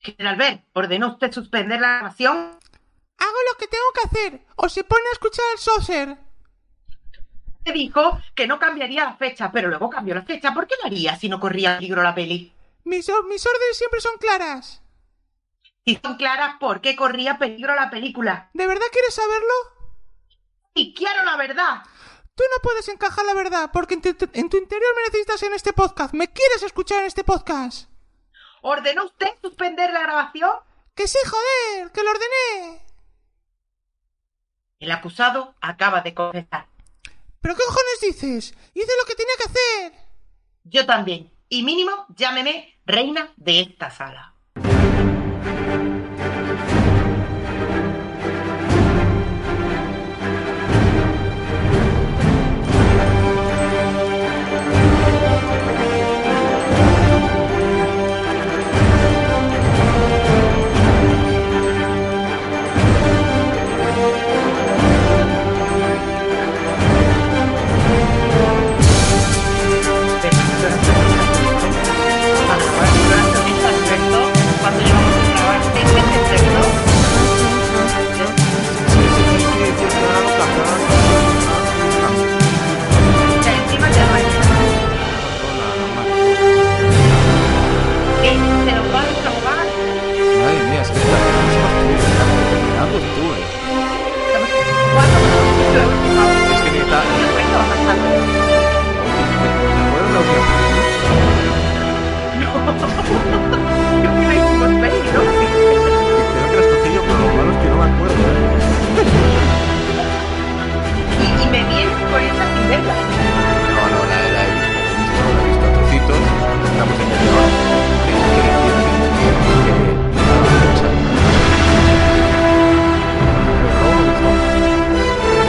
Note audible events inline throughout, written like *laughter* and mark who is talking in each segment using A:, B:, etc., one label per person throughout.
A: General Ver, ¿ordenó usted suspender la grabación?
B: Hago lo que tengo que hacer, o se pone a escuchar al Saucer.
A: Te dijo que no cambiaría la fecha, pero luego cambió la fecha. ¿Por qué lo haría si no corría peligro la peli?
B: Mis, or- mis órdenes siempre son claras.
A: Si son claras, ¿por qué corría peligro la película?
B: ¿De verdad quieres saberlo?
A: Y quiero la verdad.
B: Tú no puedes encajar la verdad, porque en tu, en tu interior me necesitas en este podcast. ¿Me quieres escuchar en este podcast?
A: ¿Ordenó usted suspender la grabación?
B: ¡Que sí, joder! ¡Que lo ordené!
A: El acusado acaba de confesar.
B: ¿Pero qué cojones dices? Hice lo que tenía que hacer.
A: Yo también. Y mínimo, llámeme reina de esta sala.
C: Madre mía, es que esta película es tú, eh. Es que ni está. ¿Te acuerdas lo que- que Creo que las cogí yo, pero lo malo es que no me acuerdo, eh.
A: Y me vienes con esa sin verla.
C: No, no, la, la he visto, la he visto, la he visto a trocitos. Estamos en el tema. Tengo que decir que- que- que nada, mucha. Pero luego me gustó.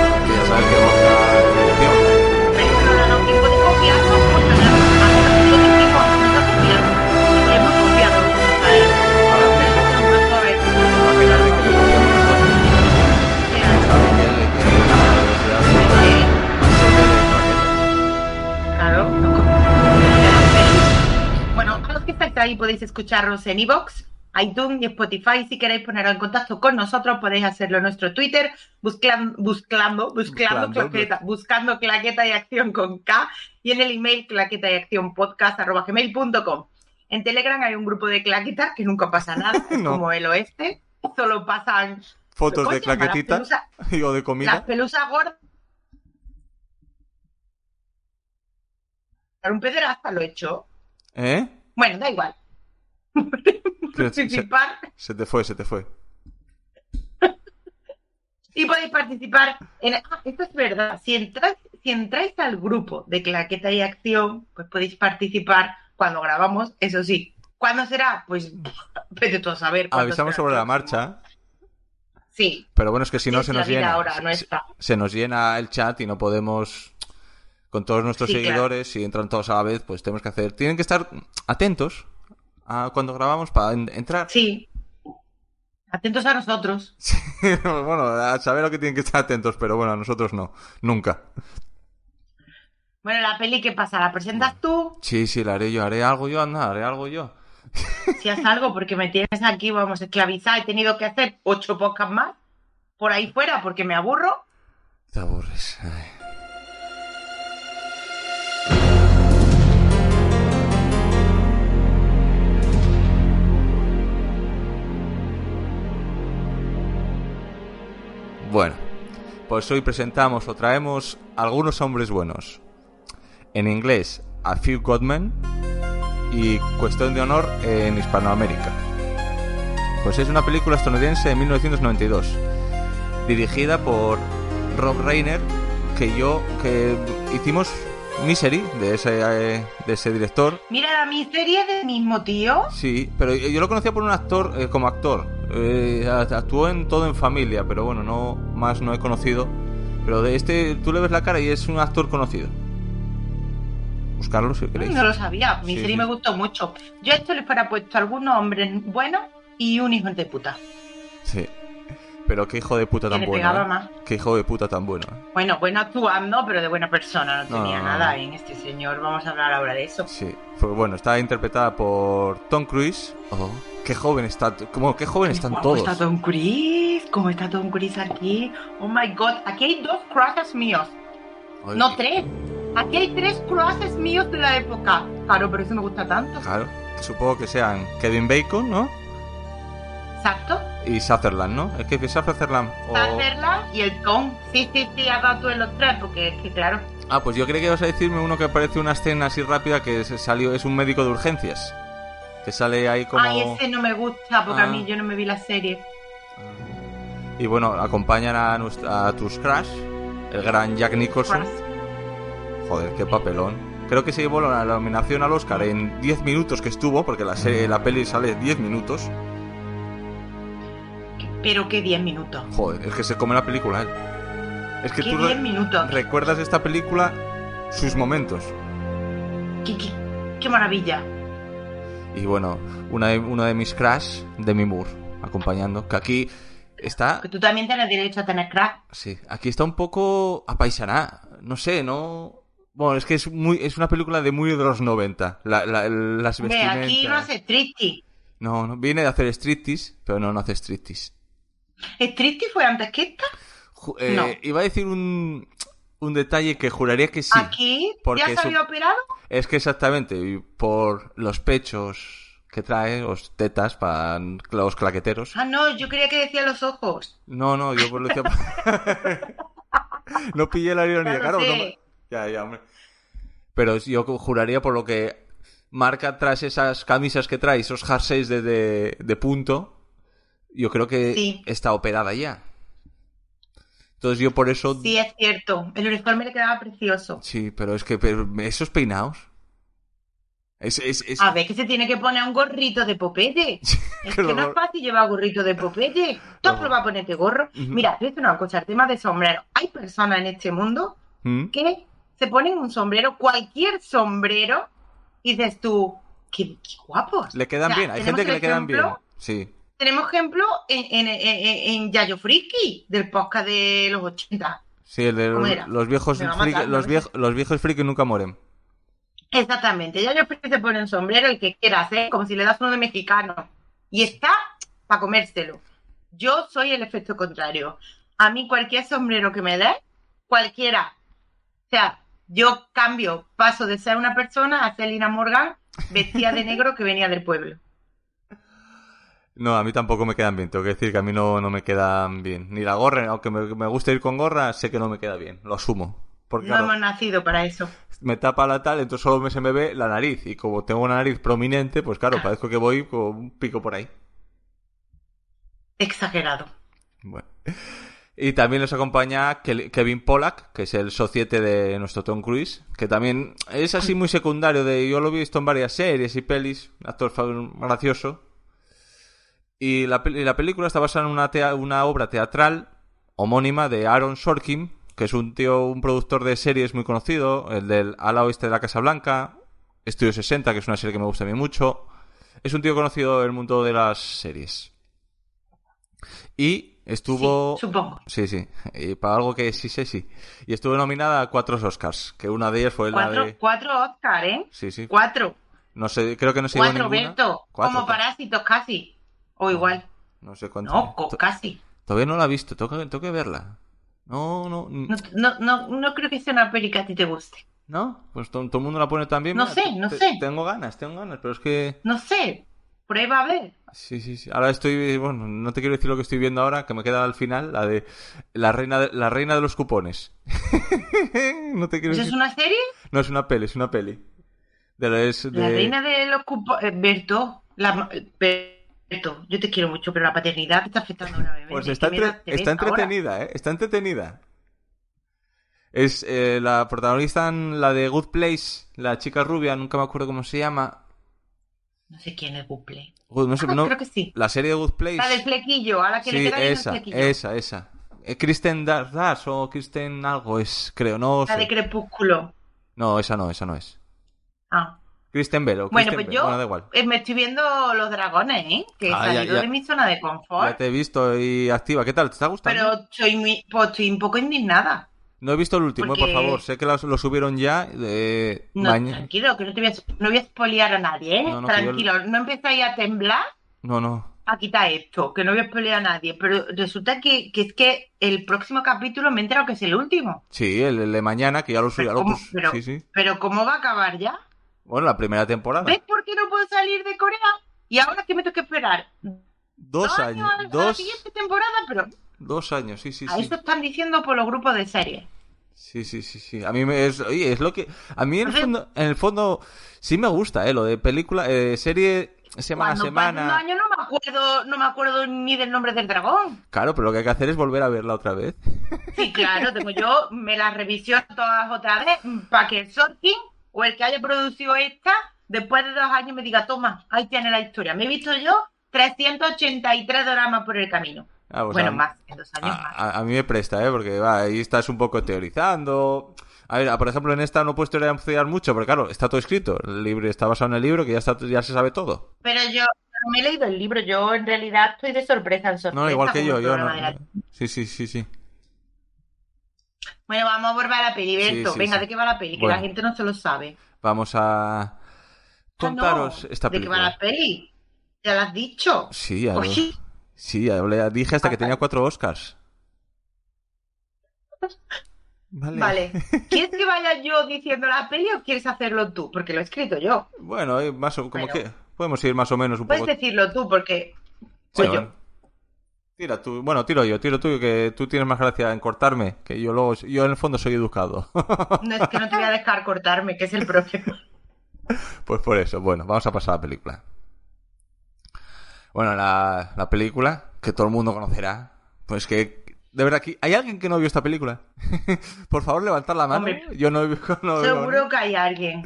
C: Que ya sabes que vamos a la dirección. Ahora mismo, va a quedar de que le confiamos nosotros. Sabe que él le tiene una velocidad más seria de planeta.
A: Bueno, a los que estáis ahí podéis escucharnos en iVoox, iTunes y Spotify. Si queréis poneros en contacto con nosotros, podéis hacerlo en nuestro Twitter, busclan- buscando, buscando,
C: Buscando,
A: claqueta, buscando claqueta y acción con K, y en el email claqueta y acción podcast arroba gmail.com. En Telegram hay un grupo de claquetas que nunca pasa nada,
C: *laughs*
A: es
C: No.
A: como el oeste, solo pasan
C: Fotos de
A: Coño, para las
C: claquetita
A: pelusas-
C: *laughs* y- o de
A: las
C: comida.
A: pelusas gordas. Para Un pederasta lo he hecho.
C: ¿Eh?
A: *laughs* Bueno, da igual.
C: Que se- se-
A: Participar
C: se te fue, se te fue.
A: y podéis participar en. Ah, esto es verdad. Si entráis, si entráis al grupo de Claqueta y Acción, pues podéis participar cuando grabamos, eso sí. ¿Cuándo será? Pues *laughs* vete tú a saber. cuándo
C: Avisamos
A: será.
C: sobre la marcha,
A: Sí.
C: pero bueno, es que si no
A: Es
C: se
A: la
C: nos
A: vida
C: llena.
A: ahora
C: Se-
A: nuestra.
C: se nos llena el chat y no podemos con todos nuestros
A: Sí, claro.
C: seguidores, si entran todos a la vez, pues tenemos que hacer, tienen que estar atentos a cuando grabamos para en- entrar. *laughs*
A: Sí. Atentos a nosotros.
C: bueno, a saber lo que tienen que estar atentos, pero bueno, a nosotros no, nunca.
A: Bueno, la peli, ¿qué pasa? ¿La presentas tú?
C: Sí, sí, la haré yo, haré algo yo, anda, haré algo yo.
A: si haz algo, porque me tienes aquí, vamos, esclavizada. He tenido que hacer ocho podcasts más por ahí fuera porque me aburro.
C: Te aburres. ay. Bueno, pues hoy presentamos o traemos algunos hombres buenos. En inglés, A Few Good Men y Cuestión de Honor en Hispanoamérica. Pues es una película estadounidense de 1992 dirigida por Rob Reiner, que yo que hicimos Misery de ese eh, de ese director.
A: Mira la miseria del mismo tío.
C: Sí, pero yo lo conocía por un actor eh, como actor. Eh, actuó en todo en familia, pero bueno, no más no he conocido. Pero de este tú le ves la cara y es un actor conocido. Buscarlo si queréis.
A: No lo sabía.
C: Sí,
A: Miseria
C: sí.
A: me gustó mucho. Yo a esto les fuera puesto algunos hombres buenos y un hijo de puta.
C: Sí. Pero qué hijo de puta
A: Que
C: tan
A: le
C: bueno.
A: pegaba
C: ¿eh?
A: más.
C: Qué hijo de puta tan bueno. ¿eh?
A: Bueno, bueno actuando, pero de buena persona. No
C: No,
A: tenía
C: no,
A: nada
C: no.
A: en este señor. Vamos a hablar ahora de eso.
C: Sí. Pues bueno, está interpretada por Tom Cruise. Oh, qué joven está. Como qué joven están
A: Guau,
C: todos.
A: ¿Cómo está Tom Cruise? ¿Cómo está Tom Cruise aquí? Oh my god, aquí hay dos croatas míos.
C: Ay,
A: No tres. Aquí hay tres croatas míos de la época. Claro, pero eso me gusta tanto.
C: Claro. Supongo que sean Kevin Bacon, ¿no?
A: Exacto.
C: Y Sutherland, ¿no? Es que Sutherland. o-
A: Sutherland y el Tom. Sí, sí, sí, has dado tú en los tres, porque es que claro.
C: Ah, pues yo creí que ibas a decirme uno que aparece una escena así rápida que se salió. Es un médico de urgencias. Que sale ahí como.
A: Ay, ese no me gusta, porque
C: Ah.
A: a mí yo no me vi la serie.
C: Y bueno, acompañan a, nuestra- a tus Crash, el gran Jack Nicholson. Joder, qué papelón. Creo que se llevó la la nominación al Oscar en 10 minutos que estuvo, porque la, serie, la peli sale 10 minutos.
A: Pero que 10 minutos.
C: Joder, es que se come la película, él. Es que
A: ¿Qué
C: tú
A: 10
C: re-
A: minutos?
C: recuerdas esta película, sus momentos.
A: ¿Qué, qué, qué maravilla.
C: Y bueno, una de, uno de mis Crash, Demi Moore, acompañando. Que aquí está
A: Que tú también tienes derecho a tener crack.
C: Sí, aquí está un poco apaisaná. No sé, no. Bueno, es que es muy, es una película de muy de los 90. La, la- las
A: Hombre,
C: vestimentas.
A: aquí no hace tristy.
C: no, no, viene de hacer striptease, pero no, no hace striptease.
A: ¿El tristy fue antes que esta?
C: Ju- eh,
A: No.
C: Iba a decir un, un detalle que juraría que sí.
A: aquí
C: porque
A: ya se
C: su-
A: había operado.
C: Es que exactamente, y por los pechos que trae, los tetas para los claqueteros.
A: Ah, no, yo creía que decía los ojos.
C: No, no, yo por lo decía. *laughs* no pillé la ironía,
A: Ya lo
C: claro. "Ah, no
A: sé.
C: me- Ya, ya, hombre. Pero yo juraría por lo que marca tras esas camisas que trae, esos jerseys de, de, de punto. Yo creo que
A: Sí.
C: está operada ya. Entonces yo por eso.
A: Sí, es cierto. El uniforme le quedaba precioso.
C: Sí, pero es que pero esos peinados. Es, es, es-
A: A ver, que se tiene que poner un gorrito de popete.
C: *laughs*
A: Es que no es
C: horror.
A: fácil llevar gorrito de popete. Tú has
C: No.
A: probado ponerte gorro.
C: Ujú.
A: Mira, te voy a decir una cosa, el tema de sombrero. Hay personas en este mundo
C: ¿Mm?
A: que se ponen un sombrero, cualquier sombrero, y dices tú, qué, qué guapos.
C: Le quedan
A: O sea,
C: bien, hay
A: tenemos
C: gente que
A: el
C: le quedan bien.
A: ejemplo-
C: Sí.
A: Tenemos ejemplo en, en- en- en Yayo Friki, del podcast de los 80.
C: Sí, el de
A: ¿Cómo
C: los,
A: era?
C: los viejos
A: Me va a
C: friki-
A: matar, ¿no?
C: los, viej- los viejos friki nunca mueren.
A: Exactamente, Yayo Friki se pone un sombrero, el que quieras, ¿eh? como si le das uno de mexicano. Y está para comérselo. Yo soy el efecto contrario. A mí cualquier sombrero que me dé, cualquiera. O sea, yo cambio, paso de ser una persona a ser Lina Morgan, vestida de negro que venía del pueblo.
C: No, a mí tampoco me quedan bien. Tengo que decir que a mí no, no me quedan bien. Ni la gorra, aunque me, me guste ir con gorra, sé que no me queda bien. Lo asumo. Porque
A: No
C: *laughs* claro,
A: hemos nacido para eso.
C: me tapa la tal, entonces solo me- se me ve la nariz. Y como tengo una nariz prominente, pues claro, parezco que voy con un pico por ahí.
A: Exagerado.
C: Bueno. Y también nos acompaña Kel- Kevin Pollack, que es el societe de nuestro Tom Cruise, que también es así muy secundario. De, yo lo he visto en varias series y pelis, un actor fa- gracioso. Y la, pel- y la película está basada en una, tea- una obra teatral homónima de Aaron Sorkin, que es un tío, un productor de series muy conocido, el del ala oeste de la Casa Blanca, Estudio 60, que es una serie que me gusta a mí mucho. Es un tío conocido del mundo de las series. Y estuvo...
A: Sí, supongo.
C: Sí, sí. Y para algo que sí sé, sí. Y estuvo nominada a cuatro Oscars, que una de ellas fue la
A: Cuatro,
C: de...
A: cuatro Oscar, ¿eh?
C: Sí, sí.
A: Cuatro.
C: No sé, creo que no se llevó
A: cuatro,
C: ninguna.
A: Berto.
C: Cuatro,
A: Como parásitos casi. O igual.
C: No sé cuánto.
A: No, co-
C: To-
A: casi.
C: Todavía no la he visto, tengo que, tengo que verla. No, no,
A: No,
C: n-
A: no, no, no creo que sea una peli que a ti te guste.
C: ¿no? Pues to- todo el mundo la pone también.
A: No sé, no sé.
C: Tengo ganas, tengo ganas, pero es que...
A: No sé. Prueba a ver.
C: Sí, sí, sí. Ahora estoy... Bueno, no te quiero decir lo que estoy viendo ahora, que me queda al final, la de... La reina de, la reina de los cupones. *laughs* no te quiero
A: ¿Eso es
C: decir...
A: una serie?
C: No, es una peli, es una peli. De, la- es de...
A: La reina de los cupos. Berto. La... ma- eh, Berto, yo te quiero mucho, pero la paternidad te está afectando gravemente.
C: Pues
A: Es
C: está,
A: que me da
C: entre-
A: pereza
C: está
A: ahora.
C: entretenida, ¿eh? Está entretenida. Es eh, la protagonista, en la de Good Place, la chica rubia, nunca me acuerdo cómo se llama.
A: No sé quién es Buple.
C: Good- no sé,
A: Ah,
C: no-
A: creo que sí.
C: La serie de Good Place.
A: La del flequillo, a la que le
C: sí,
A: queda bien el
C: esa,
A: flequillo.
C: esa, esa. Eh, Kristen Dar- Das o Kristen algo es, creo, no
A: La de
C: sé.
A: Crepúsculo.
C: No, esa no, esa no es.
A: Ah,
C: Kristen Bell o
A: Bueno,
C: Kristen
A: pues
C: Bell,
A: yo
C: bueno, da igual.
A: eh, me estoy viendo los dragones, ¿eh? Que he
C: Ah, ya,
A: salido
C: ya.
A: de mi zona de confort.
C: Ya te he visto y activa. ¿Qué tal? ¿Te está gustando?
A: Pero soy muy, pues estoy un poco indignada.
C: No he visto el último, eh,
A: porque-
C: por favor. Sé que lo, lo subieron ya. eh,
A: No,
C: maña-
A: tranquilo, que no, te voy a, no voy a spoilear a nadie, ¿eh?
C: No, no, que yo-
A: tranquilo, no empezáis a temblar
C: No, no.
A: a quitar esto, que no voy a spoilear a nadie. Pero resulta que, que es que el próximo capítulo me he enterado que es el último.
C: Sí, el, el de mañana, que ya lo subieron.
A: ¿cómo?
C: pues,
A: Pero-
C: Sí, sí.
A: Pero ¿cómo va a acabar ya?
C: Bueno, la primera temporada.
A: ¿Ves por qué no puedo salir de Corea? Y ahora que me tengo que esperar
C: Dos años.
A: a la- a la
C: Dos,
A: siguiente temporada, pero
C: dos años, sí, sí,
A: a
C: sí.
A: eso están diciendo por los grupos de series.
C: Sí, sí, sí, sí. A mí me es, oye, es lo que a mí en el
A: Ajá.
C: fondo, en el fondo sí me gusta, eh, lo de película, eh, serie semana
A: Cuando
C: a semana.
A: pasen los años no me acuerdo, no me acuerdo ni del nombre del dragón.
C: Claro, pero lo que hay que hacer es volver a verla otra vez.
A: Sí, claro, tengo yo, me las revisiono todas otra vez para que el Sorkin o el que haya producido esta, después de dos años me diga, toma, ahí tiene la historia. Me he visto yo 383 dramas por el camino.
C: Ah, pues
A: bueno,
C: a-
A: más, en dos años más.
C: A, a- a mí me presta, ¿eh? Porque va, ahí estás un poco teorizando. A ver, ah, por ejemplo, en esta no puedes teorizar mucho, pero claro, está todo escrito. El libro está basado en el libro, que ya, está, ya se sabe todo.
A: Pero yo no me he leído el libro, yo en realidad estoy de sorpresa en sorpresa.
C: No, igual que
A: como
C: yo,
A: el
C: yo
A: programa
C: no.
A: de la-
C: Sí, sí, sí, sí.
A: Bueno, vamos a volver a la peli, Berto.
C: sí,
A: Venga,
C: sí.
A: ¿de qué va la peli? Que
C: Bueno.
A: la gente no se lo sabe.
C: Vamos a
A: Ah, no.
C: contaros esta
A: ¿De qué va
C: película.
A: la Pues peli? Ya la has dicho.
C: Sí, ya lo-
A: Oye,
C: sí, ya le dije hasta que tenía cuatro Oscars. Vale.
A: vale. ¿Quieres que vaya yo diciendo la peli o quieres hacerlo tú? Porque lo he escrito yo.
C: Bueno, eh, más o- como
A: Pero-
C: que podemos ir más o menos un
A: Puedes
C: poco.
A: decirlo tú porque...
C: Sí,
A: o yo.
C: bueno. Tira tú, bueno, tiro yo, tiro tú, que tú tienes más gracia en cortarme, que yo luego, yo en el fondo soy educado.
A: No es que no te voy a dejar cortarme, que es el
C: *laughs*
A: problema.
C: pues por eso, bueno, vamos a pasar a la película. Bueno, la, la película, que todo el mundo conocerá, pues que, de verdad, que ¿hay alguien que no vio esta película? *laughs* por favor, levantar la mano.
A: Hombre.
C: yo no he visto... *laughs* no-
A: Seguro
C: no-
A: que hay alguien.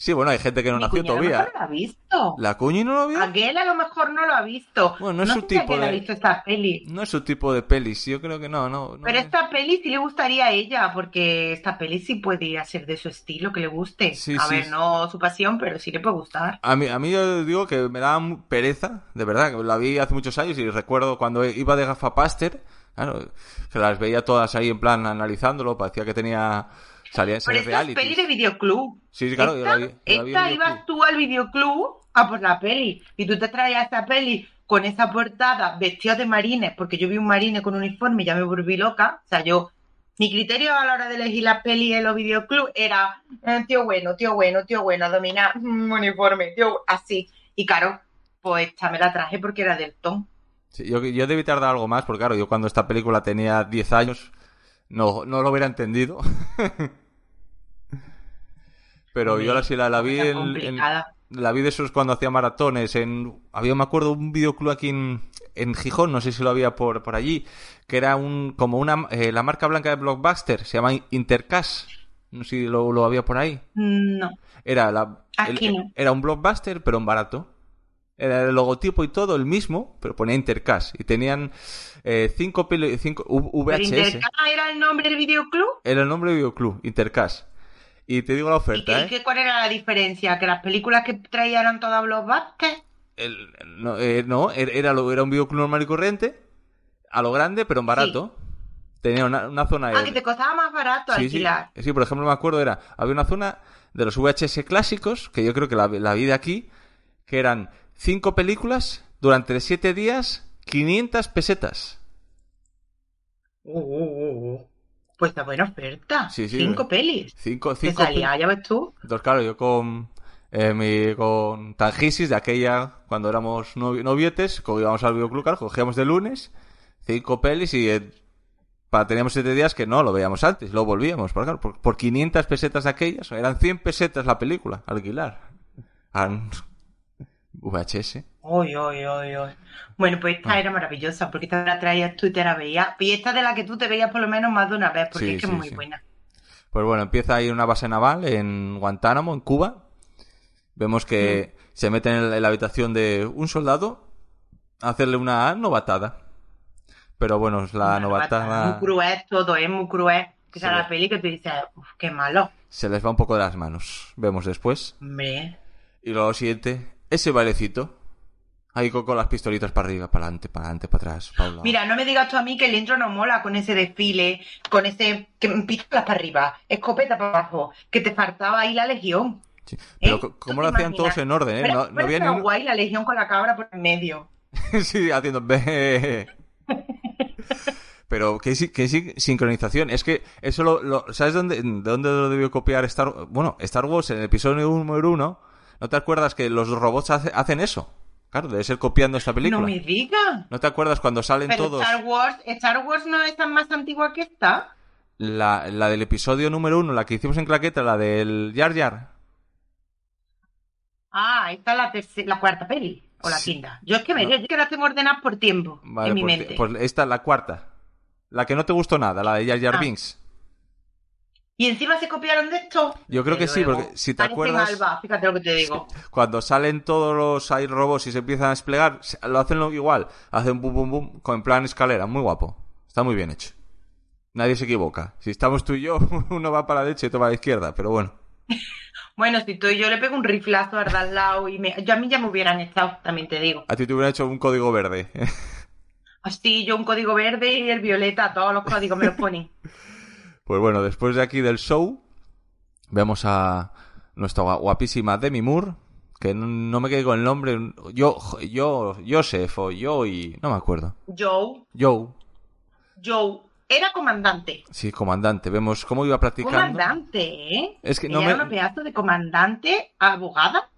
C: Sí, bueno, hay gente que no
A: Mi
C: nació
A: cuñado a lo mejor
C: todavía.
A: no lo ha visto.
C: ¿La cuñi no lo vio?
A: Aquel a lo mejor no lo ha visto.
C: Bueno, no es su
A: sé si
C: tipo
A: aquel ha
C: de-
A: visto esta peli.
C: No es su tipo de pelis, yo creo que no, no. no
A: Pero
C: es-
A: esta peli sí le gustaría a ella, porque esta peli sí puede hacer de su estilo, que le guste.
C: Sí,
A: a
C: sí.
A: ver, no su pasión, pero sí le puede gustar.
C: A mí, a mí yo digo que me daba mu- pereza, de verdad, que la vi hace muchos años y recuerdo cuando iba de gafapaster, claro, que las veía todas ahí en plan analizándolo, parecía que tenía, salía
A: Pero
C: en series
A: esta es
C: reality.
A: peli de videoclub.
C: Sí, sí, claro, yo la
A: esta
C: vi, yo la vi en
A: esta
C: videoclub.
A: ibas tú al videoclub a por la peli. Y tú te traías esta peli con esa portada, vestido de marines, porque yo vi un marine con uniforme y ya me volví loca. O sea, yo... Mi criterio a la hora de elegir la peli en los videoclubs era eh, tío bueno, tío bueno, tío bueno, a dominar *laughs* mm, uniforme, tío bu- así. Y claro, pues esta me la traje porque era del ton.
C: Sí, yo, yo debí tardar algo más, porque claro, yo cuando esta película tenía 10 años, no, no lo hubiera entendido. *laughs* Pero yo la, sí la, la vi
A: Era
C: en- en,
A: complicada.
C: La vi de esos cuando hacía maratones. En, había, me acuerdo, un videoclub aquí en, en Gijón, no sé si lo había por, por allí, que era un, como una, eh, la marca blanca de Blockbuster, se llama Intercash. No sé si lo, lo había por ahí.
A: No.
C: Era, la,
A: Aquí
C: el-
A: no.
C: era un Blockbuster, pero en barato. Era el logotipo y todo el mismo, pero ponía Intercash. Y tenían eh, cinco, peli- cinco U-
A: Pero
C: VHS.
A: Intercana era el nombre del videoclub.
C: Era el nombre del videoclub, Intercash. Y te digo la
A: ¿Y, qué-
C: oferta,
A: y
C: ¿eh?
A: qué- cuál era la diferencia? ¿Que las películas que traían eran todas blockbusters?
C: El- no, eh, no, er- era, lo- era un videoclub normal y corriente, a lo grande, pero en barato. Tenía una, una zona...
A: Ah,
C: de-
A: que te costaba más barato
C: sí, sí,
A: alquilar.
C: sí, por ejemplo, me acuerdo, era había una zona de los VHS clásicos, que yo creo que la, vi- la vi de aquí, que eran cinco películas durante siete días, 500 pesetas.
A: Uh, uh, uh, uh. Pues está buena oferta.
C: Sí, sí.
A: Cinco pelis.
C: Cinco,
A: Te
C: cinco...
A: salía, ya ves tú.
C: pe- Entonces, claro, yo con... eh, mi, con Tangisis de aquella, cuando éramos novi- novietes, como íbamos al videoclub, claro, cogíamos de lunes cinco pelis y eh, pa- teníamos siete días que no, lo veíamos antes, lo volvíamos. Por, claro, por, por 500 pesetas de aquellas, eran 100 pesetas la película, alquilar. An- VHS.
A: Uy, uy, uy, uy. Bueno, pues
C: Ah.
A: esta era maravillosa, porque esta la traías tú y te la veías. Y esta de la que tú te veías por lo menos más de una vez, porque
C: Sí,
A: es que
C: sí,
A: es muy
C: sí.
A: buena.
C: Pues bueno, empieza ahí una base naval en Guantánamo, en Cuba. Vemos que se meten en la, en la habitación de un soldado a hacerle una novatada. Pero bueno, es la
A: Una
C: novatada
A: Muy cruel todo, es muy cruel. Que
C: Sí.
A: sea la peli que tú dices, uff, qué malo.
C: se les va un poco de las manos. Vemos después.
A: Hombre,
C: Y luego lo siguiente, ese bailecito. Ahí con, con las pistolitas para arriba, para adelante, para adelante, para atrás, para un lado.
A: Mira, no me digas tú a mí que el intro no mola con ese desfile, con ese que pistolas para arriba, escopeta para abajo, que te faltaba ahí la legión.
C: Sí. Pero
A: ¿eh?
C: co-
A: ¿Tú
C: ¿cómo
A: te
C: lo hacían
A: imaginas?
C: todos en orden, eh?
A: Pero
C: No, no
A: fuera
C: había
A: tan
C: ningún...
A: guay la legión con la cabra por en medio.
C: *laughs* sí, haciendo... "Be". Pero qué, sin- qué sin- sincronización. Es que eso lo... lo- ¿Sabes dónde, de dónde lo debió copiar Star Bueno, Star Wars en el episodio número uno, ¿no te acuerdas que los robots hace- hacen eso? Claro, debe ser copiando esta película.
A: No me digas.
C: ¿No te acuerdas cuando salen
A: Pero
C: todos?
A: Star Wars, Star Wars no es tan más antigua que esta.
C: La, la del episodio número uno, la que hicimos en Claqueta, la del Yar Yar.
A: Ah, esta es la, terce- la cuarta peli. O la
C: Sí.
A: quinta. Yo es que me
C: No.
A: yo es que las tengo ordenadas por tiempo
C: Vale,
A: en mi
C: pues,
A: mente.
C: pues esta es la cuarta. La que no te gustó nada, la de Yar Yar
A: Ah.
C: Binks.
A: Y encima se copiaron de esto.
C: Yo creo
A: Desde
C: que sí,
A: luego.
C: porque si te
A: Parecen
C: acuerdas,
A: Alba, fíjate lo que te digo.
C: cuando salen todos los AI robots y se empiezan a desplegar, se- lo hacen lo igual. Hacen boom, boom, boom, con en plan escalera. Muy guapo. Está muy bien hecho. Nadie se equivoca. Si estamos tú y yo, *laughs* uno va para la derecha y otro para la izquierda, pero bueno.
A: Bueno, si tú y yo le pego un riflazo a Ardaslao y me... yo a mí ya me hubieran estado, también te digo.
C: A ti te hubieran hecho un código verde. *laughs*
A: Así yo un código verde y el violeta, todos los códigos me
C: *laughs*
A: los ponen.
C: Pues bueno, después de aquí del show, vemos a nuestra gua- guapísima Demi Moore, que no, no me quedé con el nombre, yo, yo, Joseph o yo y no me acuerdo.
A: Joe,
C: Joe,
A: Joe, era comandante.
C: sí, comandante. Vemos cómo iba practicando.
A: Comandante, ¿eh?
C: Es que
A: Ella
C: no me-
A: era un pedazo de comandante, abogada.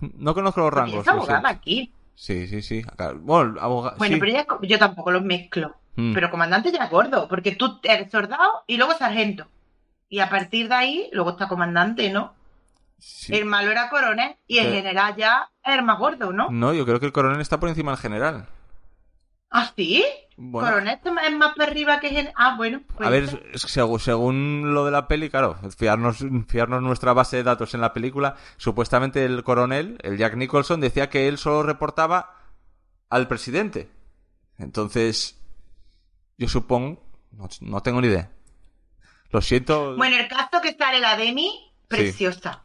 C: No conozco los
A: porque
C: rangos.
A: es
C: lo
A: abogada
C: siento.
A: aquí.
C: Sí, sí, sí. Acá- Bueno, abogado.
A: Bueno, pero ella es co- yo tampoco los mezclo.
C: Mm.
A: Pero comandante ya es gordo, porque tú eres soldado y luego sargento. Y a partir de ahí, luego está comandante, ¿no? El malo era coronel y el
C: Sí. Mm.
A: general ya era el más gordo, ¿no?
C: No, yo creo que el coronel está por encima del general.
A: ¿Ah, sí?
C: Bueno,
A: Coronel está más- es más para arriba que general. Ah, bueno.
C: A
A: pues
C: ver,
A: está.
C: es- segu- según lo de la peli, claro, fiarnos, fiarnos nuestra base de datos en la película, supuestamente el coronel, el Jack Nicholson, decía que él solo reportaba al presidente. Entonces, yo supongo, no, no tengo ni idea. Lo siento.
A: Bueno, el caso que sale la Demi, preciosa.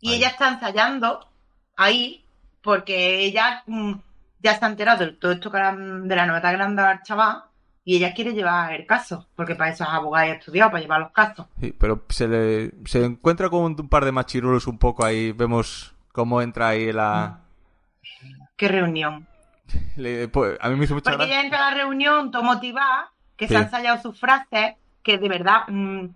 A: Y
C: Ahí.
A: ella está ensayando ahí, porque ella mm, ya está enterado de todo esto que la- de la nota grande al chaval, y ella quiere llevar el caso, porque para eso es abogada y ha estudiado, para llevar los casos.
C: Sí, pero se le se encuentra con un par de machirulos un poco ahí, vemos cómo entra ahí la...
A: Qué reunión.
C: le- pues, a mí me hizo mucha
A: Porque
C: gracia.
A: ella entra a la reunión, todo motivada, que
C: Sí.
A: se han ensayado sus frases, que de verdad, mm,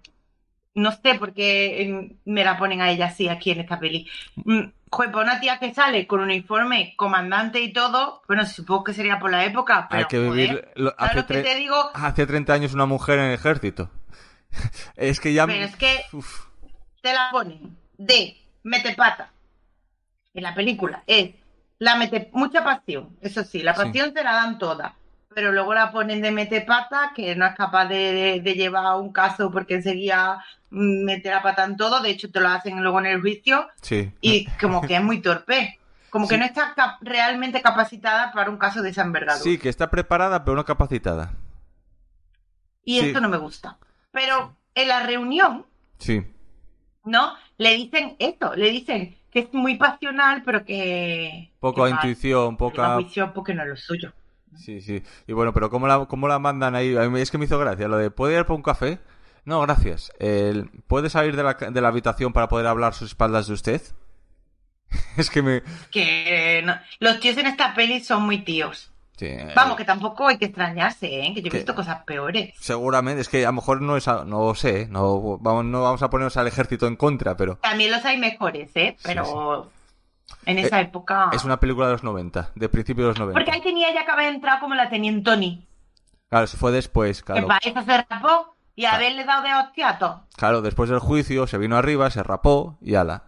A: no sé por qué mm, me la ponen a ella así aquí en esta peli. Mm, joder, para una tía que sale con uniforme, comandante y todo, bueno, supongo que sería por la época, pero
C: Hay que
A: joder,
C: vivir... lo-
A: ¿sabes
C: hace
A: lo que
C: tre-
A: te digo?
C: Hace 30 años una mujer en el ejército. *laughs* Es que ya...
A: Pero es que
C: Uf.
A: te la ponen de mete pata en la película es la mete mucha pasión eso sí la
C: Sí.
A: pasión te la dan toda pero luego la ponen de mete pata que no es capaz de, de- de llevar un caso porque enseguida mm, mete la pata en todo de hecho te lo hacen luego en el juicio
C: Sí.
A: y como que es muy torpe como
C: Ah. Sí.
A: que no está cap- realmente capacitada para un caso de esa envergadura
C: Sí, que está preparada pero no capacitada.
A: y
C: sí.
A: esto no me gusta pero en la reunión
C: Sí.
A: ¿no? Le dicen esto, le dicen que es muy pasional, pero que...
C: Poca
A: que va-
C: intuición,
A: que va a
C: poca...
A: juicio porque no es lo suyo.
C: Sí, sí. Y bueno, pero ¿cómo la, cómo la mandan ahí? A mí es que me hizo gracia lo de, ¿puede ir por un café? No, gracias. El, ¿Puede salir de la, ca- de la habitación para poder hablar sus espaldas de usted? *laughs* es que me...
A: Que no- los tíos en esta peli son muy tíos.
C: Sí, eh,
A: Vamos, que tampoco hay que extrañarse, ¿eh? Que yo he
C: Que-
A: visto cosas peores.
C: Seguramente, es que a lo mejor no es... a- no sé, no vamos, no vamos a ponernos al ejército en contra, pero...
A: También los hay mejores, ¿eh?
C: Sí, Eh,
A: Pero en esa época...
C: Es una película de los 90, de principios de los 90.
A: Ah. Porque ahí tenía ya que haber entrado como la teniente Tony.
C: Claro, se fue después,
A: Que
C: claro.
A: para eso se rapó y
C: Claro.
A: haberle dado de hostia a todos.
C: Claro, después del juicio se vino arriba, se rapó y ala.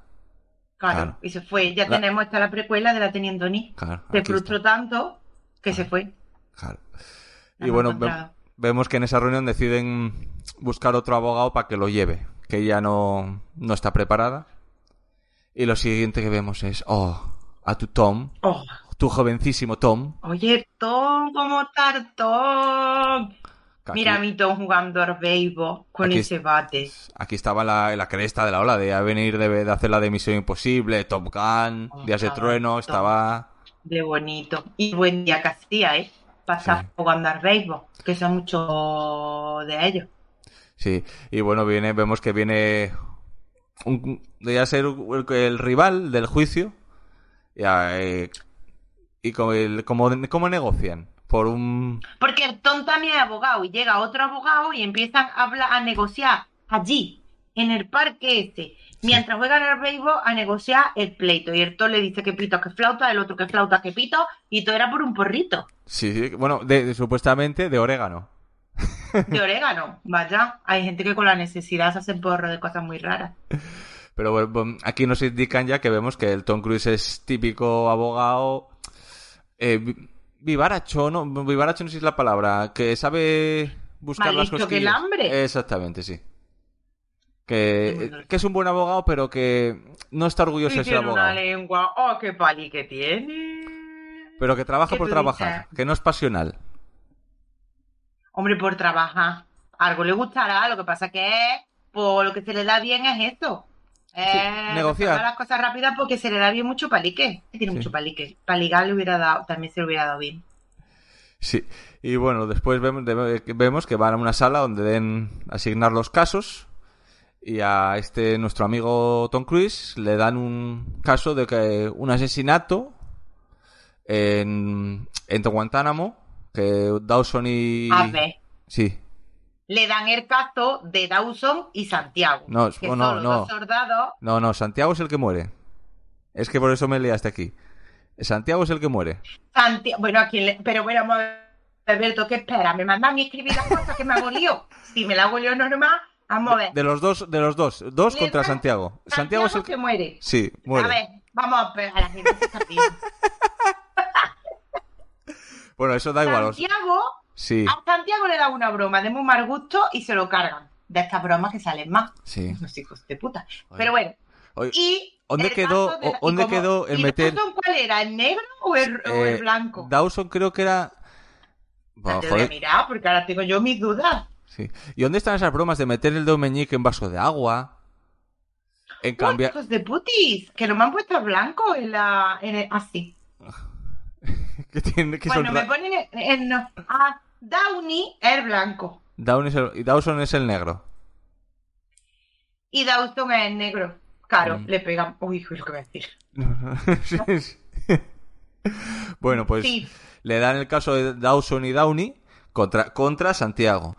A: Claro,
C: Claro.
A: y se fue. Ya
C: La-
A: tenemos esta la precuela de la teniente Tony.
C: Claro,
A: Se
C: aquí
A: frustró tanto que se fue.
C: está. Claro.
A: La
C: Y
A: hemos
C: bueno, ve-
A: encontrado.
C: vemos que en esa reunión deciden buscar otro abogado para que lo lleve, que ella no, no está preparada. Y lo siguiente que vemos es, oh, a tu Tom,
A: Oh,
C: tu jovencísimo Tom,
A: oye, Tom, ¿cómo estás, Tom?
C: Aquí-
A: Mira a Mito jugando al béisbol con
C: Aquí-
A: ese bate.
C: Aquí estaba la, la cresta de la ola de a venir de, de hacer la de Misión Imposible, Top Gun,
A: Oh,
C: Días de
A: cabrón,
C: Trueno,
A: Top.
C: estaba...
A: De bonito. Y buen día que hacía, ¿eh? Pasar
C: Sí.
A: jugando al béisbol, que sea mucho de ellos.
C: Sí, y bueno, viene, vemos que viene... Un, debería ser el, el rival del juicio. Y, eh, y como, el- como- ¿Cómo negocian? Por un...
A: Porque el Tom también es abogado y llega otro abogado y empiezan a hablar, a negociar allí, en el parque ese. Mientras juegan al béisbol, a negociar el pleito. Y el Tom le dice que pito, que flauta, el otro que flauta, que pito, y todo era por un porrito
C: Sí, sí, bueno, de- de- supuestamente de orégano.
A: de orégano. Vaya, hay gente que con la necesidad se hace porro de cosas muy raras.
C: Pero bueno, bom, aquí nos indican ya que vemos que el Tom Cruise es típico abogado. eh, vi- vivaracho, no, vivaracho no sé si es la palabra. Que sabe buscar
A: Más
C: las
A: listo que
C: cosquillas.
A: el hambre.
C: Exactamente, sí.
A: Qué
C: Que,
A: bueno.
C: que es un buen abogado, pero que no está orgulloso
A: Y
C: de ser
A: tiene una
C: abogado.
A: lengua, oh, qué pali que tiene.
C: Pero que trabaja
A: ¿Qué
C: por
A: tú
C: trabajar,
A: dices?
C: que no es pasional.
A: Hombre, por trabajar. Algo le gustará, lo que pasa que por lo que se le da bien es esto. Eh,
C: negociar.
A: resolver las cosas rápidas porque se le da bien mucho palique. Tiene
C: Sí.
A: mucho palique. Paligar le hubiera dado, también se le hubiera dado bien.
C: Sí. Y bueno, después vemos, de- vemos que van a una sala donde deben asignar los casos. Y a este nuestro amigo Tom Cruise le dan un caso de que un asesinato en, en Guantánamo, que Dawson y...
A: A ver,
C: Sí,
A: le dan el caso de Dawson y Santiago.
C: No,
A: que
C: no,
A: son los
C: no.
A: dos soldados.
C: No, no, Santiago es el que muere. Es que por eso me liaste aquí. Santiago es el que muere.
A: Santi- Bueno, aquí le... pero bueno, vamos a ver, Alberto, ¿qué espera? ¿Me manda a mí escribir las cosas que me hago lío? si me la hago lío normal, vamos a ver.
C: De los dos, de los dos. Dos
A: Le
C: contra
A: da-
C: Santiago. Santiago es el que...
A: que muere.
C: Sí,
A: A
C: muere.
A: ver, vamos a ver a la gente que está aquí.
C: Bueno, eso da igual. os-
A: Santiago,
C: Sí,
A: a Santiago le da una broma de muy mal gusto y se lo cargan. De estas bromas que salen más.
C: sí.
A: Los hijos de puta.
C: Oye.
A: Pero bueno,
C: Oye,
A: y.
C: ¿Dónde
A: el
C: quedó-
A: caso de la- y
C: dónde
A: como-
C: quedó el
A: y
C: meter-
A: Dawson, ¿Cuál era? ¿El negro o el, o el
C: eh,
A: blanco?
C: Dawson creo que era... Bueno,
A: Antes de
C: joder,
A: mirar, porque ahora tengo yo mis dudas.
C: sí. ¿Y dónde están esas bromas de meter el dedo meñique en vaso de agua? En
A: Uy,
C: cambiar...
A: hijos de putis, que no me han puesto blanco en la. en el- así.
C: *laughs* que tiene que
A: bueno,
C: son
A: me
C: ra-
A: ponen el, el no. Ah, Downey el blanco.
C: Down es el- y Dawson es el negro. *laughs*
A: Y Dawson es el negro. Claro,
C: Mm.
A: le pegan. Uy, hijo, lo que voy a decir.
C: Sí, sí. *laughs* bueno, pues...
A: Sí,
C: Le dan el caso de Dawson y Downey contra, contra Santiago.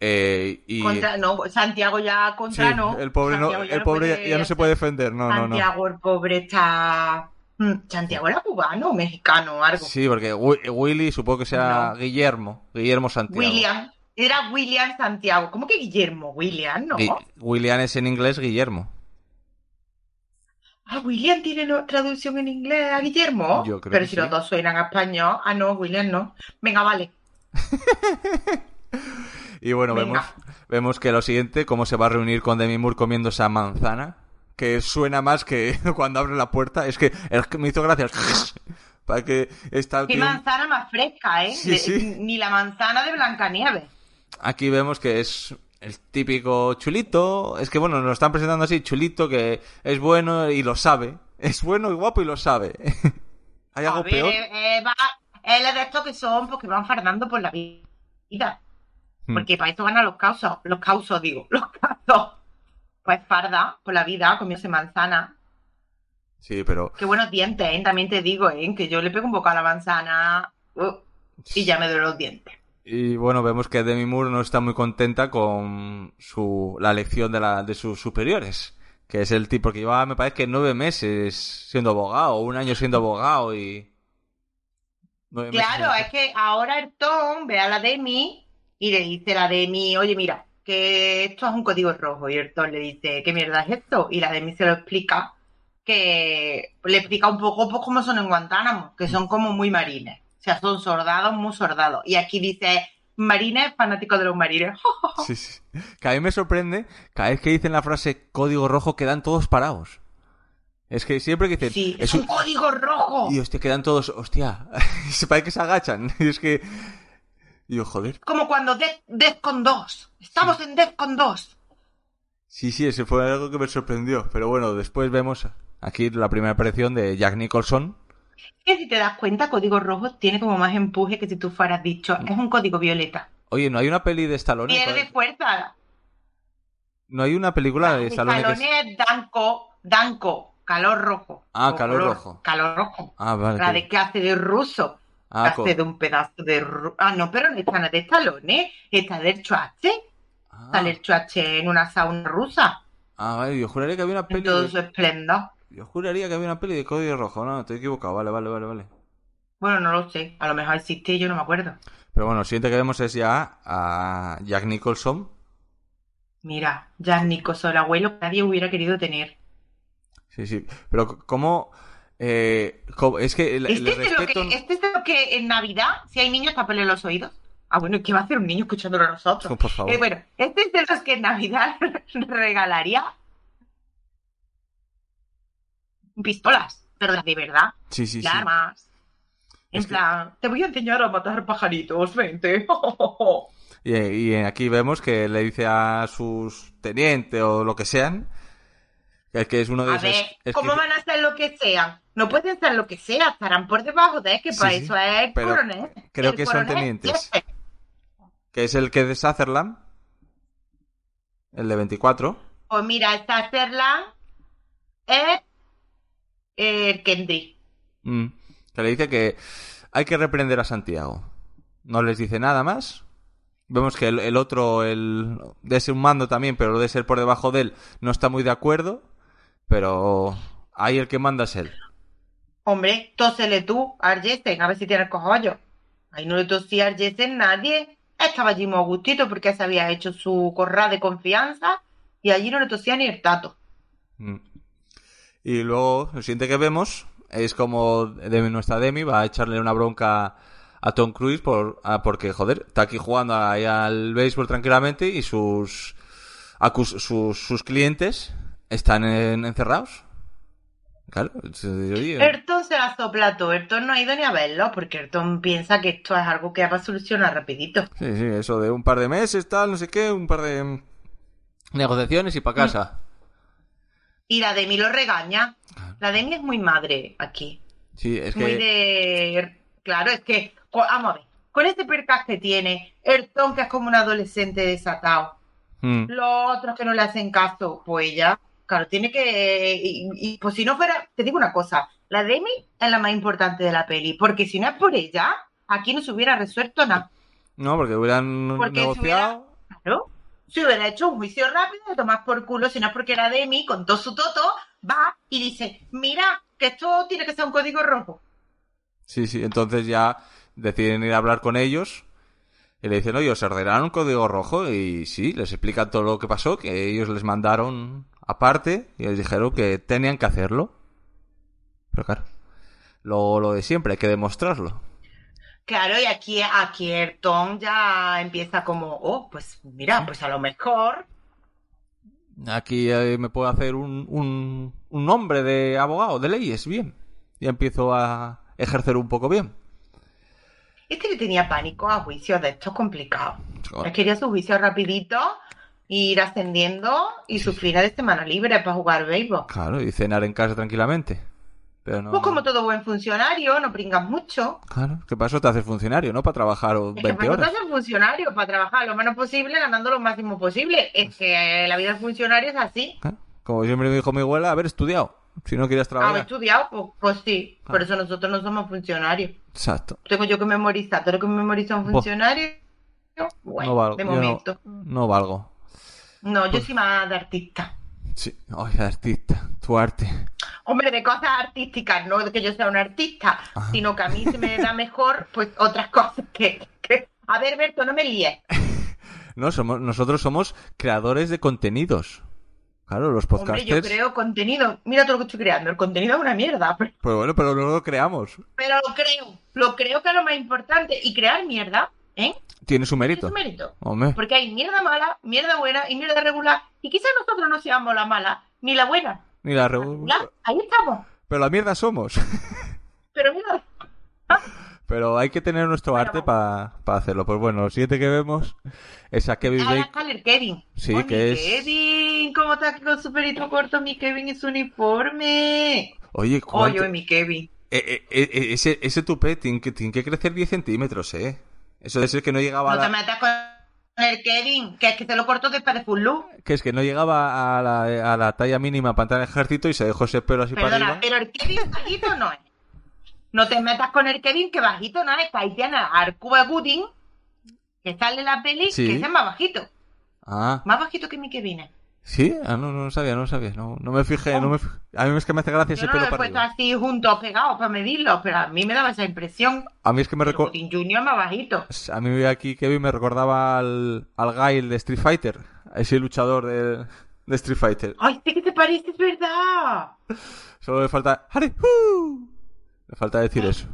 C: Eh, y
A: contra, no, Santiago ya
C: Sí,
A: contra no.
C: el pobre, no,
A: Santiago
C: el pobre ya, ya no se puede defender. No, no, no.
A: Santiago, el pobre está. Mm, Santiago era cubano, mexicano, algo.
C: Sí, porque Wi- Willy supongo que sea
A: No.
C: Guillermo. Guillermo Santiago.
A: William. Era William Santiago. ¿Cómo que Guillermo? William, no.
C: Gui- William es en inglés Guillermo.
A: Ah, William tiene no- traducción en inglés a Guillermo.
C: Yo creo
A: Pero
C: que
A: si
C: sí.
A: los dos suenan a español. Ah, no, William no. Venga, vale.
C: Y bueno,
A: Venga.
C: vemos, vemos que lo siguiente, cómo se va a reunir con Demi Moore comiendo esa manzana, que suena más que *laughs* cuando abre la puerta. Es que, es que me hizo gracia. el *laughs* Para que esta
A: Qué
C: tiene un-
A: manzana más fresca, ¿eh?
C: Sí,
A: De-
C: sí.
A: Ni la manzana de Blancanieves.
C: Aquí vemos que es el típico chulito. Es que bueno, nos lo están presentando así, chulito, que es bueno y lo sabe. Es bueno y guapo y lo sabe. *laughs* ¿Hay algo
A: a ver,
C: peor?
A: eh, eh, va, es la de estos que son porque van fardando por la vida.
C: Hmm.
A: Porque para esto ganan los causos, los causos, digo, los *laughs* causos. Pues farda por la vida, comiéndose manzana.
C: Sí, pero.
A: Qué buenos dientes, ¿eh? También te digo, ¿eh? Que yo le pego un bocado a la manzana uh, y ya me duelen los dientes.
C: Y bueno, vemos que Demi Moore no está muy contenta con su la elección de, la, de sus superiores. Que es el tipo que llevaba, me parece que nueve meses siendo abogado, un año siendo abogado y. nueve meses
A: Claro,
C: siendo-
A: es que ahora el Tom ve a la Demi y le dice a la Demi, oye, mira, que esto es un código rojo. Y el Tom le dice, ¿qué mierda es esto? Y la Demi se lo explica, que le explica un poco pues, cómo son en Guantánamo, que son como muy marines. O sea, son soldados, muy soldados. Y aquí dice, marines, fanático de los marines. ¡Oh,
C: *laughs* Sí, sí. Que a mí me sorprende, cada vez que dicen la frase código rojo quedan todos parados. Es que siempre que dicen...
A: Sí,
C: es
A: es un código rojo.
C: *laughs* Y hostia, quedan todos... Hostia. se parece que se agachan. Y es que... Y yo, joder.
A: Como cuando Death, Death con 2. Estamos en Death con 2.
C: Sí, sí, ese fue algo que me sorprendió. Pero bueno, después vemos aquí la primera aparición de Jack Nicholson.
A: Que si te das cuenta, Código Rojo tiene como más empuje que si tú fueras dicho. Es un código violeta.
C: Oye, ¿no hay una peli de Stallone?
A: Pierde fuerza.
C: ¿No hay una película de Stallone? que es-
A: Calone es danco, danco, calor rojo.
C: Ah,
A: O
C: calor rojo.
A: Calor rojo.
C: Ah, vale.
A: la
C: que-
A: de que hace de ruso.
C: Ah,
A: que
C: co-
A: hace de un pedazo de... ru- Ah, no, pero no está nada de Stallone. Está del Chuache.
C: ah,
A: Sale el Chuache en una sauna rusa.
C: ah, vale, yo juraría que había una
A: En
C: peli
A: todo
C: de...
A: su esplendor.
C: Yo juraría que había una peli de Código Rojo. No, estoy equivocado. Vale, vale, vale, vale.
A: Bueno, no lo sé. A lo mejor existe, yo no me acuerdo.
C: Pero bueno, lo siguiente que vemos es ya a Jack Nicholson.
A: Mira, ya Nicholson, el abuelo que nadie hubiera querido tener.
C: Sí, sí. Pero c- ¿cómo...? eh, cómo- es que el, el
A: Este es, de lo
C: respeto...
A: que, este es de lo que en Navidad, si hay niños, tapenle los oídos. Ah, bueno, ¿y ¿qué va a hacer un niño escuchándolo a nosotros?
C: Oh, Por favor.
A: Eh, bueno, este es de los que en Navidad *laughs* regalaría pistolas, pero las de verdad,
C: Sí, sí, sí.
A: las armas. En
C: Es que-
A: plan, te voy a enseñar a matar pajaritos, vente. *laughs*
C: Y, y aquí vemos que le dice a sus tenientes o lo que sean que que es uno de
A: A
C: esos.
A: ver,
C: es que-
A: ¿cómo van a hacer lo que sean? No pueden ser lo que sea, estarán por debajo de que
C: Sí,
A: para
C: sí,
A: eso es el
C: pero
A: coronel.
C: creo
A: El
C: que son
A: coronel
C: tenientes.
A: jefe.
C: que es el que de Sutherland, el de 24.
A: Pues mira, esta Serla es el Kendrick.
C: mm, que le dice que hay que reprender a Santiago. No les dice nada más. Vemos que el, el otro, el de ser un mando también, pero de ser por debajo de él, no está muy de acuerdo. Pero ahí el que manda es él.
A: Hombre, tósele tú a Arjesen, a ver si tienes cojollo. Ahí no le tosía a Arjesen nadie. Estaba allí muy a gustito porque se había hecho su corral de confianza y allí no le tosía ni el tato.
C: Mm. Y luego, lo siguiente que vemos es como Demi, nuestra Demi va a echarle una bronca a Tom Cruise por, ah, porque, joder, está aquí jugando ahí al béisbol tranquilamente y sus, acus- sus, sus clientes están en- encerrados. Claro, se- oye,
A: Ayrton se la sopla a todo. Ayrton no ha ido ni a verlo porque Ayrton piensa que esto es algo que va a solucionar rapidito.
C: sí, sí, eso de un par de meses, tal, no sé qué, un par de mm, negociaciones y
A: Mm.
C: para casa.
A: Y la Demi lo regaña. La Demi es muy madre aquí.
C: Sí, Ah. es
A: muy
C: que...
A: de. er, Claro, es que. co- Vamos a ver. Con este percaz que tiene, el Tom que es como un adolescente desatado,
C: Mm.
A: los otros que no le hacen caso, pues ella, claro, tiene que. Y, y, pues si no fuera. Te digo una cosa. La Demi es la más importante de la peli, porque si no es por ella, aquí no se hubiera resuelto nada.
C: No, porque hubieran
A: Porque si
C: negociado...
A: Claro. Se hubiera hecho un juicio rápido de tomar por culo, si no es porque la Demi, con todo su toto, va y dice: Mira, que esto tiene que ser un código rojo.
C: Sí, sí, entonces ya deciden ir a hablar con ellos y le dicen, oye, os ordenarán un código rojo y sí, les explican todo lo que pasó, que ellos les mandaron aparte y les dijeron que tenían que hacerlo. Pero claro, lo, lo de siempre, hay que demostrarlo.
A: Claro, y aquí, aquí el Tom ya empieza como, oh, pues mira, pues a lo mejor.
C: Aquí eh, me puedo hacer un, un, un nombre de abogado, de leyes, bien. Y empiezo a ejercer un poco bien.
A: Este le tenía pánico a juicios de estos complicados. Él quería su juicio rapidito, ir ascendiendo y sus fines de semana libre para jugar béisbol.
C: Claro, y cenar en casa tranquilamente. Pero no...
A: Pues como todo buen funcionario, no pringas mucho.
C: Claro, ¿qué pasó? Te haces funcionario, ¿no? Para trabajar
A: Es que
C: 20
A: para
C: horas.
A: estás en funcionario, para trabajar lo menos posible, ganando lo máximo posible.
C: Pues
A: Es que la vida del funcionario es así.
C: Claro. Como siempre me dijo mi abuela, haber estudiado. Si no querías
A: ¿Has
C: trabajar.
A: estudiado? Pues, pues sí. Por
C: Ah.
A: eso nosotros no somos funcionarios.
C: Exacto.
A: tengo yo que memorizar todo lo que memoriza un
C: Buah.
A: funcionario. Bueno,
C: no valgo.
A: de
C: yo no- Pues
A: momento.
C: No, valgo.
A: No, yo soy más de artista.
C: Sí. Ay, artista, tu arte.
A: Hombre, de cosas artísticas, no de que yo sea un artista,
C: Ah.
A: sino que a mí se me
C: *laughs*
A: da mejor, pues, otras cosas que... que- A ver, Berto, no me líes.
C: No, somos, nosotros somos creadores de contenidos. Claro, los
A: Hombre, yo
C: podcasters.
A: creo contenido. Mira todo lo que estoy creando. El contenido es una mierda, pero,
C: Pero bueno, pero luego lo creamos.
A: pero lo creo. Lo creo que es lo más importante. Y crear mierda, ¿eh?
C: Tiene su
A: Es
C: mérito.
A: un mérito.
C: Hombre,
A: Porque hay mierda mala, mierda buena y mierda regular. Y quizás nosotros no seamos la mala ni la buena.
C: ni la
A: La
C: re-
A: regular, ahí estamos.
C: Pero la mierda somos.
A: Pero mira,
C: *laughs* Pero hay que tener nuestro
A: Bueno,
C: arte
A: vamos.
C: para hacerlo. Pues bueno, lo siguiente que vemos es a Kevin
A: Ahora
C: Bacon.
A: sale el Kevin.
C: Sí,
A: Oye,
C: que es-
A: Kevin, ¿cómo está aquí con su pelito corto? Mi Kevin es uniforme.
C: Oye,
A: Oye,
C: ¿cuánto-
A: mi Kevin.
C: eh, eh, eh, ese, ese tupé tiene que, tiene que crecer 10 centímetros, ¿eh? Eso de ser que no llegaba a
A: No
C: la-
A: te metas con el Kevin, que es que te lo corto después de full look.
C: que es que no llegaba a la, a la talla mínima para entrar en el ejército y se dejó ese pelo así para
A: Perdona, eh.
C: arriba.
A: pero el Kevin bajito no es. No te metas con el Kevin, que bajito no es. Caitiana, Arcuba Gooding, que sale en la peli,
C: Sí.
A: que ese es más bajito.
C: Ah,
A: Más bajito que mi Kevin. es.
C: ¿sí? Ah, no, no sabía, no sabía. No, no me fijé, no me fi- A mí es que me hace
A: Yo
C: gracia
A: no
C: ese
A: lo
C: pelo
A: he
C: para
A: puesto
C: arriba.
A: así juntos pegados para medirlo, pero a mí me daba esa impresión.
C: A mí es que me
A: Pero
C: recuerda...
A: Gooding Junior más bajito.
C: A mí aquí Kevin me recordaba al, al Gail de Street Fighter, a ese luchador de, de Street Fighter.
A: Ay, sí que te parece, es verdad.
C: Solo le falta... ¡Hare! ¡Hu! Le falta
A: Ah.
C: decir eso.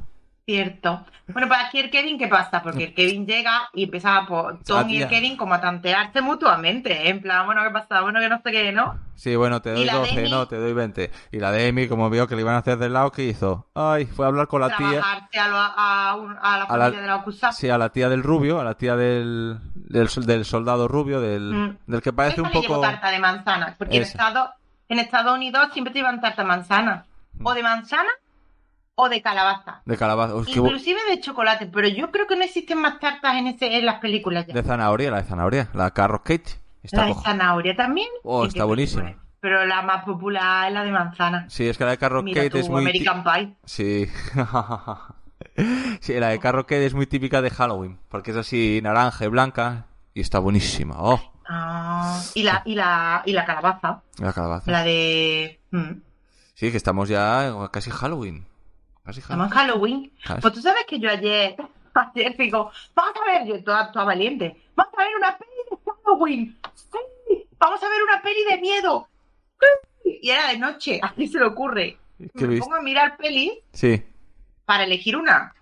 A: Cierto. Bueno, para aquí el Kevin, ¿qué pasa? Porque el Kevin llega y empieza por Tom y
C: tía.
A: el Kevin como a tantearse mutuamente. ¿eh? En plan, bueno, ¿qué pasa? Bueno, que no sé qué, ¿no?
C: Sí, bueno, te
A: ¿Y
C: doy
A: la de
C: 12,
A: Amy?
C: no, te doy 20. Y la de Amy, como vio que le iban a hacer del lado, ¿qué hizo? Ay, fue a hablar con la tía.
A: Trabajarse a, lo- a un- a la
C: A la-
A: familia de la acusada.
C: Sí, a la tía del rubio, a la tía del, del, sol- del soldado rubio, del,
A: Mm.
C: del que parece
A: Esa
C: un
A: le llevo
C: poco...
A: tarta de manzana, porque en
C: Esa.
A: Estados, en Estados Unidos siempre te llevan tarta de manzana. O de manzana o de calabaza.
C: De calabaza. Uy, Pues qué bu-
A: Inclusive de chocolate, pero yo creo que no existen más tartas en, ese, en las películas ya.
C: De zanahoria, la de zanahoria, la carrot cake. Está
A: la de
C: cojo-
A: zanahoria también.
C: Oh,
A: ¿En
C: está
A: qué
C: buenísima.
A: película es? Pero la más popular es la de manzana.
C: Sí, es que la de carrot
A: Mira
C: cake
A: tu
C: es muy... ti-
A: American Pie.
C: Sí. *laughs* sí, la de carro que es muy típica de Halloween, porque es así naranja y blanca y está buenísima. Oh,
A: Ah, y, la, y, la, y la calabaza,
C: la calabaza.
A: la de... mm,
C: Sí, que estamos ya en casi Halloween. Casi
A: Estamos en
C: Halloween.
A: Halloween.
C: Claro.
A: Pues tú sabes que yo ayer, *laughs* ayer digo, vamos a ver, yo toda, toda valiente, vamos a ver una peli de Halloween. Sí, vamos a ver una peli de miedo. Sí. Y era de noche, *laughs* a quién se le ocurre.
C: ¿Qué
A: Me
C: viste?
A: pongo a mirar pelis
C: Sí.
A: para elegir una.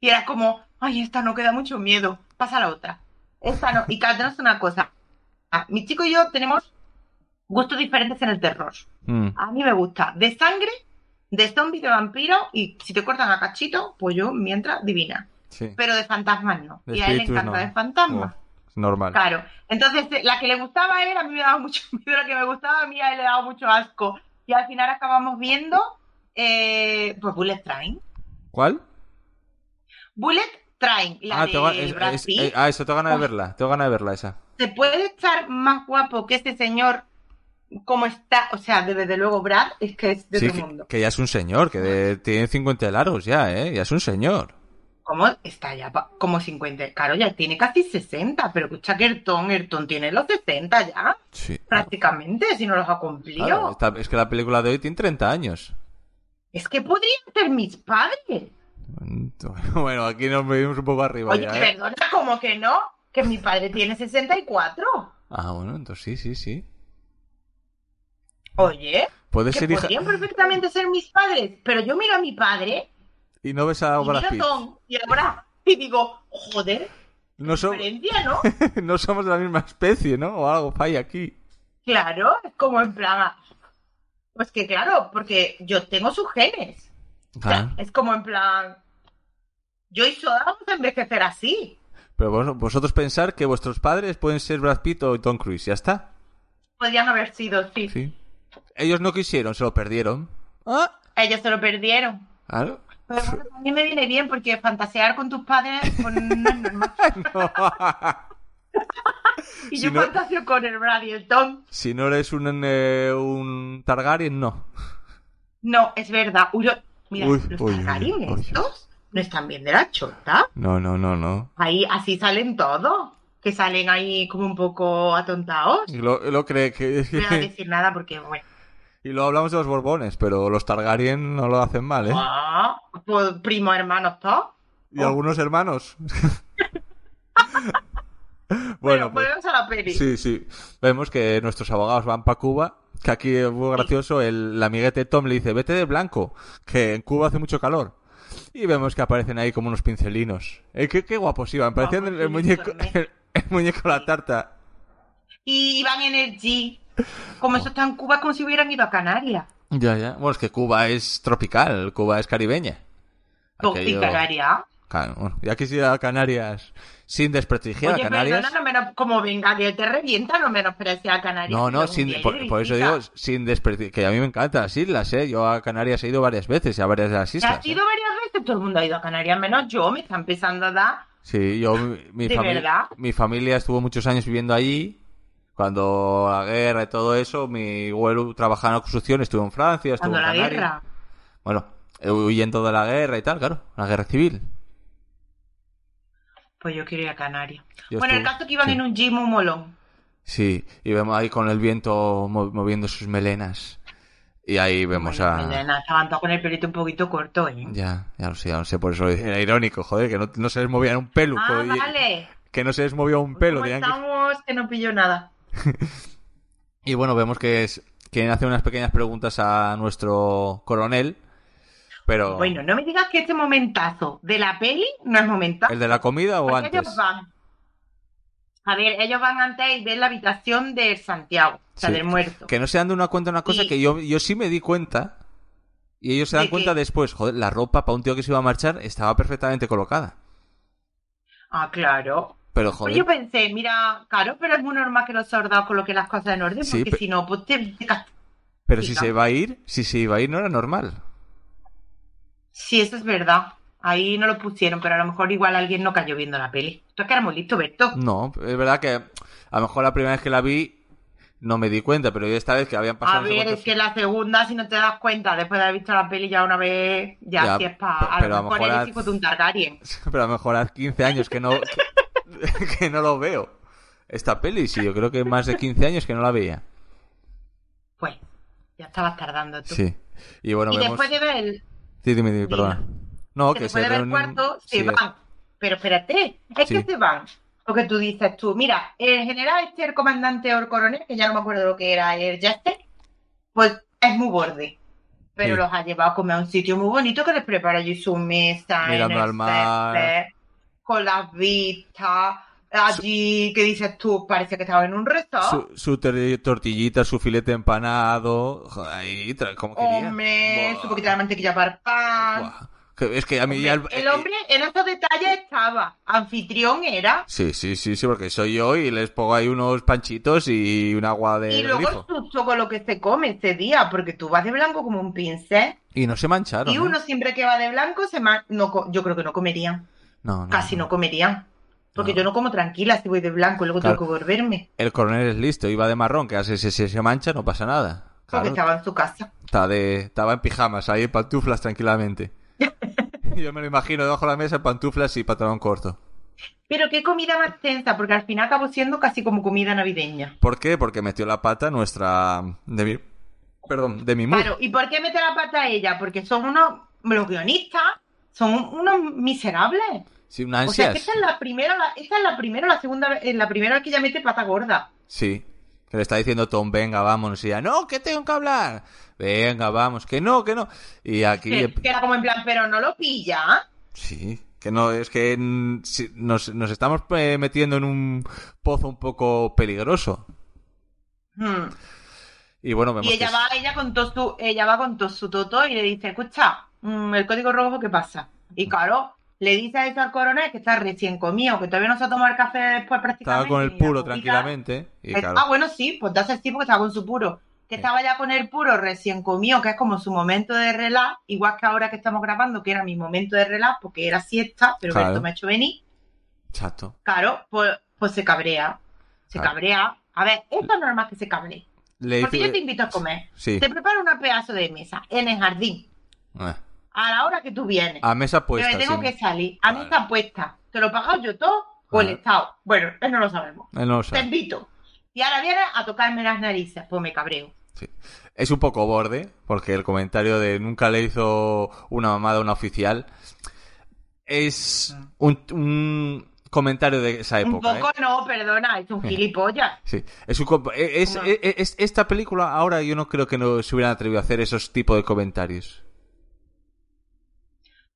A: Y era como, ay, esta no queda mucho miedo, pasa la otra. Esta no. Y cada es una cosa. Ah, Mi chico y yo tenemos gustos diferentes en el terror.
C: Mm.
A: A mí me gusta de sangre, de zombies, de vampiros y si te cortan a cachito, pues yo mientras divina.
C: Sí.
A: Pero de fantasmas no.
C: De
A: y a él le
C: espíritus,
A: encanta
C: no.
A: de fantasmas.
C: Oh, es normal.
A: Claro. Entonces, eh, la que le gustaba a él, a mí me daba mucho *laughs* miedo. La que me gustaba a mí, a él le daba mucho asco. Y al final acabamos viendo, eh, pues Bullet Train.
C: ¿Cuál?
A: Bullet Train, la
C: ah,
A: de
C: tengo, es-
A: Brad
C: es-
A: Pitt.
C: eh, ah, eso, tengo ganas de
A: Uy.
C: verla. Tengo ganas de verla esa.
A: ¿Se puede estar más guapo que este señor? ¿Cómo está? O sea, de- desde luego Brad es que es de
C: Sí,
A: otro
C: que,
A: mundo.
C: que ya es un señor, que de- tiene 50 largos ya, ¿eh? Ya es un señor.
A: ¿Cómo está ya? pa- Como 50. Claro, ya tiene casi 60, pero escucha que Ayrton, Ayrton tiene los 60 ya,
C: Sí.
A: prácticamente, si no los ha cumplido.
C: Claro, esta- es que la película de hoy tiene 30 años. *laughs*
A: Es que podrían ser mis padres.
C: Bueno, aquí nos medimos un poco arriba
A: Oye,
C: ya, ¿eh?
A: perdona, ¿cómo que no? Que mi padre tiene 64.
C: Ah, bueno, entonces sí, sí, sí.
A: Oye,
C: Puede
A: que
C: Pues ser hija...
A: podrían perfectamente ser mis padres, pero yo miro a mi padre
C: Y no ves a
A: y miro
C: Brad
A: a
C: Pitt.
A: Tom y ahora y digo, joder,
C: No, so-
A: diferencia, ¿no?
C: *laughs*
A: *laughs*
C: no somos de la misma especie, ¿no? O algo falla aquí.
A: Claro, es como en plan, ah, pues que claro, porque yo tengo sus genes. O sea,
C: Ah.
A: Es como en plan. Yo y Soda vamos a envejecer así.
C: Pero vos- vosotros pensar que vuestros padres pueden ser Brad Pitt o Tom Cruise, ya está.
A: Podrían haber sido, sí.
C: Sí. Ellos no quisieron, se lo perdieron. Ah,
A: Ellos se lo perdieron.
C: claro.
A: Pero bueno, a mí me viene bien porque fantasear con tus padres pues, no es
C: *laughs*
A: normal.
C: No.
A: Y
C: Si
A: yo
C: no-
A: fantaseo con el Brad y el Tom.
C: *laughs* si no eres un, eh, un Targaryen, no.
A: No, es verdad. Uy, yo- Mira,
C: Uy,
A: los
C: uy, uy,
A: Targaryen
C: uy.
A: estos no están bien de la chota.
C: No, no, no, no.
A: Ahí, así salen todos. Que salen ahí como un poco atontados.
C: Y lo, lo cree que... *laughs*
A: No voy a decir nada porque, bueno.
C: Y luego hablamos de los Borbones, pero los Targaryen no lo hacen mal, ¿eh?
A: ah, pues, primos, hermanos, todos.
C: Y algunos hermanos. *laughs*
A: Bueno,
C: bueno, pues,
A: volvemos a la peli.
C: sí, sí. Vemos que nuestros abogados van para Cuba. Que aquí es muy gracioso. El, el amiguete Tom le dice: Vete de blanco, que en Cuba hace mucho calor. Y vemos que aparecen ahí como unos pincelinos. Eh, qué, qué guapos iban. Parecían el, el
A: Guapos,
C: muñeco,
A: uniforme.
C: el, *laughs* el muñeco de la tarta.
A: y iban en el G. Como eso está en Cuba, es como si hubieran ido a Canarias.
C: Ya, ya. Bueno, es que Cuba es tropical, Cuba es caribeña.
A: ¿Y
C: Aquello-
A: Canaria?
C: Claro, bueno, ya quisiera Canarias sin desprestigiar
A: Oye,
C: a Canarias.
A: perdona, no menos, como Vengador te revienta, no menosprecie a Canarias.
C: No,
A: que
C: no,
A: algún
C: sin,
A: día
C: por,
A: iré
C: por eso
A: visita.
C: digo, sin desprestigiar. Que a mí me encantan las islas, ¿eh? Yo a Canarias he ido varias veces y a varias de las
A: ¿Te
C: islas. ¿eh?
A: has ido varias veces? Todo el mundo ha ido a Canarias, menos yo, me está empezando a dar.
C: ¿eh? Sí, yo, mi, mi
A: ¿De
C: familia-
A: verdad?
C: mi familia estuvo muchos años viviendo allí. Cuando la guerra y todo eso, mi abuelo trabajaba en la construcción, estuvo en Francia, estuvo
A: Cuando
C: en
A: la
C: Canarias.
A: guerra.
C: Bueno, eh, huyendo de la guerra y tal, claro, la guerra civil.
A: Pues yo quiero ir a Canarias.
C: Yo
A: bueno, el
C: estuve-
A: caso que iban
C: sí.
A: en un jeep muy molón.
C: Sí, y vemos ahí con el viento mo- moviendo sus melenas. Y ahí vemos
A: Bueno,
C: a...
A: Elena, estaban todos con el pelito un poquito corto, ¿eh?
C: Ya, ya lo sé, ya lo sé, por eso *laughs* era irónico, joder, que no, no se les movía un pelo.
A: ah,
C: que,
A: vale.
C: que no se les movía un pelo.
A: ¿Cómo
C: tenían que-
A: estamos? Que no pillo nada.
C: Y bueno, vemos que es, quieren hacer unas pequeñas preguntas a nuestro coronel, pero...
A: Bueno, no me digas que este momentazo de la peli no es momentazo.
C: ¿El de la comida o
A: Porque
C: antes?
A: ellos van. A ver, ellos van antes de la habitación de Santiago, o sea,
C: Sí,
A: del muerto.
C: Que no se dan de una cuenta una cosa
A: Y-
C: que yo, yo sí me di cuenta. Y ellos se dan
A: ¿De
C: cuenta
A: qué?
C: después. Joder, la ropa para un tío que se iba a marchar estaba perfectamente colocada.
A: Ah, claro.
C: Pero
A: Pues
C: joder.
A: yo pensé, mira, claro, pero es muy normal que los soldados coloquen las cosas en orden,
C: Sí,
A: porque
C: pe-
A: si no, pues te, te cast-
C: Pero si
A: Chica.
C: se iba a ir, si se iba a ir no era normal.
A: Sí, eso es verdad. Ahí no lo pusieron, pero a lo mejor igual alguien no cayó viendo la peli. Tú es que eras muy listo, Berto.
C: No, es verdad que a lo mejor la primera vez que la vi no me di cuenta, pero yo esta vez que habían pasado...
A: A
C: no sé
A: ver, es
C: cuántos-
A: que la segunda, si no te das cuenta, después de haber visto la peli ya una vez, ya,
C: Ya,
A: si es
C: pe-
A: para... A
C: pero
A: lo mejor eres hijo de un Targaryen.
C: *laughs* Pero a lo mejor hace 15 años que no, *laughs* que, que no lo veo. Esta peli, sí, yo creo que más de 15 años que no la veía.
A: Pues, ya estabas tardando tú.
C: Sí. Y bueno,
A: y
C: vemos...
A: después de ver el,
C: Sí, dime, dime, perdona. No,
A: que
C: que,
A: después de
C: se
A: ver el
C: reúnen-
A: cuarto se
C: sí,
A: van. Pero espérate, es
C: Sí.
A: que se van. Lo que tú dices tú, mira, el general este, el comandante o el coronel, que ya no me acuerdo lo que era, el Jester, pues es muy borde. Pero
C: Sí.
A: los ha llevado a comer a un sitio muy bonito que les prepara allí su mesa, en
C: Mirando
A: el
C: al mar.
A: césped, con las vistas, allí, que dices tú, parece que estaba en un resort.
C: Su, su ter- tortillita, su filete empanado. Joder, ahí, tra- ¿cómo quería?
A: hombre,
C: Buah.
A: su poquito de mantequilla para el pan.
C: Buah. Que- Es que a mí ya eh,
A: Hombre, el hombre en esos detalles estaba. Anfitrión era.
C: Sí, sí, sí, sí, porque soy yo y les pongo ahí unos panchitos y un agua de
A: Y luego el
C: grifo.
A: susto con lo que se come ese día, porque tú vas de blanco como un pincel.
C: Y no se mancharon.
A: y
C: ¿eh?
A: uno siempre que va de blanco, se ma- no co- yo creo que no comerían.
C: No, no,
A: Casi no comerían. Porque
C: No.
A: yo no como tranquila si voy de blanco y luego
C: Claro.
A: tengo que volverme.
C: El coronel es listo, iba de marrón, que así, si, si se mancha no pasa nada.
A: Porque
C: Claro,
A: estaba en su casa.
C: está de, estaba en pijamas, ahí en
A: *laughs*
C: pantuflas tranquilamente. yo me lo imagino debajo de la mesa en pantuflas y pantalón corto.
A: Pero qué comida más tensa, porque al final acabó siendo casi como comida navideña.
C: ¿Por qué? Porque metió la pata nuestra... De mi... Perdón, de mi mu.
A: Claro, ¿y por qué mete la pata a ella? Porque son unos, los guionistas, son unos miserables.
C: Sí, una
A: O sea,
C: ansias.
A: que esta es la primera, la- esta es la primera, o la segunda, vez- eh, la primera vez que ella mete pata gorda.
C: Sí. Que le está diciendo Tom, venga, vámonos. Y ya, no, que tengo que hablar. Venga, vamos, que no, que no. Y aquí...
A: Que, que era como en plan, pero no lo pilla.
C: Sí. Que no, es que mm, sí, nos, nos estamos eh, metiendo en un pozo un poco peligroso.
A: Hmm.
C: Y bueno, vemos
A: Y ella
C: que
A: va, ella con todo su, ella va con todo su toto y le dice, escucha, mm, el código rojo, ¿qué pasa? Y claro, le dice eso al coronel que está recién comido, que todavía no se ha tomado el café después prácticamente.
C: estaba con el
A: ni la
C: puro
A: copita.
C: tranquilamente. Y
A: Eh,
C: claro,
A: Ah, bueno, sí, pues das el tipo que estaba con su puro. Que
C: Sí.
A: estaba ya con el puro recién comido, que es como su momento de relax, igual que ahora que estamos grabando, que era mi momento de relax, porque era siesta, pero
C: Claro.
A: Berto me ha hecho venir.
C: chato.
A: Claro, pues, pues se cabrea. Se
C: Claro.
A: cabrea. A ver, esto no es normal que se cabree.
C: Le
A: Porque
C: dice-
A: yo te invito a comer.
C: Sí.
A: Te preparo una pedazo de mesa en el jardín,
C: Eh,
A: a la hora que tú vienes.
C: A mesa
A: Pero
C: puesta.
A: me tengo
C: sí.
A: que salir. A mí
C: pues Vale.
A: está puesta. ¿Te lo he pagado yo todo o el
C: Vale.
A: Estado? Bueno, eso no lo sabemos.
C: Él no lo
A: Te
C: sabe.
A: invito. Y ahora vienes a tocarme las narices. Pues me cabreo.
C: Sí. Es un poco borde, porque el comentario de nunca le hizo una mamada a una oficial es un, un comentario de esa
A: Ah. Un
C: época.
A: poco
C: ¿eh?
A: no, perdona, es un gilipollas.
C: Sí. Es un comp- e- es-
A: Una-
C: e- e- es- esta película ahora yo no creo que no se hubieran atrevido a hacer esos tipos de comentarios.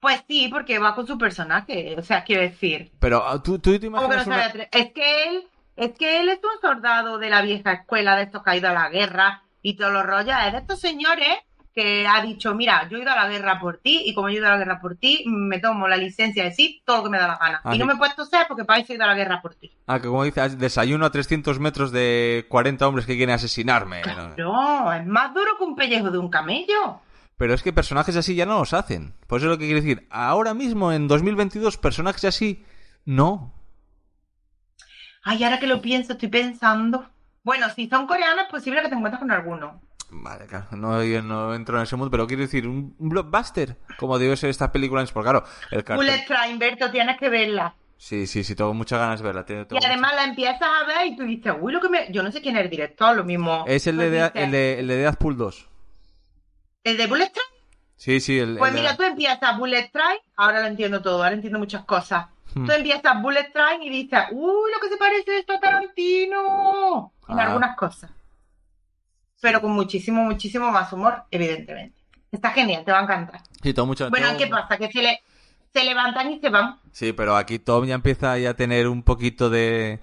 A: Pues sí, porque va con su personaje. O sea, quiero decir.
C: Pero ah, tú, tú te
A: ¿Cómo que no
C: imaginas
A: se
C: una-
A: le atre- Oh, Es que él, es que él es un soldado de la vieja escuela, de estos que ha ido a la guerra y todos los rollos, es de estos señores que que ha dicho, mira, yo he ido a la guerra por ti y como yo he ido a la guerra por ti, me tomo la licencia de sí, todo lo que me da la gana.
C: Ah,
A: y no
C: sí.
A: me he puesto ser porque para eso he ido a la guerra por ti.
C: Ah, que como dices, desayuno a 300 metros de 40 hombres que quieren asesinarme. ¿no?
A: No, es más duro que un pellejo de un camello.
C: Pero es que personajes así ya no los hacen. Por eso es lo que quiero decir. Ahora mismo, en 2022, personajes así, no.
A: Ay, ahora que lo pienso, estoy pensando. Bueno, si son coreanos, es posible que te encuentres con alguno.
C: Vale, claro, no, yo no entro en ese mundo, pero quiero decir, un un blockbuster, como debe ser estas películas, porque claro, el cartel...
A: Bullet Train, Berto, tienes que verla.
C: Sí, sí, sí, tengo muchas ganas de verla. tengo- tengo
A: Y además la empiezas a ver y tú dices, uy, lo que me... Yo no sé quién es el director, lo mismo.
C: muchas- Es el de,
A: Pues dices,
C: el, de, el de Deadpool 2.
A: ¿El de Bullet Train?
C: Sí, sí, el...
A: Pues
C: el de-
A: mira, tú empiezas Bullet Train, ahora lo entiendo todo, ahora entiendo muchas cosas.
C: Hmm.
A: Tú empiezas Bullet Train y dices, uy, lo que se parece esto a Tarantino. En
C: Ah.
A: algunas cosas. Pero con muchísimo, muchísimo más humor, evidentemente. Está genial, te va a encantar.
C: Sí, tengo muchas...
A: Bueno,
C: tengo-
A: ¿qué pasa? Que se, le, se levantan y se van.
C: Sí, pero aquí Tom ya empieza ya a tener un poquito de...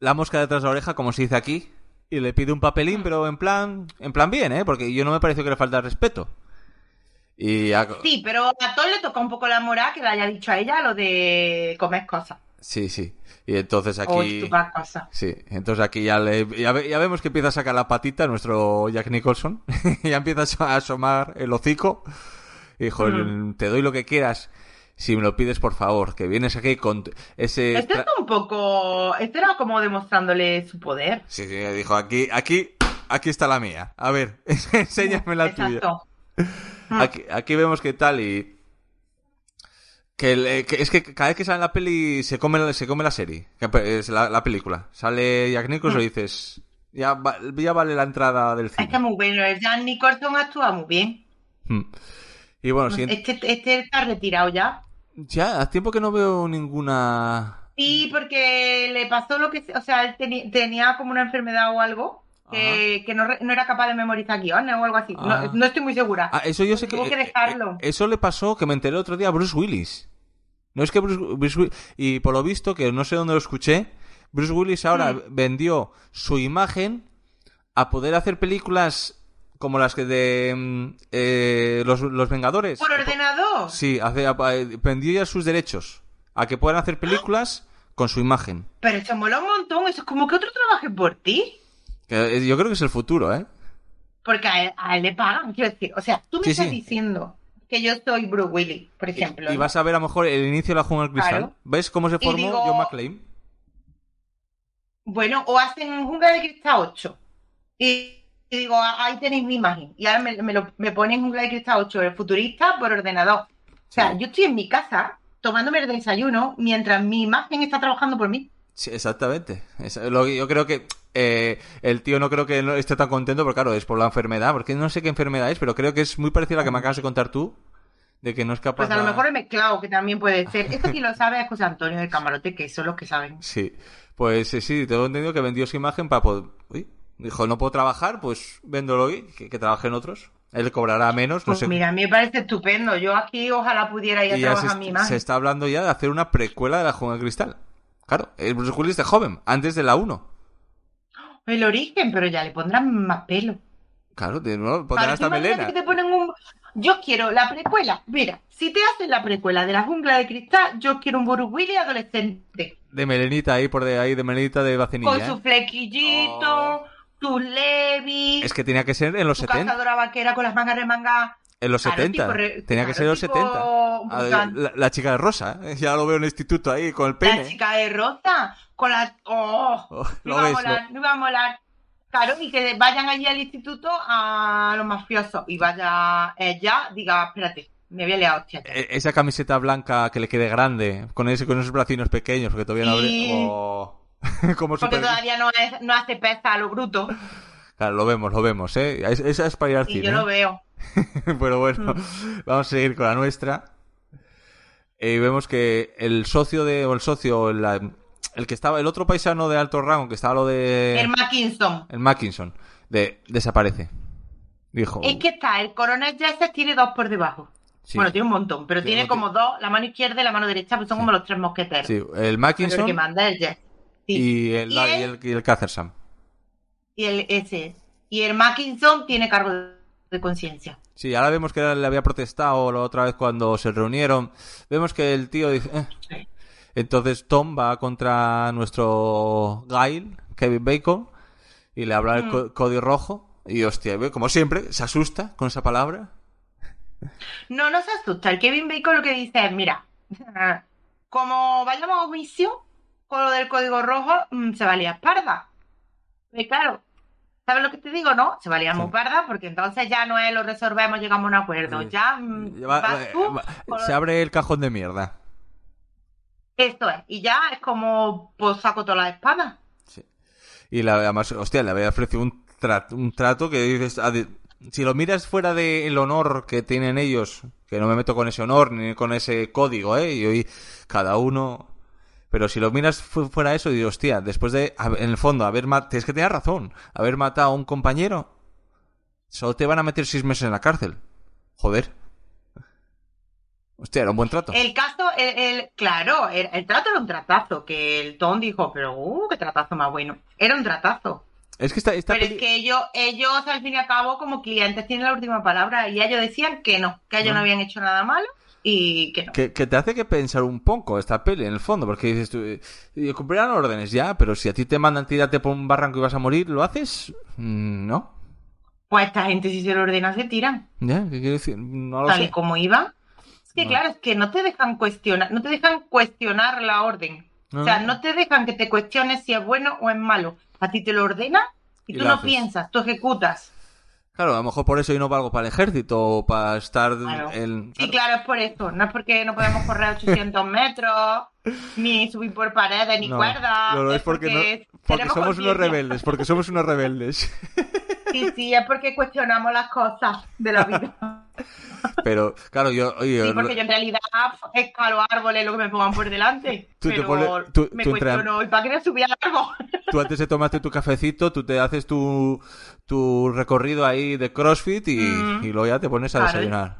C: La mosca detrás de la oreja, como se dice aquí, y le pide un papelín, pero en plan... En plan bien, ¿eh? Porque yo no me pareció que le falta respeto. Y ya-
A: Sí, pero a todos le toca un poco la moral que le haya dicho a ella lo de comer cosas.
C: Sí, sí. Y entonces
A: O
C: aquí...
A: estupar cosas.
C: Sí, entonces aquí ya, le, ya, ve- ya vemos que empieza a sacar la patita nuestro Jack Nicholson. *laughs* ya empieza a aso- a asomar el hocico. Hijo,
A: Mm.
C: te doy lo que quieras. Si me lo pides, por favor, que vienes aquí con t- ese...
A: Esto
C: Eh, tra-
A: está un poco. Esto era como demostrándole su poder.
C: Sí, sí, dijo, aquí, aquí, aquí está la mía. A ver, *laughs* enséñame la tuya.
A: Exacto. Mm.
C: Aquí, aquí vemos que tal y... Que, le- que- es que cada vez que sale la peli se come, la- se come la serie, que pe- es la, la película. Sale Jack Nicholson y dices, ya, va- ya vale la entrada del
A: Está
C: cine.
A: muy bueno. El Jan Nicholson actúa muy bien.
C: Mm. Y bueno, si
A: Este, este está retirado ya.
C: ya, hace tiempo que no veo ninguna...
A: Sí, porque le pasó lo que. O sea, él teni- tenía como una enfermedad o algo que, que no, re- no era capaz de memorizar guiones o algo así. No-
C: Ah.
A: No, estoy muy segura.
C: Ah, eso yo sé que...
A: Tuvo que
C: eh, eh,
A: dejarlo.
C: Eso le pasó, que me enteré otro día a Bruce Willis. No es que Bruce, Bruce Wi- Y por lo visto, que no sé dónde lo escuché, Bruce Willis ahora
A: Mm.
C: vendió su imagen a poder hacer películas como las que de mm, eh, los, los Vengadores.
A: Por ordenador.
C: Sí, hace- a- a- vendió ya sus derechos a que puedan hacer películas con su imagen.
A: Pero eso mola un montón. Eso es como que otro trabaje por ti.
C: Que, eh, Yo creo que es el futuro, ¿eh?
A: Porque a él, a él le pagan, quiero decir. O sea, tú me
C: Sí,
A: estás
C: sí.
A: diciendo que yo soy Bruce Willis, por ejemplo.
C: Y
A: ¿no?
C: vas a ver a lo mejor el inicio de la jungla de cristal.
A: Claro.
C: ¿Ves cómo se
A: Y
C: formó
A: digo-
C: John McClane?
A: Bueno, o hacen Jungla de Cristal 8. Y, y digo, "Ah, ahí tenéis mi imagen. Y ahora me, me, lo- me ponen Jungla de Cristal 8, el futurista por ordenador. O sea,
C: Sí.
A: yo estoy en mi casa tomándome el desayuno mientras mi imagen está trabajando por mí.
C: Sí, exactamente. Es lo que yo creo que eh, el tío no creo que no esté tan contento, porque claro, es por la enfermedad, porque no sé qué enfermedad es, pero creo que es muy parecida a la que me acabas de contar tú, de que no es capaz.
A: Pues a lo
C: la-
A: mejor he mezclado, que también puede
C: *laughs*
A: ser. Esto sí lo sabe es José Antonio del Camarote, que son los que saben.
C: Sí, pues sí, sí, tengo entendido que vendió su imagen para poder... Uy, dijo, no puedo trabajar, pues véndolo hoy, que, que trabajen otros. Él cobrará menos, no
A: Pues
C: sé.
A: mira, a mí me parece estupendo. Yo aquí ojalá pudiera ir a
C: y ya se,
A: trabajar mi imagen.
C: se está hablando ya de hacer una precuela de la Jungla de Cristal. Claro, el Bruce Willis de joven, antes de la 1.
A: El origen, pero ya le pondrán más pelo.
C: Claro, de nuevo,
A: Claro,
C: pondrá hasta
A: imagínate
C: melena.
A: que te ponen un- Yo quiero la precuela. Mira, si te hacen la precuela de la jungla de cristal, yo quiero un Bruce Willis adolescente.
C: De melenita ahí, por de ahí, de melenita de vacinilla.
A: con
C: ¿eh?
A: su flequillito,
C: Oh.
A: su levi,
C: Es que tenía que ser en los
A: su
C: 70.
A: cazadora vaquera con las mangas de manga.
C: En los
A: Claro,
C: 70.
A: tipo re-
C: tenía
A: claro,
C: que ser en los
A: tipo
C: 70. A ver,
A: Bucan.
C: la, la chica de rosa. ¿eh? Ya lo veo en el instituto ahí con el
A: La
C: pene.
A: chica de rosa, con la... ¡Oh!
C: Oh,
A: no
C: lo
A: iba a
C: ves,
A: molar, no iba a molar. Claro, y que vayan allí al instituto a los mafiosos y vaya ella, diga, espérate, me había liado, hostia.
C: E- Esa camiseta blanca que le quede grande. Con ese con esos bracinos pequeños. Porque todavía no abre.
A: Sí.
C: Oh. *laughs* Como
A: Porque
C: super-
A: todavía no, es- no hace pesa a lo bruto.
C: Claro, lo vemos, lo vemos. ¿eh? Es- Esa es para ir al
A: Y
C: cine.
A: yo lo
C: ¿eh?
A: veo.
C: *laughs* Pero bueno,
A: Mm.
C: *laughs* vamos a seguir con la nuestra. Eh, Y vemos que el socio de. O el socio. la- el que estaba. El otro paisano de alto rango que estaba lo de.
A: El Mackinson.
C: El Mackinson. De, desaparece. Dijo.
A: Es que está, el coronel Jesses tiene dos por debajo.
C: Oh. sí,
A: Bueno, tiene un montón, pero
C: Sí,
A: tiene
C: no
A: como dos, la mano izquierda y la mano derecha, pues son
C: Sí.
A: como los tres mosqueteros.
C: sí, el
A: Pero el que
C: Mackinson
A: manda es Jess. Sí.
C: y el,
A: Y
C: y el,
A: él-
C: y el Cácersam.
A: Y, el ese. es. Y el Mackinson tiene cargo de de conciencia.
C: Sí, ahora vemos que le había protestado la otra vez cuando se reunieron. Vemos que el tío dice... "Eh".
A: Sí.
C: Entonces Tom va contra nuestro Gail, Kevin Bacon, y le habla el
A: Mm.
C: co- código rojo. Y hostia, ve, como siempre, se asusta con esa palabra.
A: No nos asusta. El Kevin Bacon lo que dice es, mira, *laughs* como vayamos a juicio con lo del código rojo, mm, se valía parda. Y claro, ¿sabes lo que te digo? No, se valía muy
C: Sí.
A: parda porque entonces ya no es lo resolvemos, llegamos a un acuerdo.
C: Sí.
A: Ya mm,
C: Ya va-
A: vas
C: eh,
A: tú
C: va-
A: con lo-
C: se abre el cajón de mierda.
A: Esto es. Y ya es como, pues saco todas las espadas.
C: Y la, además, hostia, le había ofrecido un, trato, un trato que dices... "Ah, de- Si lo miras fuera del honor que tienen ellos, que no me meto con ese honor ni con ese código, ¿eh? Y hoy cada uno... Pero si lo miras fu- fuera eso, digo, hostia, después de, a- en el fondo, haber matado... Es que tenías razón, haber matado a un compañero, solo te van a meter seis meses en la cárcel. Joder. Hostia, era un buen trato.
A: El caso, el, el- claro, el, el trato era un tratazo, que el Tom dijo, pero uh, qué tratazo más bueno. Era un tratazo.
C: Es que esta, esta
A: Pero es
C: peli-
A: que ellos, ellos, al fin y al cabo, como clientes tienen la última palabra y ellos decían que no, que ellos
C: No.
A: no habían hecho nada malo y que no.
C: Que, que te hace que pensar un poco esta peli, en el fondo, porque dices tú, eh, eh, cumplirán órdenes ya, pero si a ti te mandan tirarte por un barranco y vas a morir, ¿lo haces? Mm, No.
A: Pues esta gente si se lo ordena se tiran,
C: ¿Ya? ¿Qué quiero decir? No lo
A: tal y
C: sé.
A: como iban. Es que
C: No.
A: claro, es que no te dejan cuestionar, no te dejan cuestionar la orden.
C: No,
A: O sea,
C: no.
A: no te dejan que te cuestiones si es bueno o es malo. A ti te lo ordena y,
C: Y
A: tú
C: lo
A: no
C: haces.
A: piensas, tú ejecutas.
C: Claro, a lo mejor por eso yo no valgo para el ejército o para estar
A: Claro.
C: en...
A: Sí, claro, es por eso. No es porque no podemos correr
C: *laughs*
A: 800 metros, ni subir por paredes, ni
C: No,
A: cuerdas.
C: no, no, es porque, no- porque
A: tenemos
C: somos unos
A: conciencia.
C: rebeldes, porque somos unos rebeldes.
A: *laughs* Sí, sí, es porque cuestionamos las cosas de la
C: *laughs*
A: vida.
C: Pero, claro, yo... oye,
A: Sí, porque yo en realidad escalo árboles lo que me pongan por delante.
C: Tú te
A: pero
C: pones- tú-
A: me
C: tú entra-
A: cuestiono, ¿y para qué no subí al árbol? *laughs*
C: Tú antes de tomarte tu cafecito, tú te haces tu, tu recorrido ahí de CrossFit y,
A: Mm.
C: y luego ya te pones a
A: Claro.
C: desayunar.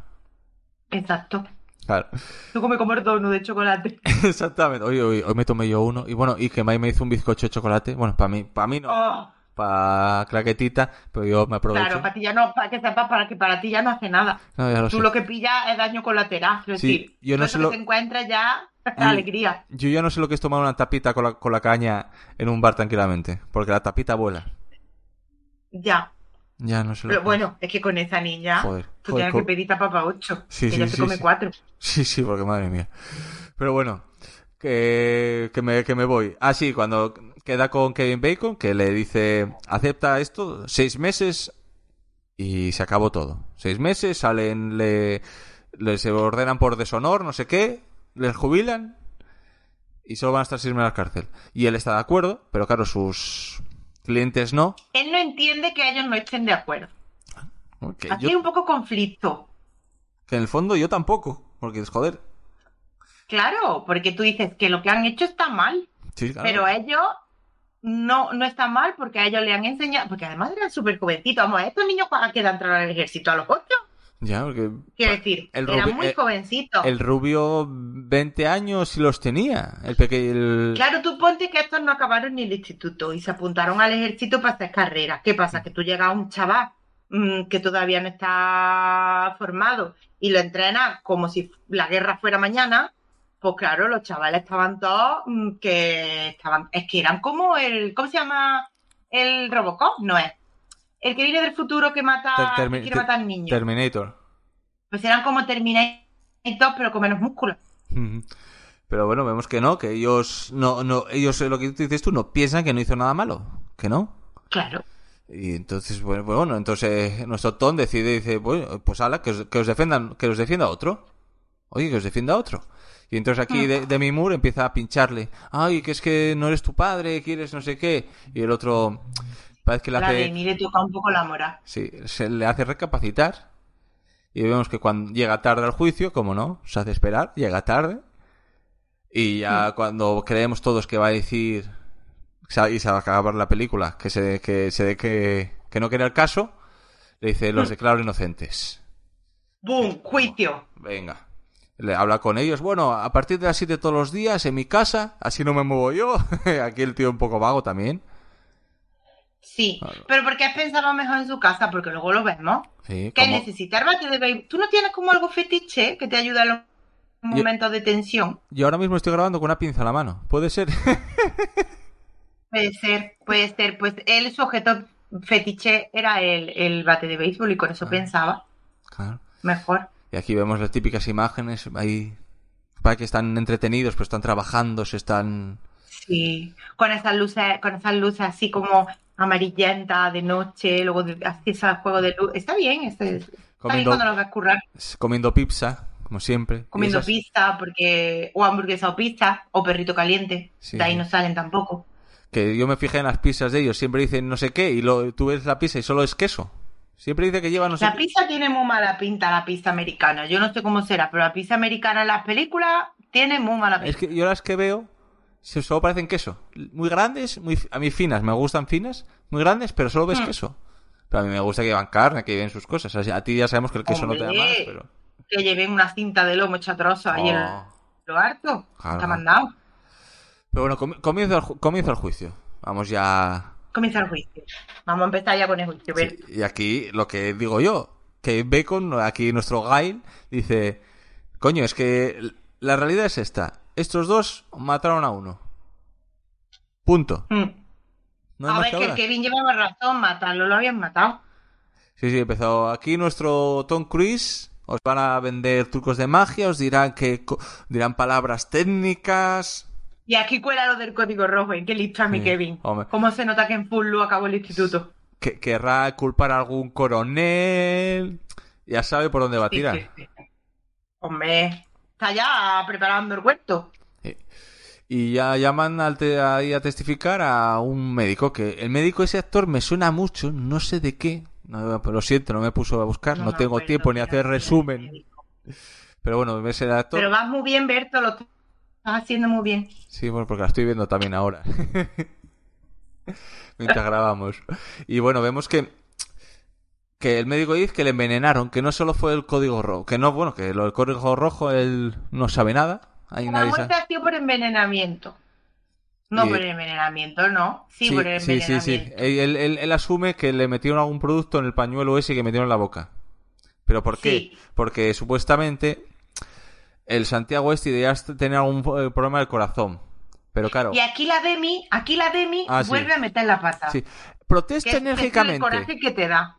A: Exacto.
C: Claro.
A: Tú come como el dono de chocolate.
C: *laughs* Exactamente. Hoy, hoy, hoy me tomé yo uno. Y bueno, y que May me hizo un bizcocho de chocolate. Bueno, para mí, para mí no.
A: *laughs* Oh,
C: Para Claquetita, pero yo me aprovecho.
A: claro, para ti ya no, para que sepas, para que para ti ya no hace nada.
C: No, ya lo
A: Tú
C: sé.
A: lo que pillas es daño colateral. Es
C: Sí,
A: decir,
C: yo no
A: todo
C: sé
A: eso
C: lo-
A: que te encuentras ya,
C: Mm.
A: alegría.
C: Yo ya no sé lo que es tomar una tapita con la, con la caña en un bar tranquilamente. Porque la tapita vuela.
A: Ya.
C: Ya no sé lo
A: Pero
C: que
A: bueno, es que con esa niña,
C: pues- Joder,
A: tú
C: joder,
A: tienes
C: co-
A: que pedir tapa para ocho.
C: Sí,
A: que
C: sí,
A: ya se
C: sí,
A: come
C: sí.
A: cuatro.
C: Sí, sí, porque madre mía. Pero bueno, que, que, me, que me voy. Ah, sí, cuando queda con Kevin Bacon, que le dice, acepta esto, seis meses y se acabó todo. Seis meses, salen, le, le- se ordenan por deshonor, no sé qué, les jubilan y solo van a estar seis meses en la cárcel. Y él está de acuerdo, pero claro, sus clientes no.
A: Él no entiende que ellos no estén de acuerdo.
C: Que,
A: Aquí hay
C: Eh, yo-
A: un poco conflicto.
C: que en el fondo yo tampoco, porque joder.
A: Claro, porque tú dices que lo que han hecho está mal,
C: Sí, claro.
A: pero ellos no, no está mal porque a ellos le han enseñado, porque además eran súper jovencitos. Vamos, estos niños cuando quedan entrar al ejército a los ocho,
C: Ya, porque
A: quiero decir,
C: el
A: eran
C: Rubén-
A: muy
C: eh,
A: jovencitos.
C: El rubio, 20 años si los tenía. El pequeño.
A: Claro, tú ponte que estos no acabaron ni el instituto y se apuntaron al ejército para hacer carreras. ¿Qué
C: Mm.
A: pasa? Que tú llegas a un chaval mm, que todavía no está formado y lo entrenas como si la guerra fuera mañana. Pues claro, los chavales estaban todos mm, que estaban. Es que eran como el. ¿Cómo se llama? El Robocop, no es. El que viene del futuro que mata.
C: Ter- termi-
A: que quiere
C: ter-
A: matar niños.
C: Terminator.
A: pues eran como Terminator, pero con menos músculos.
C: Ujú. Pero bueno, vemos que no, que ellos no, no, ellos eh, lo que tú dices tú no piensan que no hizo nada malo, que no.
A: Claro.
C: Y entonces, bueno, pues bueno entonces nuestro Tom decide, dice, bueno, pues ala, que os, que os defendan, que os defienda otro. Oye, que os defienda otro. Y entonces
A: Ah.
C: aquí de, Demi Moore empieza a pincharle. Ay, que es que no eres tu padre, quieres no sé qué. Y el otro, parece que le
A: La
C: hace...
A: de mí le toca un poco la moral.
C: Sí, se le hace recapacitar. Y vemos que cuando llega tarde al juicio, como no, se hace esperar, llega tarde. Y ya cuando creemos todos que va a decir sa- y se va a acabar la película, que se que se que, que no quería el caso, le dice los declaro inocentes.
A: ¡Bum! Juicio.
C: Venga. Le habla con ellos, bueno, a partir de las 7 todos los *laughs* días en mi casa, así no me muevo yo. Aquí el tío un poco vago también.
A: Sí,
C: Claro.
A: pero porque has pensado a lo mejor en su casa, porque luego lo vemos.
C: Sí,
A: ¿Qué
C: como-
A: necesitas? Bate de baby. ¿Tú no tienes como algo fetiche que te ayuda en los momentos de tensión?
C: Yo ahora mismo estoy grabando con una pinza en la mano. Puede ser. *laughs*
A: Puede ser, puede ser. Pues él, su objeto fetiche era el, el bate de béisbol y con eso
C: Ah.
A: pensaba.
C: Claro.
A: Mejor.
C: Y aquí vemos las típicas imágenes ahí. Para que están entretenidos, pero están trabajando, se están.
A: Sí, con esas luces, con esas luces así como amarillenta de noche, luego de, así ese juego de luz. Está bien, este, está bien
C: Comiendo,
A: cuando lo vas a currar,
C: comiendo pizza, como siempre. Y
A: comiendo
C: esas-
A: pizza, porque, o hamburguesa o pizza, o perrito caliente,
C: Sí.
A: de ahí no salen tampoco.
C: Que yo me fijé en las pizzas de ellos, siempre dicen no sé qué, y lo, tú ves la pizza y solo es queso. Siempre dice que lleva no sé
A: La
C: qué.
A: pizza tiene muy mala pinta, la pizza americana. Yo no sé cómo será, pero la pizza americana en las películas tiene muy mala
C: Es
A: pinta.
C: que yo las que veo se- solo parecen queso. Muy grandes, muy fi- a mí finas, me gustan finas, muy grandes, pero solo ves
A: Hmm.
C: queso. Pero a mí me gusta que llevan carne, que lleven sus cosas. Así- A ti ya sabemos que el queso no te da
A: Hombre.
C: más, pero...
A: Que lleven una cinta de lomo hecha trozos ahí en
C: Oh.
A: lo harto.
C: Claro.
A: Está mandado.
C: Pero bueno, comi- comienza el, ju- comienza el juicio. Vamos ya...
A: Comienza el juicio. Vamos a empezar ya con el juicio.
C: Sí, Y aquí lo que digo yo, que Bacon, aquí nuestro Gail, dice, coño, es que la realidad es esta. Estos dos mataron a uno. Punto.
A: Mm.
C: No hay
A: a ver,
C: más que
A: que el
C: hablar.
A: Kevin llevaba razón, matarlo lo habían matado.
C: Sí, sí, empezó. Aquí nuestro Tom Cruise os van a vender trucos de magia, os dirán que co- dirán palabras técnicas.
A: Y aquí cuela lo del código rojo, ¿eh? Qué listo a mi
C: Sí,
A: Kevin.
C: hombre.
A: ¿Cómo se nota que en full lo acabó el instituto?
C: Que querrá culpar a algún coronel. Ya sabe por dónde va a
A: Sí,
C: tirar.
A: sí, sí. Hombre, está ya preparando el huerto.
C: Y ya llaman al te- ahí a testificar a un médico, que el médico ese actor me suena mucho, no sé de qué. No, lo siento, no me puso a buscar, no,
A: me
C: tengo
A: acuerdo,
C: tiempo ni a
A: mira,
C: hacer
A: mira,
C: resumen.
A: mira.
C: Pero bueno, ves el actor.
A: Pero vas muy bien, Berto, lo estás haciendo muy bien.
C: Sí, bueno, porque la estoy viendo también ahora. *laughs* Mientras grabamos. Y bueno, vemos que, que el médico dice que le envenenaron, que no solo fue el código rojo, que no, bueno, que lo del código rojo él no sabe nada. Ahí
A: La
C: nadie sabe.
A: muerte ha sido por envenenamiento. No
C: Y- eh,
A: por envenenamiento, no. Sí, por
C: sí, sí, Eh,
A: envenenamiento.
C: sí. Él, él- él- él asume que le metieron algún producto en el pañuelo ese que metieron en la boca. ¿Pero por qué?
A: Sí.
C: Porque supuestamente el Santiago este ya tenía algún eh, problema del corazón. Pero claro,
A: Y aquí la Demi, aquí la Demi
C: Ah, sí.
A: vuelve a meter la pata.
C: sí.
A: que
C: protesta
A: es- que es el
C: enérgicamente.
A: coraje que te da.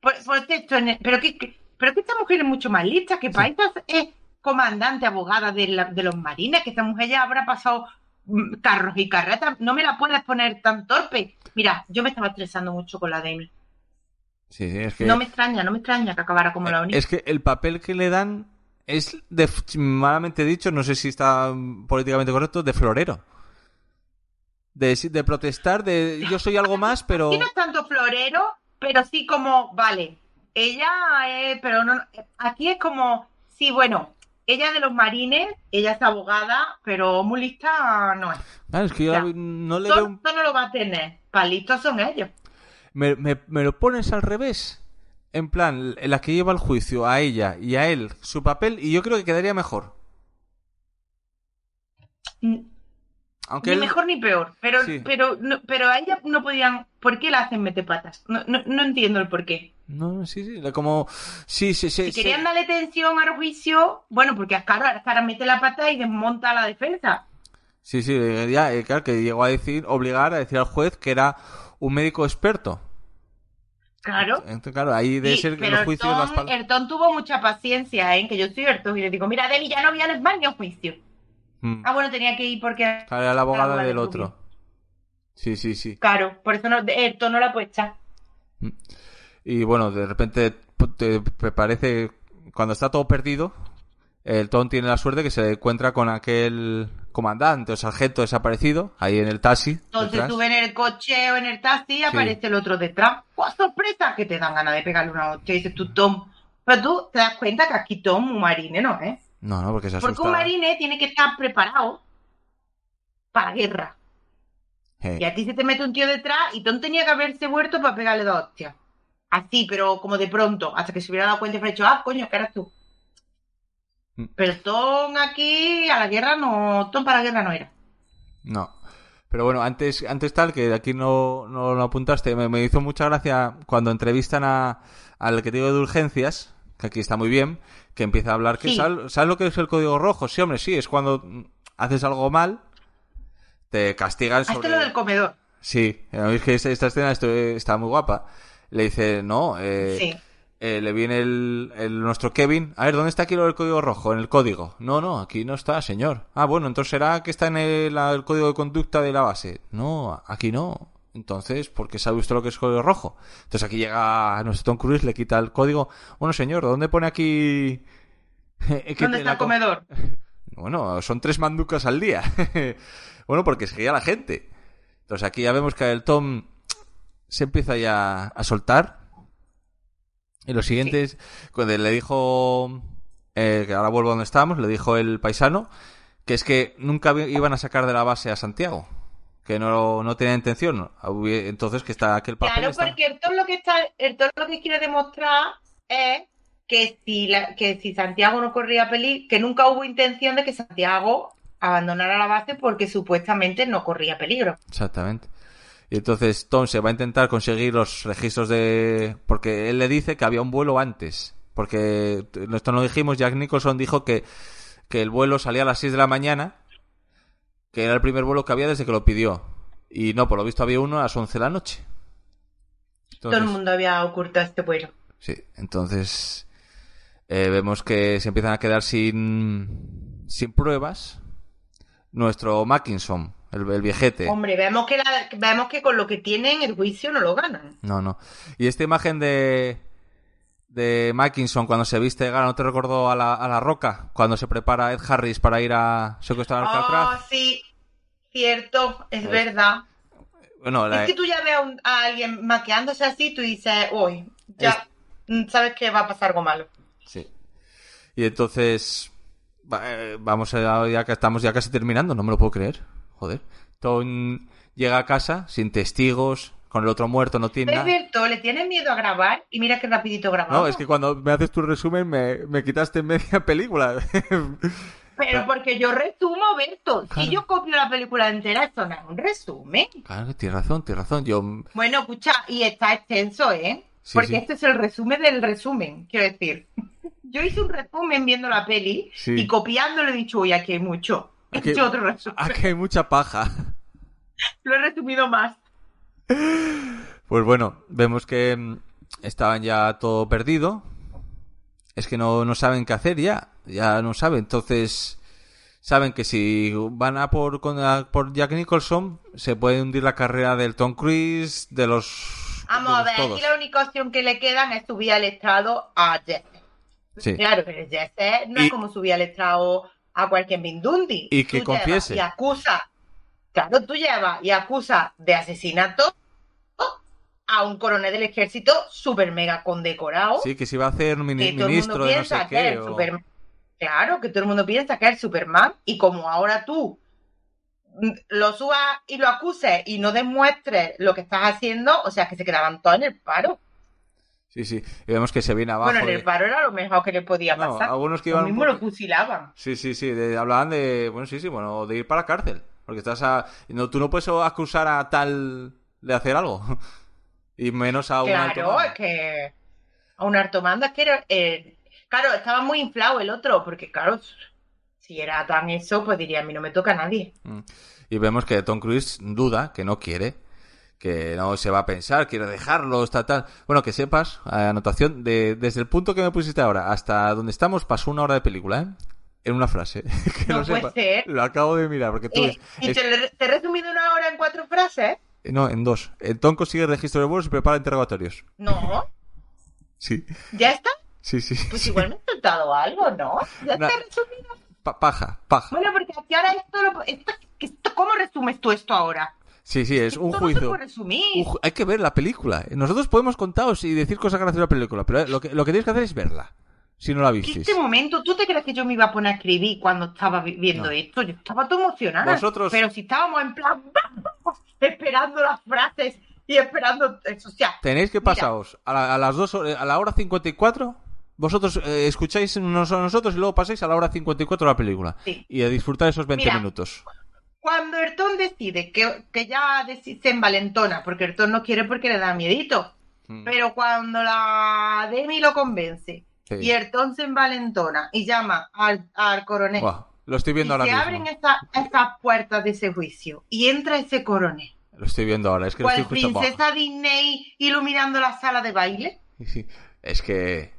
A: Por- por texto en- pero, que, que- pero que esta mujer es mucho más lista, que para estas es comandante, abogada de, la- de los marines, que esta mujer ya habrá pasado mm, carros y carretas. No me la puedes poner tan torpe. Mira, yo me estaba estresando mucho con la Demi.
C: Sí, sí, es que,
A: No me extraña, no me extraña que acabara como la única.
C: es que el papel que le dan es, de, malamente dicho, no sé si está mm, políticamente correcto, de florero. De, de protestar, de yo soy algo
A: *laughs*
C: más, pero...
A: Sí, no es tanto florero, pero sí como, vale, ella es, pero no, aquí es como, sí, bueno, ella es de los marines, ella es abogada, pero muy lista no es.
C: Ah, es que yo
A: Ya.
C: la- no le veo un
A: Tonto no lo va a tener. Palitos son ellos.
C: me, me- me lo pones al revés. En plan, la que lleva el juicio a ella y a él, su papel, y yo creo que quedaría mejor.
A: Ni
C: Aunque Mm, él-
A: mejor ni peor. Pero,
C: Sí.
A: pero, no- pero a ella no podían. ¿Por qué la hacen metepatas? No, no, no entiendo el por qué.
C: No, sí, sí, la- como... Sí, sí, sí.
A: Si
C: sí.
A: querían darle tensión al juicio, bueno, porque Ascara, Ascara mete la pata y desmonta la defensa.
C: Sí, sí, eh, ya, eh, claro, que llegó a decir, obligar a decir al juez que era un médico experto.
A: Claro.
C: Entonces, claro, ahí debe
A: Sí,
C: ser que
A: pero
C: los juicios...
A: Ertón,
C: las pal-
A: Ertón tuvo mucha paciencia, ¿eh? Que yo soy Ertón y le digo, mira, Demi, ya no vienes más ni a un juicio.
C: Mm.
A: Ah, bueno, tenía que ir porque...
C: Claro, era la
A: la
C: abogada
A: abogada
C: del
A: del
C: otro. Sí, sí, sí.
A: Claro, por eso no, Ertón no la puede echar.
C: Y bueno, de repente pu- te te parece cuando está todo perdido, el Tom tiene la suerte que se encuentra con aquel comandante o sargento desaparecido ahí en el taxi.
A: Entonces
C: detrás.
A: tú ves en el coche o en el taxi y aparece el otro detrás. ¡Guau, sorpresa! Que te dan ganas de pegarle una hostia. Y dices tú, Tom. Pero tú te das cuenta que aquí Tom, un marine, ¿no? ¿Eh?
C: No, no, porque se Eh, asusta.
A: Porque un marine tiene que estar preparado para guerra.
C: Eh,
A: Y a ti se te mete un tío detrás y Tom tenía que haberse muerto para pegarle dos hostias. Así, pero como de pronto, hasta que se hubiera dado cuenta y hubiera dicho, ah, coño, que eras tú.
C: Mm.
A: Pero Tom aquí a la guerra no, Tom para la guerra no era.
C: No. Pero bueno, antes, antes tal, que aquí no, no lo apuntaste, me, me hizo mucha gracia cuando entrevistan a, al que te digo de urgencias, que aquí está muy bien, que empieza a hablar que
A: Sí.
C: ¿sabes, sabes lo que es el código rojo? Sí, hombre, sí, es cuando mm, haces algo mal, te castigan
A: Hazte
C: sobre...
A: Ah, este lo del comedor.
C: Sí, es que esta, esta escena esto- eh, está muy guapa. Le dice, no, eh,
A: Sí.
C: eh, le viene el, el- nuestro Kevin. A ver, ¿dónde está aquí lo del código rojo? En el código. No, no, aquí no está, señor. Ah, bueno, entonces será que está en el, la- el código de conducta de la base. No, aquí no. Entonces, ¿por qué sabe usted lo que es código rojo? Entonces aquí llega nuestro Tom Cruise, le quita el código. Bueno, señor, ¿dónde pone aquí... *laughs* eh,
A: ¿Dónde está el
C: comedor?
A: comedor?
C: Bueno, son tres manducas al día. *laughs* bueno, porque seguía la gente. Entonces aquí ya vemos que el Tom se empieza ya a soltar. Y lo siguiente es, cuando le dijo, eh, que ahora vuelvo a donde estábamos, le dijo el paisano, que es que nunca vi- iban a sacar de la base a Santiago, que no, no tenía intención. Hubie- Entonces que está aquel papel...
A: Claro,
C: está-
A: porque el todo lo que está, el todo lo que quiere demostrar es que si la- que si Santiago no corría peligro, que nunca hubo intención de que Santiago abandonara la base porque supuestamente no corría peligro.
C: Exactamente. Y entonces Tom se va a intentar conseguir los registros de... Porque él le dice que había un vuelo antes. Porque esto no lo dijimos, Jack Nicholson dijo que, que el vuelo salía a las 6 de la mañana, que era el primer vuelo que había desde que lo pidió. Y no, por lo visto había uno a las 11 de la noche.
A: Todo el
C: Entonces-
A: mundo había ocultado este vuelo.
C: Sí, entonces eh, vemos que se empiezan a quedar sin, sin pruebas. Nuestro Mackinson, el, el viejete.
A: Hombre, vemos que la- vemos que con lo que tienen el juicio no lo ganan.
C: No, no. Y esta imagen de de Mackinson cuando se viste de gala, ¿no te recordó a la, a la roca? Cuando se prepara Ed Harris para ir a secuestrar a
A: Oh,
C: Alcatraz.
A: sí, cierto, es
C: Es-
A: verdad.
C: Bueno, la-
A: Es que tú ya ves a, un- a alguien maqueándose así, tú dices, uy, ya mm, sabes que va a pasar algo malo.
C: sí. Y entonces va- eh, vamos a, ya que estamos ya casi terminando, no me lo puedo creer. Joder. Tom llega a casa sin testigos, con el otro muerto, no tiene
A: Es
C: nada.
A: cierto, le tienes miedo a grabar y mira qué rapidito grabamos.
C: No, es que cuando me haces tu resumen me, me quitaste media *laughs*
A: *laughs*
C: película.
A: Pero porque yo resumo, Berto.
C: Claro.
A: Si yo copio la película entera, esto no es un resumen.
C: claro, que tienes razón, tienes razón. Yo
A: Bueno, escucha, y está extenso, ¿eh?
C: Sí,
A: porque
C: sí.
A: este es el resumen del resumen, quiero decir. *laughs* Yo hice un resumen viendo la peli
C: Sí.
A: y copiándolo he dicho, uy, aquí hay mucho. *laughs* He
C: Aquí-
A: hecho otro resumen.
C: Aquí ah, hay mucha paja.
A: Lo he resumido más.
C: Pues bueno, vemos que mm, estaban ya todo perdido. Es que no, no saben qué hacer ya. Ya no saben. Entonces, saben que si van a por, con- a por Jack Nicholson, se puede hundir la carrera del Tom Cruise, de los.
A: Vamos a
C: de
A: ver,
C: los
A: Ah, aquí la única opción que le quedan es subir al estrado a Jesse.
C: Sí.
A: Claro, pero Jesse no
C: Y-
A: es como subir al estrado a cualquier Mindundi.
C: Y que
A: Tú llevas
C: confiese.
A: Y acusa. Claro, tú llevas y acusa de asesinato a un coronel del ejército super mega condecorado.
C: Sí, que si va a hacer un
A: que todo
C: mini-
A: el mundo
C: ministro de no
A: piensa
C: sé
A: que es
C: qué.
A: el
C: o-
A: Superman. Claro, que todo el mundo piensa que es el Superman. Y como ahora tú mm, lo subas y lo acuses y no demuestres lo que estás haciendo, o sea que se quedaban todos en el paro.
C: Sí, sí. Y vemos que se viene abajo.
A: Bueno, en el
C: de-
A: paro era lo mejor que le podía
C: No,
A: pasar.
C: algunos que
A: lo
C: iban un
A: mismo
C: poco-
A: lo fusilaban.
C: Sí, sí, sí. de- hablaban de. Bueno, sí, sí, bueno, de ir para la cárcel. Porque estás a. No, tú no puedes acusar a tal de hacer algo. *laughs* Y menos a un alto
A: Claro,
C: mando.
A: es que a un artomando es que era, eh, claro, estaba muy inflado el otro, porque claro, si era tan eso, pues diría, a mí no me toca a nadie.
C: Mm. Y vemos que Tom Cruise duda, que no quiere, que no se va a pensar, quiere dejarlo, está tal. Bueno, que sepas, eh, anotación, de, desde el punto que me pusiste ahora hasta donde estamos pasó una hora de película, ¿eh? En una frase. *laughs* *laughs* que
A: No
C: lo
A: puede
C: sepas.
A: ser.
C: Lo acabo de mirar, porque tú.
A: Eh, y
C: es-
A: te, le- te he resumido una hora en cuatro frases.
C: No, en dos. El Tom consigue registro de vuelos y prepara interrogatorios. *laughs*
A: No,
C: Sí,
A: ya está.
C: sí, sí.
A: Pues
C: sí.
A: igual me he soltado algo, ¿no? Ya
C: Na-
A: está resumido.
C: Pa- paja, paja.
A: Bueno, porque aquí ahora esto, lo- esto- esto- ¿cómo resumes tú esto ahora?
C: Sí, sí, es
A: Esto
C: un
A: No se
C: juicio.
A: puede resumir.
C: Un ju- Hay que ver la película. Nosotros podemos contaros y decir cosas graciosas de la película, pero eh, lo que, lo que tenéis que hacer es verla. Si no la
A: Que
C: visteis.
A: este momento, ¿tú te crees que yo me iba a poner a escribir cuando estaba vi- viendo
C: No.
A: esto? Yo estaba todo emocionada.
C: Vosotros-
A: Pero si estábamos en plan, vamos, *laughs* esperando las frases y esperando. eso, O sea,
C: Tenéis que
A: Mira.
C: pasaos a, la, a las dos, hor- a la hora 54. Vosotros eh, escucháis unos a nosotros y luego pasáis a la hora 54 la película.
A: Sí.
C: Y a disfrutar esos 20
A: Mira.
C: minutos.
A: Cuando Ertón decide que, que ya deci- se envalentona, porque Ertón no quiere porque le da miedito,
C: Mm,
A: pero cuando la Demi lo convence
C: sí.
A: y Ertón se envalentona y llama al, al coronel
C: Buah, lo
A: y
C: estoy
A: se
C: viendo ahora
A: abren
C: mismo.
A: esa- esas puertas de ese juicio y entra ese coronel.
C: Lo estoy viendo ahora. Es que lo estoy
A: ¿Cuál
C: justo. Buah.
A: princesa Disney iluminando la sala de baile?
C: Sí, Es que.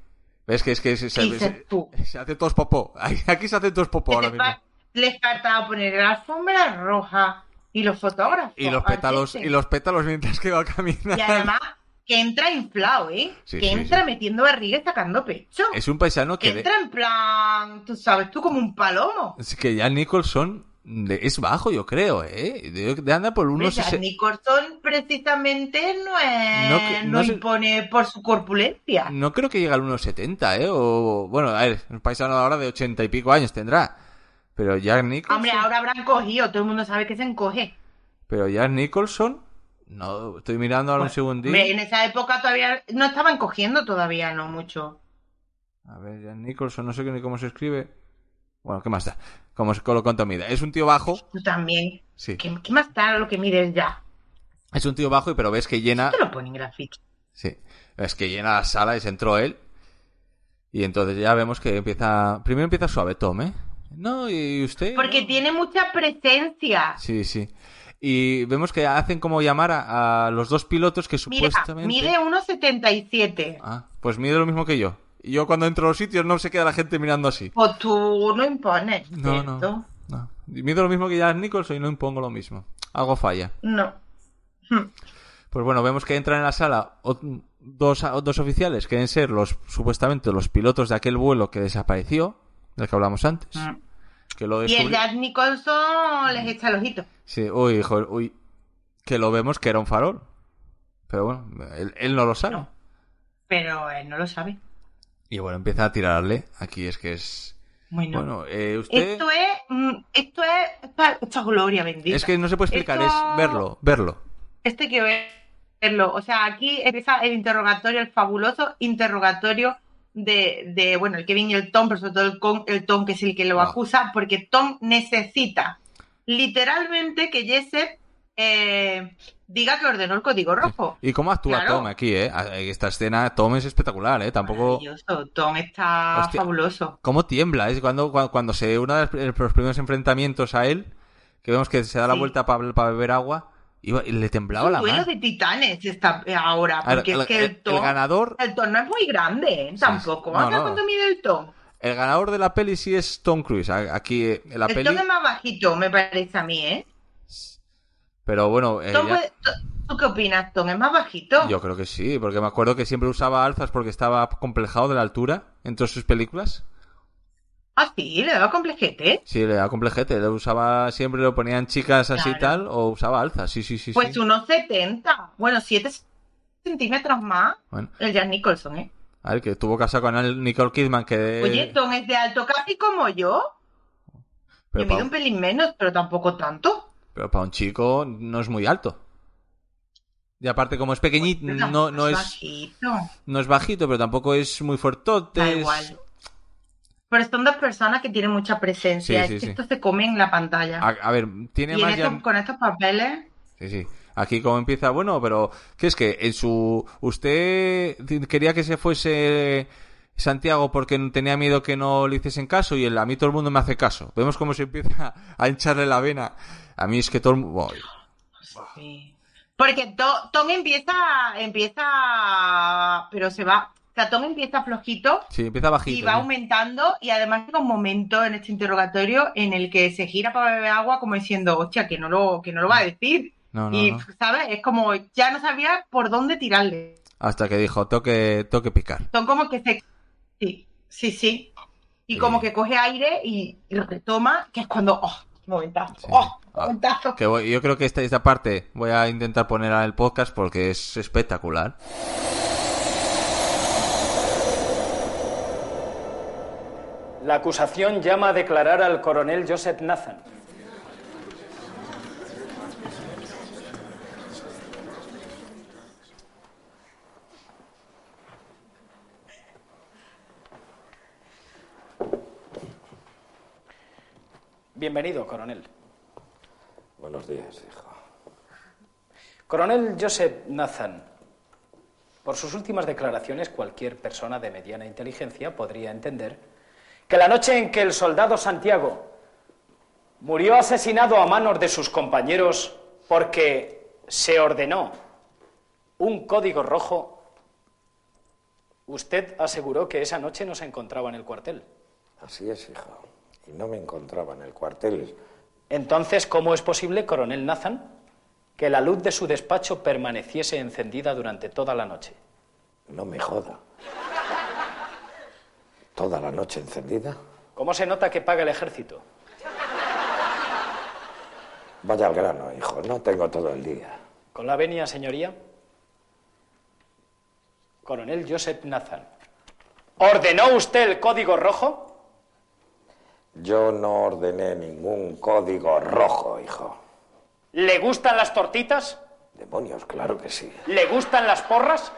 C: ¿Ves que es que se, se-
A: Dices tú.
C: se- se hace todos popó? *laughs* Aquí se hace todos popó
A: que
C: ahora
A: te
C: mismo.
A: fa- les faltaba poner la alfombra roja y los fotógrafos.
C: Y los pétalos, y los pétalos mientras que va caminando.
A: Y además, que entra inflado, ¿eh?
C: Sí,
A: que
C: sí,
A: entra
C: sí.
A: metiendo barriga y sacando pecho.
C: Es un paisano
A: que
C: que, de-
A: entra en plan, tú sabes, tú como un palomo.
C: es que ya Nicholson le- es bajo, yo creo, ¿eh? De, de anda por
A: Hombre,
C: unos.
A: Jack
C: sese-
A: Nicholson precisamente no es,
C: No
A: no,
C: que- no se-
A: impone por su corpulencia.
C: No creo que llegue al 1,70, ¿eh? O, bueno, a ver, un paisano ahora de 80 y pico años tendrá. Pero Jack Nicholson.
A: Hombre, ahora habrán cogido, todo el mundo sabe que se encoge.
C: Pero Jack Nicholson. No, estoy mirando ahora un
A: Bueno,
C: segundín.
A: Hombre, en esa época todavía no estaban cogiendo todavía, no mucho.
C: A ver, Jack Nicholson, no sé ni cómo se escribe. Bueno, ¿qué más da? Como se colocó en tu vida. Es un tío bajo,
A: Tú también.
C: sí.
A: ¿Qué, qué más da lo que mides ya?
C: Es un tío bajo, pero ves que llena.
A: Te lo ponen grafito.
C: Sí. Es que llena la sala y se entró él. Y entonces ya vemos que empieza. Primero empieza suave, Tom, ¿eh? No, y usted.
A: Porque
C: No.
A: tiene mucha presencia.
C: Sí, sí. Y vemos que hacen como llamar a, a los dos pilotos que
A: Mira,
C: supuestamente.
A: mide 1,77.
C: Ah, pues mide lo mismo que yo. Y yo cuando entro a los sitios no se queda la gente mirando así.
A: Pues tú no impones,
C: No,
A: ¿cierto?
C: no. No. Y Mido lo mismo que Jack Nicholson y no impongo lo mismo. Algo falla.
A: No.
C: Pues bueno, vemos que entran en la sala ot- dos, dos oficiales que deben ser los supuestamente los pilotos de aquel vuelo que desapareció, del que hablamos antes.
A: Mm.
C: Que lo
A: Y el
C: descubri-
A: Jack Nicholson les echa el ojito.
C: Sí, uy, hijo, uy. Que lo vemos que era un farol. Pero bueno, él, él no lo sabe.
A: No. Pero él no lo sabe.
C: Y bueno, empieza a tirarle. Aquí es que es.
A: Bueno.
C: Bueno, eh, usted.
A: esto es. mm, Esto es. Esta, esta gloria bendita.
C: es que no se puede explicar,
A: Esto-
C: es verlo, verlo.
A: Esto este hay que verlo. O sea, aquí empieza el interrogatorio, el fabuloso interrogatorio de, de, bueno, el Kevin y el Tom, pero sobre todo el, con- el Tom, que es el que lo
C: Ah.
A: acusa, porque Tom necesita literalmente que Jesse eh, diga que ordenó el código rojo.
C: ¿Y cómo actúa
A: Claro.
C: Tom aquí, eh? Esta escena, Tom es espectacular, eh. Tampoco.
A: Maravilloso, Tom está
C: Hostia.
A: fabuloso.
C: cómo tiembla, es cuando, cuando, cuando se uno de las- de los primeros enfrentamientos a él, que vemos que se da la
A: Sí.
C: vuelta para beber agua, iba- y le temblaba la
A: Un duelo
C: mano.
A: de titanes está eh, ahora,
C: Ahora,
A: porque
C: el-
A: es que
C: el- el
A: el Tom, el,
C: ganador,
A: Tom no es muy grande, ¿eh?
C: sí.
A: tampoco.
C: No,
A: Vamos a ver
C: no.
A: cuánto mide el Tom.
C: el ganador de la peli sí es Tom Cruise, a- aquí eh, en la
A: el
C: peli,
A: Tom es más bajito, me parece a mí, ¿eh?
C: pero bueno, eh,
A: Tom,
C: ya-
A: puede- to- ¿Tú qué opinas, Tom? ¿Es más bajito?
C: yo creo que sí, porque me acuerdo que siempre usaba alzas porque estaba complejado de la altura en todas sus películas.
A: Ah, sí, le daba complejete.
C: Sí, le da complejete, le usaba siempre, lo ponían chicas así y
A: Claro.
C: tal, o usaba alzas, sí, sí, sí.
A: Pues
C: sí.
A: unos 70. Bueno, 7 centímetros más
C: Bueno,
A: el Jack Nicholson, ¿eh?
C: a ver, que tuvo casa con el Nicole Kidman, que...
A: Oye, Tom es de alto casi como yo.
C: pero
A: yo
C: pa-
A: mido un pelín menos, pero tampoco tanto.
C: Pero para un chico no es muy alto. Y aparte, como es
A: Pues
C: pequeñito,
A: Pero
C: no, no, es,
A: Bajito.
C: no es bajito, pero tampoco es muy fuertote.
A: Da
C: es-
A: igual. Pero son dos personas que tienen mucha presencia.
C: Sí,
A: es
C: sí,
A: que
C: sí.
A: esto se come en la pantalla.
C: A, a ver,
A: y
C: tiene
A: en
C: más
A: estos-
C: ya-
A: con estos papeles.
C: Sí, sí. Aquí como empieza, bueno, pero ¿qué es que en su usted quería que se fuese Santiago porque tenía miedo que no le hiciesen caso y el, a mí todo el mundo me hace caso. Vemos cómo se empieza *laughs* a hincharle la vena. A mí es que todo el mundo...
A: Sí. Porque To- Tom empieza, empieza, pero se va, o sea, Tom empieza flojito
C: Sí, empieza bajito.
A: y va
C: sí.
A: aumentando y además llega un momento en este interrogatorio en el que se gira para beber agua como diciendo, hostia, que no lo, que no lo va a decir.
C: No, no,
A: y,
C: no.
A: ¿sabes? Es como, ya no sabía por dónde tirarle.
C: Hasta que dijo, toque, toque picar.
A: Son como que se... Sí, sí, sí. Y
C: Sí.
A: como que coge aire y, y retoma, que es cuando, oh, momentazo,
C: Sí.
A: oh,
C: Ah.
A: momentazo.
C: Que voy- yo creo que esta, esta parte voy a intentar poner en el podcast porque es espectacular.
D: La acusación llama a declarar al coronel Joseph Nathan. Bienvenido, coronel.
E: los días, hijo.
D: Coronel Joseph Nathan, por sus últimas declaraciones cualquier persona de mediana inteligencia podría entender que la noche en que el soldado Santiago murió asesinado a manos de sus compañeros porque se ordenó un código rojo, usted aseguró que esa noche no se encontraba en el cuartel.
E: Así es, hijo. Y no me encontraba en el cuartel.
D: Entonces, ¿cómo es posible, coronel Nathan, que la luz de su despacho permaneciese encendida durante toda la noche?
E: No me joda. ¿Toda la noche encendida?
D: ¿Cómo se nota que paga el ejército?
E: Vaya al grano, hijo. No tengo todo el día.
D: Con la venia, señoría. Coronel Joseph Nathan. ¿Ordenó usted el código rojo?
E: Yo no ordené ningún código rojo, hijo.
D: ¿Le gustan las tortitas?
E: Demonios, claro que sí.
D: ¿Le gustan las porras?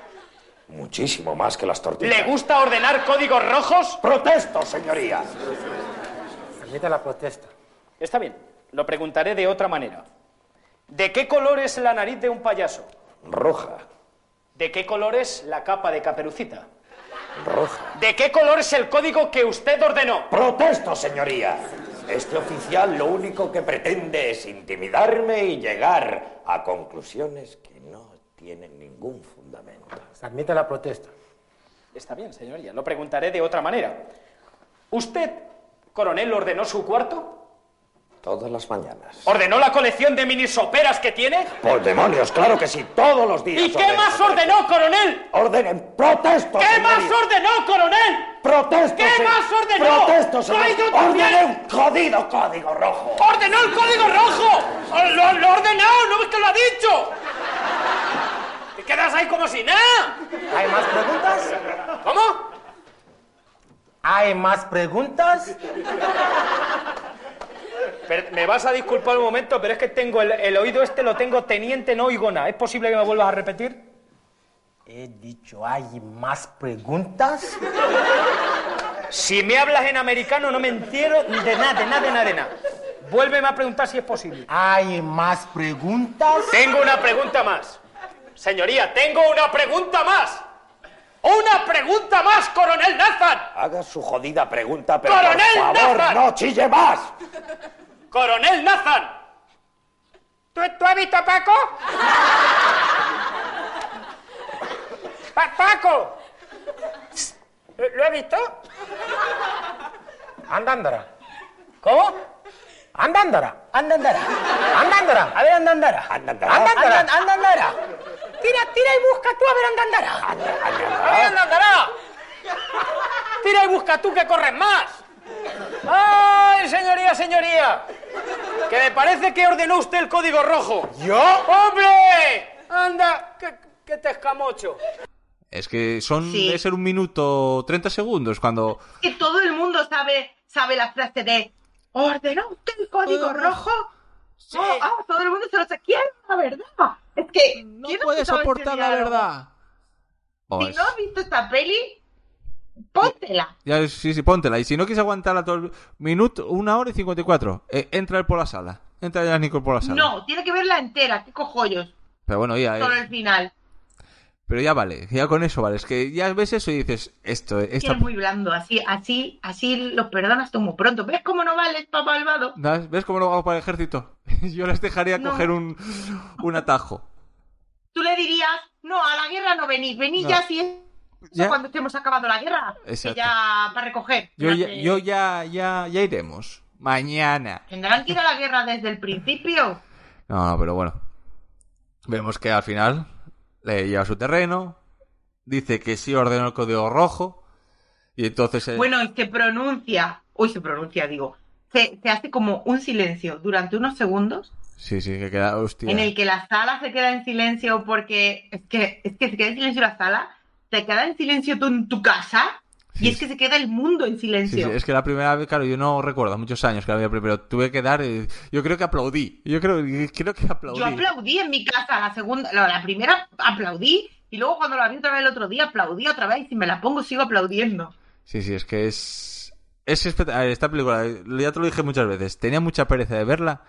E: Muchísimo más que las tortillas.
D: ¿Le gusta ordenar códigos rojos?
E: ¡Protesto, señoría!
F: Permita la protesta.
D: Está bien, lo preguntaré de otra manera. ¿De qué color es la nariz de un payaso?
E: Roja,
D: ¿De qué color es la capa de caperucita?
E: roja.
D: ¿De qué color es el código que usted ordenó?
E: ¡Protesto, señoría! Este oficial lo único que pretende es intimidarme y llegar a conclusiones que no tienen ningún fundamento.
F: Se admite la protesta.
D: Está bien, señoría, lo preguntaré de otra manera. ¿Usted, coronel, ordenó su cuarto?
E: Todas las mañanas.
D: ¿Ordenó la colección de minisoperas que tiene?
E: ¡Por demonios, claro que sí! ¡Todos los días!
D: ¿Y qué más ordenó, coronel?
E: ¡Ordenen! ¡Protesto,
D: ¿Qué
E: señoría!
D: más ordenó, coronel?
E: ¡Protesto,
D: ¿Qué
E: se-
D: más ordenó?
E: ¡Protesto,
D: ¿No ha
E: señor!
D: ido también?
E: ¡Ordenen un jodido código rojo!
D: ¡Ordenó el código rojo! ¡Lo, lo ha ordenado! ¡No ves que lo ha dicho! ¡Te quedas ahí como si nada!
F: ¿Hay más preguntas?
D: ¿Cómo?
F: ¿Hay más preguntas?
D: Per- me vas a disculpar un momento, pero es que tengo el, el oído este, lo tengo teniente, no oigo nada. ¿Es posible que me vuelvas a repetir?
F: He dicho, ¿hay más preguntas?
D: Si me hablas en americano no me entero de nada, de nada, de nada, de nada. Vuélveme a preguntar si es posible.
F: ¿Hay más preguntas?
D: Tengo una pregunta más. Señoría, tengo una pregunta más. ¡Una pregunta más, coronel Nathan!
E: Haga su jodida pregunta, pero
D: ¡Coronel
E: por favor,
D: Nazar!
E: no chille más.
D: ¡Coronel Nathan! ¿Tú, tú has visto a Paco? Pa- ¡Paco! ¿Lo has visto?
F: Andándara.
D: ¿Cómo?
F: Andándara.
D: Andandara.
F: Andándara.
D: A ver, andandara.
E: Andandara.
D: Andandara. Andandara. Tira, tira y busca tú, a ver, andandara. A ver, andandara. Tira y busca tú que corres más. ¡Ay, señoría, señoría! Que me parece que ordenó usted el código rojo.
F: ¿Yo?
D: ¡Hombre! Anda, que, que te escamocho.
C: Es que son
A: Sí.
C: debe ser un minuto 30 segundos cuando
A: Que todo el mundo sabe, sabe la frase de ¿Ordenó usted el
B: Ah,
A: código rojo? Oh, ah, todo el mundo se lo sabe. ¿Quién la verdad? Es que
B: No
A: ¿quién
B: puede
A: sabe este
B: soportar la
A: diálogo?
B: verdad.
C: oh,
A: Si
C: es-
A: no has visto esta peli, póntela.
C: ya es- sí, sí, póntela y si no quieres aguantarla todo el minuto una hora y 54, eh, entra él por la sala. Entra ya Nico por la sala.
A: No, tiene que verla entera, qué cojollos.
C: Pero bueno, ya eh,
A: Solo el final.
C: pero ya vale, ya con eso vale, es que ya ves eso y dices, esto eh,
A: Es que
C: esta
A: es muy blando, así, así, así los perdonas tú muy pronto. ¿Ves cómo no vales, papá malvado?
C: ¿Ves ¿Ves cómo lo hago para el ejército? *laughs* Yo les dejaría
A: No.
C: coger un, un atajo.
A: Tú le dirías, no, a la guerra no venís, venís
C: No.
A: ya si es
C: Ya.
A: cuando estemos acabado la guerra. que
C: Exacto.
A: ya para recoger.
C: Yo ya,
A: Durante-
C: yo ya, ya, ya iremos. Mañana.
A: Tendrán que ir a la guerra desde el principio.
C: No, no, pero bueno. Vemos que al final le lleva a su terreno. Dice que sí ordenó el código rojo. Y entonces. eh,
A: Bueno, y se pronuncia, hoy se pronuncia, digo, se, se hace como un silencio durante unos segundos
C: Sí, sí, que queda. Hostia.
A: en el que la sala se queda en silencio porque es que, es que se queda en silencio la sala, se queda en silencio tú en tu casa
C: Sí,
A: y es que se queda el mundo en
C: Sí, sí,
A: silencio.
C: es que la primera vez, claro, yo no recuerdo, muchos años que la había pero tuve que dar. eh, Yo creo que aplaudí. Yo creo, eh, creo que aplaudí.
A: Yo aplaudí en mi casa la segunda, la, la primera aplaudí y luego cuando la vi otra vez el otro día aplaudí otra vez y si me la pongo sigo aplaudiendo.
C: Sí, sí, es este, que es. Es espectacular. Esta película, eh, ya te lo dije muchas veces, tenía mucha pereza de verla,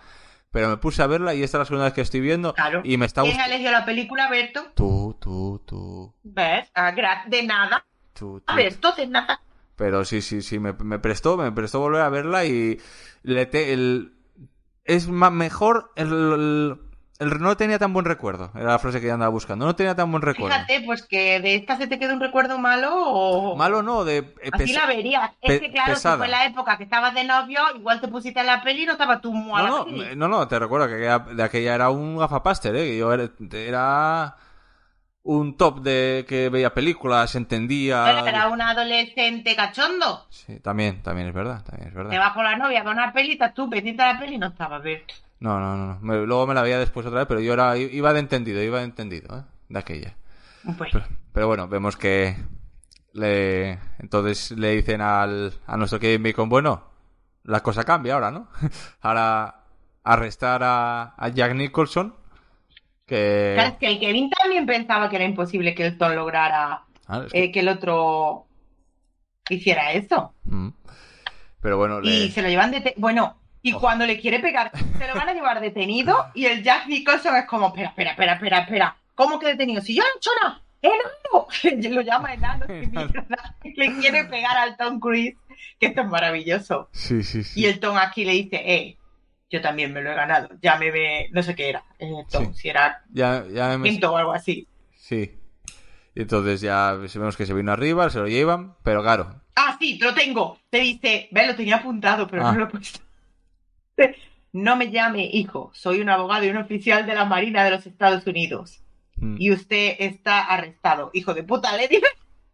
C: Pero me puse a verla y esta es la segunda vez que estoy viendo
A: Claro.
C: y me está
A: ¿Quién ha
C: gustando.
A: elegido la película, Berto?
C: Tú, tú, tú,
A: ¿Ves? Ah, gra- de nada.
C: tú, tú.
A: A Berto, de nada.
C: Pero sí, sí, sí, me, me prestó, me prestó volver a verla y le te- el, es ma- mejor el, el- el- no tenía tan buen recuerdo. Era la frase que yo andaba buscando. No tenía tan buen recuerdo.
A: Fíjate, pues que de esta se te queda un recuerdo malo o...
C: Malo no, de eh,
A: Así
C: pesa-
A: la verías.
C: pe-
A: Es que claro, si
C: pesada.
A: fue la época que estabas de novio, igual te pusiste la peli y no estaba tú muy a la
C: No, no,
A: peli.
C: me- no, no, te recuerdo que aquella- de aquella era un gafapaster, ¿eh? que yo era, era un top de que veía películas, entendía.
A: Bueno, Era un adolescente cachondo.
C: Sí, también, también es verdad, también es
A: Te
C: verdad.
A: vas con la novia con una peli, estás tú pendiente de la peli y no estaba Berto.
C: No, no, no, no. Me- luego me la veía después otra vez, pero yo era iba de entendido, iba de entendido, ¿eh? de aquella.
A: Pues,
C: Pero, pero bueno, vemos que le entonces le dicen al a nuestro Kevin Bacon, bueno, la cosa cambia ahora, ¿no? *laughs* Ahora arrestar a, a Jack Nicholson que
A: Claro, es que el Kevin también pensaba que era imposible que el Tom lograra
C: Ah, es que-
A: eh, que el otro hiciera eso.
C: Mm. Pero bueno, le-
A: Y se lo llevan detenido. Bueno,
C: Oh.
A: y cuando le quiere pegar, se lo van a llevar detenido. Y el Jack Nicholson es como: espera, espera, espera, espera, espera. ¿Cómo que detenido? Si yo no he hecho nada, *laughs* enano. lo llama
C: *laughs*
A: enano. y mierda. le quiere pegar al Tom Cruise, que esto es maravilloso.
C: Sí, sí, sí.
A: Y el Tom aquí le dice: eh, yo también me lo he ganado. Ya me ve, no sé qué era. eh, Tom,
C: Sí.
A: si era
C: Ya, ya me-
A: quinto o algo así.
C: Sí. Y entonces ya vemos que se vino arriba, se lo llevan, pero claro.
A: Ah, sí, lo tengo. Te dice, ve, lo tenía apuntado, pero
C: Ah.
A: no lo he puesto. *laughs* No me llame hijo, soy un abogado y un oficial de la Marina de los Estados Unidos.
C: Mm.
A: Y usted está arrestado. Hijo de puta, le dice.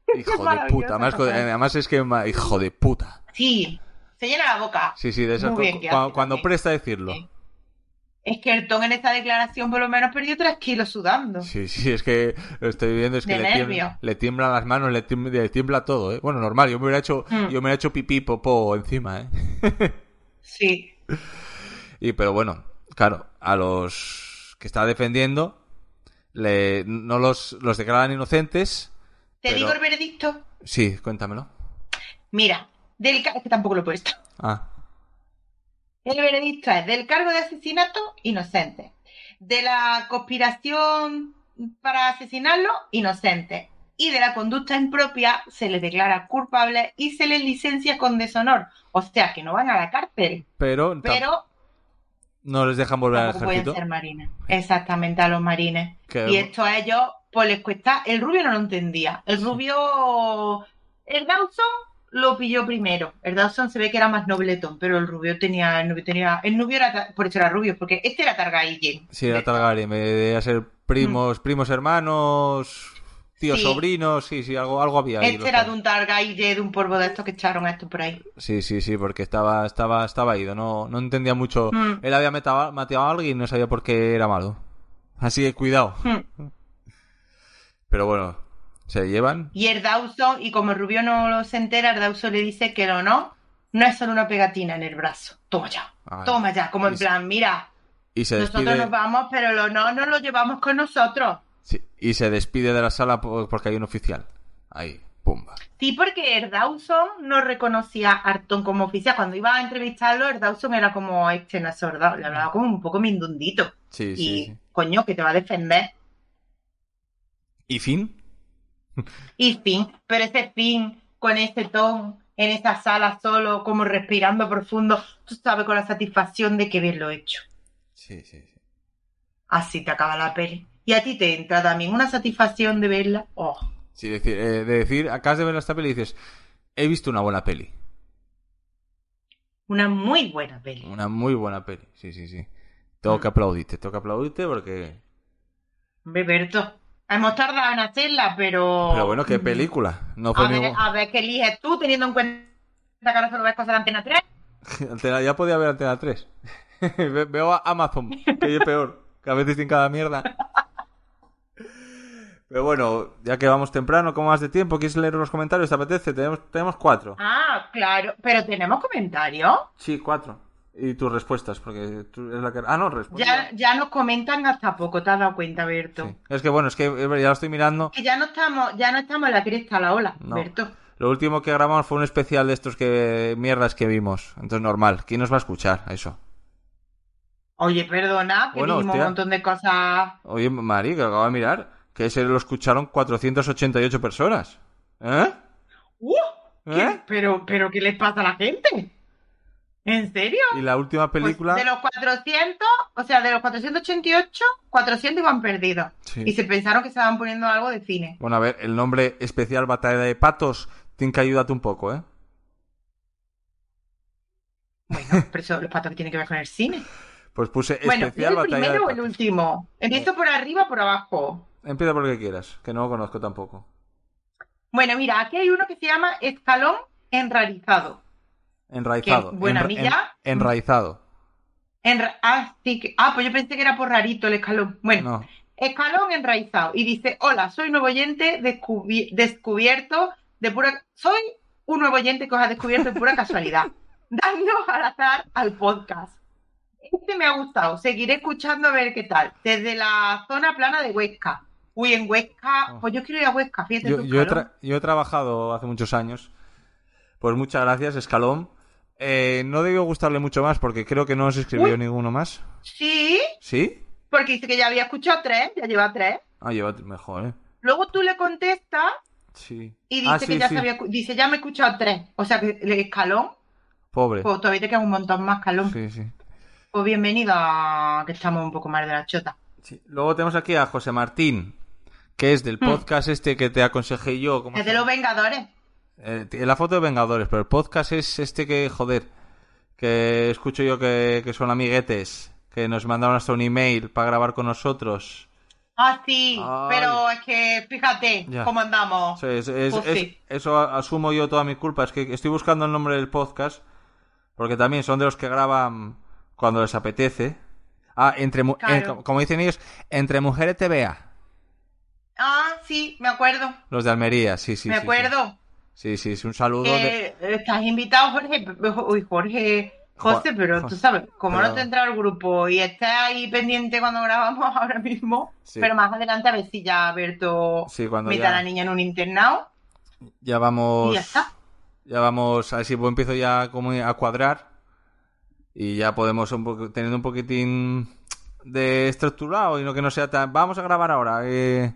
C: *laughs* Hijo de
A: maravillosa
C: puta. Además, co-
A: frase.
C: además es que ma- hijo de puta.
A: Sí, se llena la boca.
C: Sí, sí, de eso
A: Muy bien que
C: cuando,
A: hace también.
C: presta decirlo.
A: Sí. Es que el Tom en esta declaración por lo menos perdió tres kilos sudando.
C: Sí, sí, es que lo estoy viendo, es que
A: De
C: le, tiembla-
A: nervio.
C: le tiemblan las manos, le, tiembla- le tiembla todo, ¿eh? Bueno, normal, yo me hubiera hecho,
A: Mm.
C: yo me hubiera hecho pipí popó encima, ¿eh?
A: Sí.
C: Y pero bueno, claro, a los que está defendiendo le, no los, los declaran inocentes.
A: ¿Te
C: Pero-
A: digo el veredicto?
C: Sí, cuéntamelo.
A: Mira, del ca- es que tampoco lo he puesto.
C: Ah,
A: El veredicto es del cargo de asesinato, inocente. De la conspiración para asesinarlo, inocente. Y de la conducta impropia, se les declara culpable y se les licencia con deshonor. O sea, que no van a la cárcel,
C: pero, tam-
A: pero
C: no les dejan volver al
A: tampoco pueden
C: ejército.
A: ser marines. Exactamente, a los marines.
C: Que-
A: Y esto a ellos, pues les cuesta. El rubio no lo entendía. El rubio. El Dawson lo pilló primero. El Dawson se ve que era más nobletón, pero el rubio tenía. El rubio, tenía, el rubio era. ta- Por eso era rubio, porque este era Targaryen.
C: Sí, era Targaryen, me debía ser primos, primos hermanos, tíos
A: Sí.
C: sobrinos, sí, sí, algo, algo había ahí.
A: Este era de un Targaryen, de un polvo de estos que echaron a estos por ahí.
C: Sí, sí, sí, porque estaba, estaba, estaba ido, no, no entendía mucho.
A: Mm.
C: Él había matado, matado a alguien y no sabía por qué era malo. Así que cuidado.
A: Hmm.
C: Pero bueno, se llevan.
A: Y el Dawson, y como el rubio no lo se entera, el Dawson le dice que lo no, no es solo una pegatina en el brazo. Toma ya.
C: Ah.
A: Toma ya. Como en
C: Y se-
A: plan, mira,
C: Y se
A: nosotros
C: despide,
A: nos vamos, pero lo no, no lo llevamos con nosotros.
C: sí, y se despide de la sala po- porque hay un oficial. Ahí, pumba.
A: Sí, porque el Dawson no reconocía a Arton como oficial. Cuando iba a entrevistarlo, el Dawson era como este no es sordo. Le hablaba como un poco mindundito.
C: Sí,
A: y
C: sí, sí.
A: coño, que te va a defender.
C: ¿Y fin?
A: Y fin. Pero ese fin, con ese ton, en esa sala solo, como respirando profundo, tú sabes con la satisfacción de que bien lo he hecho.
C: Sí, sí, sí.
A: Así te acaba la peli. Y a ti te entra también una satisfacción de verla. Oh,
C: Sí, decir, eh, de decir, acabas de ver esta peli y dices, he visto una buena peli.
A: una muy buena peli.
C: Una muy buena peli. Sí, sí, sí.
A: Mm.
C: Tengo que aplaudirte, tengo que aplaudirte porque...
A: Hombre, Berto. Hemos tardado en hacerla, pero.
C: Pero bueno, qué película. No
A: Mm. A
C: fue
A: ver,
C: ningún...
A: a ver qué eliges tú, teniendo en cuenta que ahora solo ves cosas de Antena 3.
C: Antena- ya podía ver Antena 3. *laughs* Ve- Veo a Amazon, que es peor. Que a veces tiene cada mierda. Pero bueno, ya que vamos temprano, como más de tiempo? ¿Quieres leer los comentarios? ¿Te apetece? Tenemos, tenemos cuatro.
A: Ah, claro. Pero tenemos comentarios.
C: Sí, cuatro. Y tus respuestas, porque tú es la que... Ah, no,
A: Ya,
C: respuesta.
A: ya nos comentan hasta poco, te has dado cuenta, Berto.
C: Sí. Es que bueno, es que eh, ya lo estoy mirando.
A: Que ya no estamos, ya no estamos en la cresta a la ola,
C: No.
A: Berto.
C: Lo último que grabamos fue un especial de estos que mierdas que vimos. Entonces normal, ¿quién nos va a escuchar a eso?
A: Oye, perdona, que
C: Bueno,
A: dijimos
C: hostia.
A: un montón de cosas.
C: Oye, Mari, que acabo de mirar, que ese lo escucharon 488 personas. ¿Eh?
A: ¡Uh! ¿Qué-
C: ¿Eh?
A: Pero, pero, ¿qué les pasa a la gente? ¿En serio?
C: Y la última
A: Pues
C: película...
A: de los 400, o sea, de los 488, 400 iban perdidos.
C: Sí.
A: Y se pensaron que estaban poniendo algo de cine.
C: Bueno, a ver, el nombre especial Batalla de Patos, tiene que ayudarte un poco, ¿eh?
A: Bueno, pero eso, los patos que tienen que ver con el cine.
C: Pues puse
A: Bueno, ¿y
C: especial
A: el
C: Batalla de
A: primero o el
C: Patos.
A: último? Empiezo por arriba o por abajo.
C: Empieza por lo que quieras, que no lo conozco tampoco.
A: Bueno, mira, aquí hay uno que se llama Escalón Enrarizado.
C: Enraizado.
A: Qué buena
C: Enra-
A: amiga. *laughs*
C: en- enraizado.
A: Enra- ah, sí que- ah, pues yo pensé que era por rarito el escalón. Bueno,
C: No.
A: escalón enraizado. Y dice, hola, soy nuevo oyente descubi- descubierto de pura... Soy un nuevo oyente que os ha descubierto de pura casualidad, *laughs* dando al azar al podcast. Este me ha gustado, seguiré escuchando a ver qué tal. Desde la zona plana de Huesca. Uy, en Huesca,
C: Oh.
A: pues yo quiero ir a Huesca, fíjate
C: Yo,
A: tú,
C: yo he
A: Escalón.
C: tra- yo he trabajado hace muchos años. Pues muchas gracias, Escalón. Eh, no debió gustarle mucho más porque creo que no nos escribió
A: Uy.
C: ninguno más.
A: Sí,
C: ¿Sí?
A: porque dice que ya había escuchado tres, ya lleva tres.
C: Ah, lleva mejor, ¿eh?
A: Luego tú le contestas
C: Sí.
A: y dice
C: Ah,
A: que
C: sí,
A: ya
C: sí.
A: se había escu- dice ya me he escuchado tres. O sea que el escalón,
C: Pobre.
A: pues todavía te queda un montón más, escalón.
C: Sí, sí.
A: Pues bienvenido a que estamos un poco más de la chota.
C: Sí. Luego tenemos aquí a José Martín, que es
A: Hmm.
C: del podcast este que te aconsejé yo. ¿cómo
A: Es
C: se
A: de los
C: llama?
A: Vengadores.
C: Eh, t- la foto de Vengadores, pero el podcast es este que, joder, que escucho yo que, que son amiguetes, que nos mandaron hasta un email para grabar con nosotros.
A: Ah, sí,
C: Ay.
A: pero es que fíjate
C: Ya.
A: cómo andamos.
C: O sea, es- es-
A: Pues
C: es-
A: sí.
C: Eso a- asumo yo toda mi culpa, es que estoy buscando el nombre del podcast, porque también son de los que graban cuando les apetece. Ah, entre mu-
A: Claro.
C: en- como- como dicen ellos, entre mujeres te vea.
A: Ah, sí, me acuerdo.
C: Los de Almería, sí, sí.
A: me
C: sí, sí.
A: acuerdo.
C: Sí, sí, es un saludo. de-
A: Eh, Estás invitado, Jorge. *laughs* Uy, Jorge. José,
C: Jo-
A: pero
C: José,
A: tú sabes, como
C: pero-
A: no te entra al grupo y estás ahí pendiente cuando grabamos *laughs* ahora mismo,
C: Sí.
A: pero más adelante a ver si ya Alberto
C: Sí, cuando
A: mete
C: ya-
A: a la niña en un internado.
C: Ya vamos.
A: Y ya está.
C: ya vamos. A ver si pues, empiezo ya como a cuadrar. Y ya podemos un poco, teniendo un poquitín de estructurado y no que no sea tan. Vamos a grabar ahora. eh,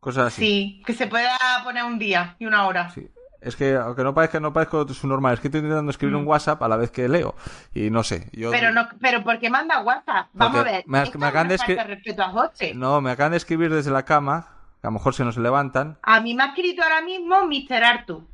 C: cosas
A: Sí.
C: así.
A: que se pueda poner un día y una hora.
C: Ah, Sí. Es que, aunque no parezca, no parezco su normal. Es que estoy intentando escribir un WhatsApp a la vez que leo. Y no sé. Yo...
A: Mm. Pero no, pero ¿por qué manda WhatsApp? Vamos
C: Porque
A: a ver.
C: me-
A: esto
C: me
A: es
C: acaban
A: una
C: de escri-
A: falta de respeto a José.
C: No, me acaban de escribir desde la cama. que A lo mejor se nos levantan.
A: A mí me ha escrito ahora mismo Mr. Artu.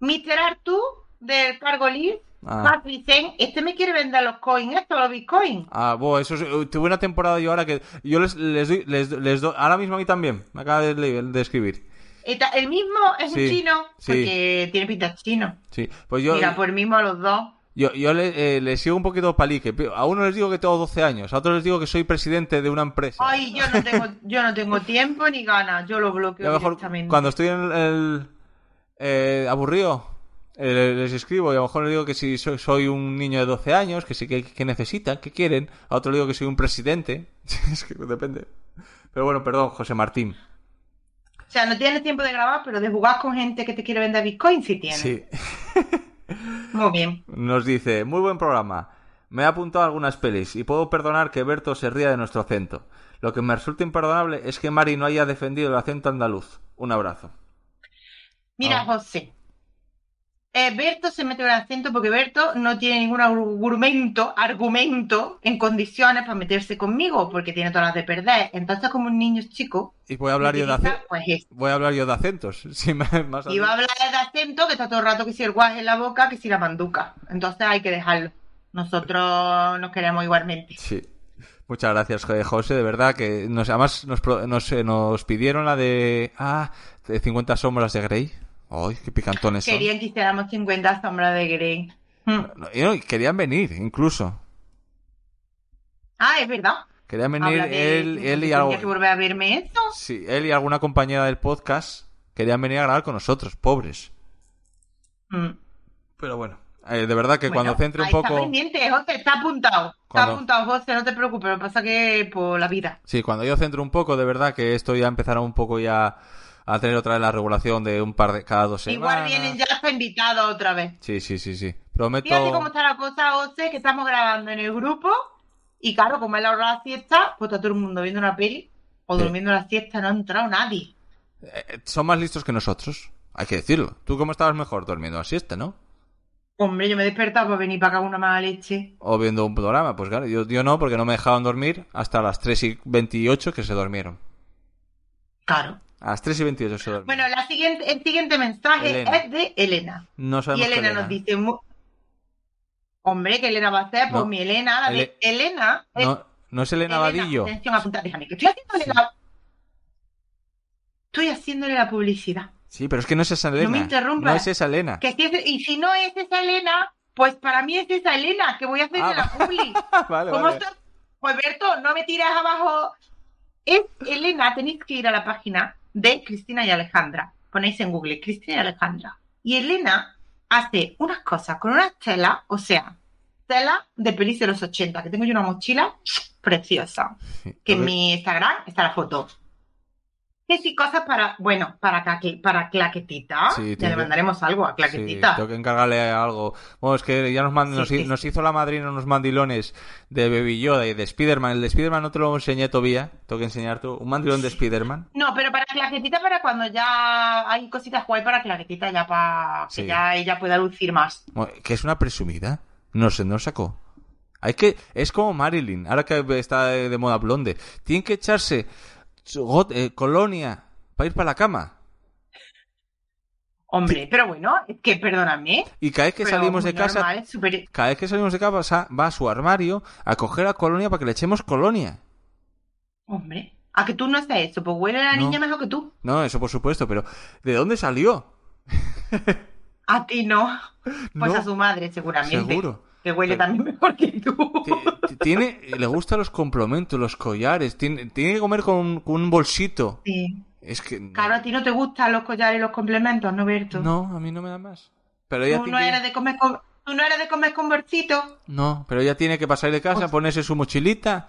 A: Mr. Artu del Cargo List.
C: Ah.
A: Paz Vicen, este me quiere vender los coins, estos los bitcoins.
C: Ah, bueno, eso es- tuve una temporada yo ahora que yo les, les doy, les, les doy, ahora mismo a mí también, me acaba de, le- de escribir.
A: Esta- El mismo es un
C: Sí,
A: chino,
C: sí.
A: porque tiene pinta de chino.
C: Sí, pues yo,
A: Mira, por el mismo a los dos.
C: yo, yo le, eh, les sigo un poquito palique. A uno les digo que tengo 12 años, a otro les digo que soy presidente de una empresa.
A: Ay, yo no tengo, yo no tengo tiempo ni ganas, yo lo
C: Y a
A: bloqueo
C: lo mejor
A: directamente.
C: cuando estoy en el, el- eh, aburrido, eh, les escribo y a lo mejor les digo que si soy, soy un niño de 12 años, que sí que, que necesitan, que quieren. A otro le digo que soy un presidente. *laughs* es que depende. Pero bueno, perdón, José Martín.
A: O sea, no tienes tiempo de grabar, pero de jugar con gente que te quiere vender bitcoin sí tienes.
C: Sí.
A: Muy bien.
C: Nos dice, muy buen programa. Me he apuntado a algunas pelis y puedo perdonar que Berto se ría de nuestro acento. Lo que me resulta imperdonable es que Mari no haya defendido el acento andaluz. Un abrazo.
A: Mira,
C: Ah.
A: José. eh, Berto se mete el acento porque Berto no tiene ningún argumento, argumento en condiciones para meterse conmigo, porque tiene todas las de perder. Entonces, como un niño chico,
C: Y voy a hablar yo de
A: utiliza,
C: acento.
A: pues eso.
C: Voy a hablar yo de acentos. *laughs* Sí, me- más
A: Y va a hablar de acento que está todo el rato que si el guaje en la boca, que si la manduca. Entonces hay que dejarlo. Nosotros nos queremos igualmente.
C: Sí. Muchas gracias, eh, José. De verdad que nos, además nos, pro- nos, eh, nos pidieron la de. Ah, de 50 sombras de Grey. ¡Ay, qué picantones son!
A: Querían que hiciéramos 50 sombras de Grey. Mm.
C: No, y no, querían venir, incluso.
A: Ah, es verdad.
C: Querían venir
A: Habla de- de
C: él, él
A: que
C: y
A: tendría
C: algo.
A: que volver a verme eso.
C: Sí, él y alguna compañera del podcast querían venir a grabar con nosotros, pobres.
A: Mm.
C: Pero bueno. eh, de verdad que
A: Bueno,
C: cuando centre un
A: ahí
C: poco.
A: Está pendiente, José, está apuntado.
C: Cuando-
A: Está apuntado, José, no te preocupes. Lo que pasa que por la vida.
C: Sí, cuando yo centro un poco, de verdad que esto ya empezará un poco ya a tener otra vez la regulación de un par de cada dos semanas.
A: Igual vienen ya está invitado otra vez.
C: Sí, sí, sí, sí. Prometo.
A: Fíjate cómo está la cosa, José, que estamos grabando en el grupo Y claro, como es la hora de la siesta, pues está todo el mundo viendo una peli o
C: Sí.
A: durmiendo la siesta, no ha entrado nadie.
C: Eh, son más listos que nosotros, hay que decirlo. Tú cómo estabas mejor durmiendo a siesta, ¿no?
A: Hombre, yo me he despertado para venir para acá con una mala leche.
C: O viendo un programa, pues claro, yo, yo no, porque no me dejaban dormir hasta las 3 y 28 que se durmieron.
A: Claro.
C: A las 3 y 28 se durmieron.
A: Bueno, la siguiente, el siguiente mensaje
C: Elena.
A: es de Elena.
C: no
A: Y
C: sabemos qué
A: Elena nos dice, mu- hombre, que Elena va a hacer? Pues
C: No.
A: mi Elena, la de Elena. eh,
C: No, no es Elena, Vadillo.
A: Atención, apunta, déjame, que estoy haciéndole
C: Sí.
A: la... Estoy haciéndole la publicidad.
C: Sí, pero es que no es esa Elena.
A: me interrumpas.
C: No es esa Elena.
A: Que si es- y si no es esa Elena, pues para mí es esa Elena, que voy a hacer
C: Ah,
A: de la publi.
C: *laughs* vale,
A: ¿Cómo
C: vale.
A: estás? Pues Berto, no me tiras abajo. Es Elena, tenéis que ir a la página de Cristina y Alejandra. Ponéis en Google Cristina y Alejandra. Y Elena hace unas cosas con unas telas, o sea, telas de pelis de los 80, que tengo yo una mochila preciosa.
C: Sí,
A: Que en
C: entonces-
A: mi Instagram está la foto. Que sí, cosas para, bueno, para, claque- para Claquetita.
C: Sí,
A: ya
C: tiene-
A: le mandaremos algo a
C: Sí,
A: Claquetita.
C: tengo que encargarle algo. Bueno, es que ya nos, mand-
A: Sí,
C: nos, hi-
A: sí, sí.
C: nos hizo la madrina unos mandilones de Baby Yoda y de Spiderman. El de Spiderman no te lo enseñé todavía. Tengo que enseñar tú. Un mandilón de Spiderman.
A: No, pero para claquetita, para cuando ya hay cositas guay para claquetita, ya para
C: Sí.
A: que ya ella pueda lucir más.
C: Bueno, Que es una presumida. No se nos sacó. Hay que... Es como Marilyn, ahora que está de de moda blonde. Tienen que echarse su got- eh, colonia para ir para la cama.
A: Hombre, pero bueno, es que perdóname.
C: Y cada vez que
A: pero
C: salimos de
A: muy
C: casa,
A: normal, súper-
C: cada vez que salimos de casa sa- va a su armario a coger la colonia para que le echemos colonia.
A: Hombre, a que tú no haces eso, pues huele a la
C: No.
A: niña mejor que tú.
C: No, eso por supuesto, pero ¿de dónde salió?
A: A ti no. Pues
C: No.
A: a su madre, seguramente.
C: Seguro.
A: Que huele
C: Pero-
A: también *laughs* mejor que tú.
C: Ti- ti- Tiene, le gustan los complementos, los collares. Tiene, tiene que comer con, con un bolsito.
A: Sí.
C: Es que. no-
A: Claro, a ti no te gustan los collares y los complementos, ¿no, Berto?
C: No, a mí no me da más. Pero ella
A: Tú no
C: tiene,
A: eres de comer con, tú no eres de comer con bolsito.
C: no, pero ella tiene que pasar de
A: Pues-
C: casa, ponerse su mochilita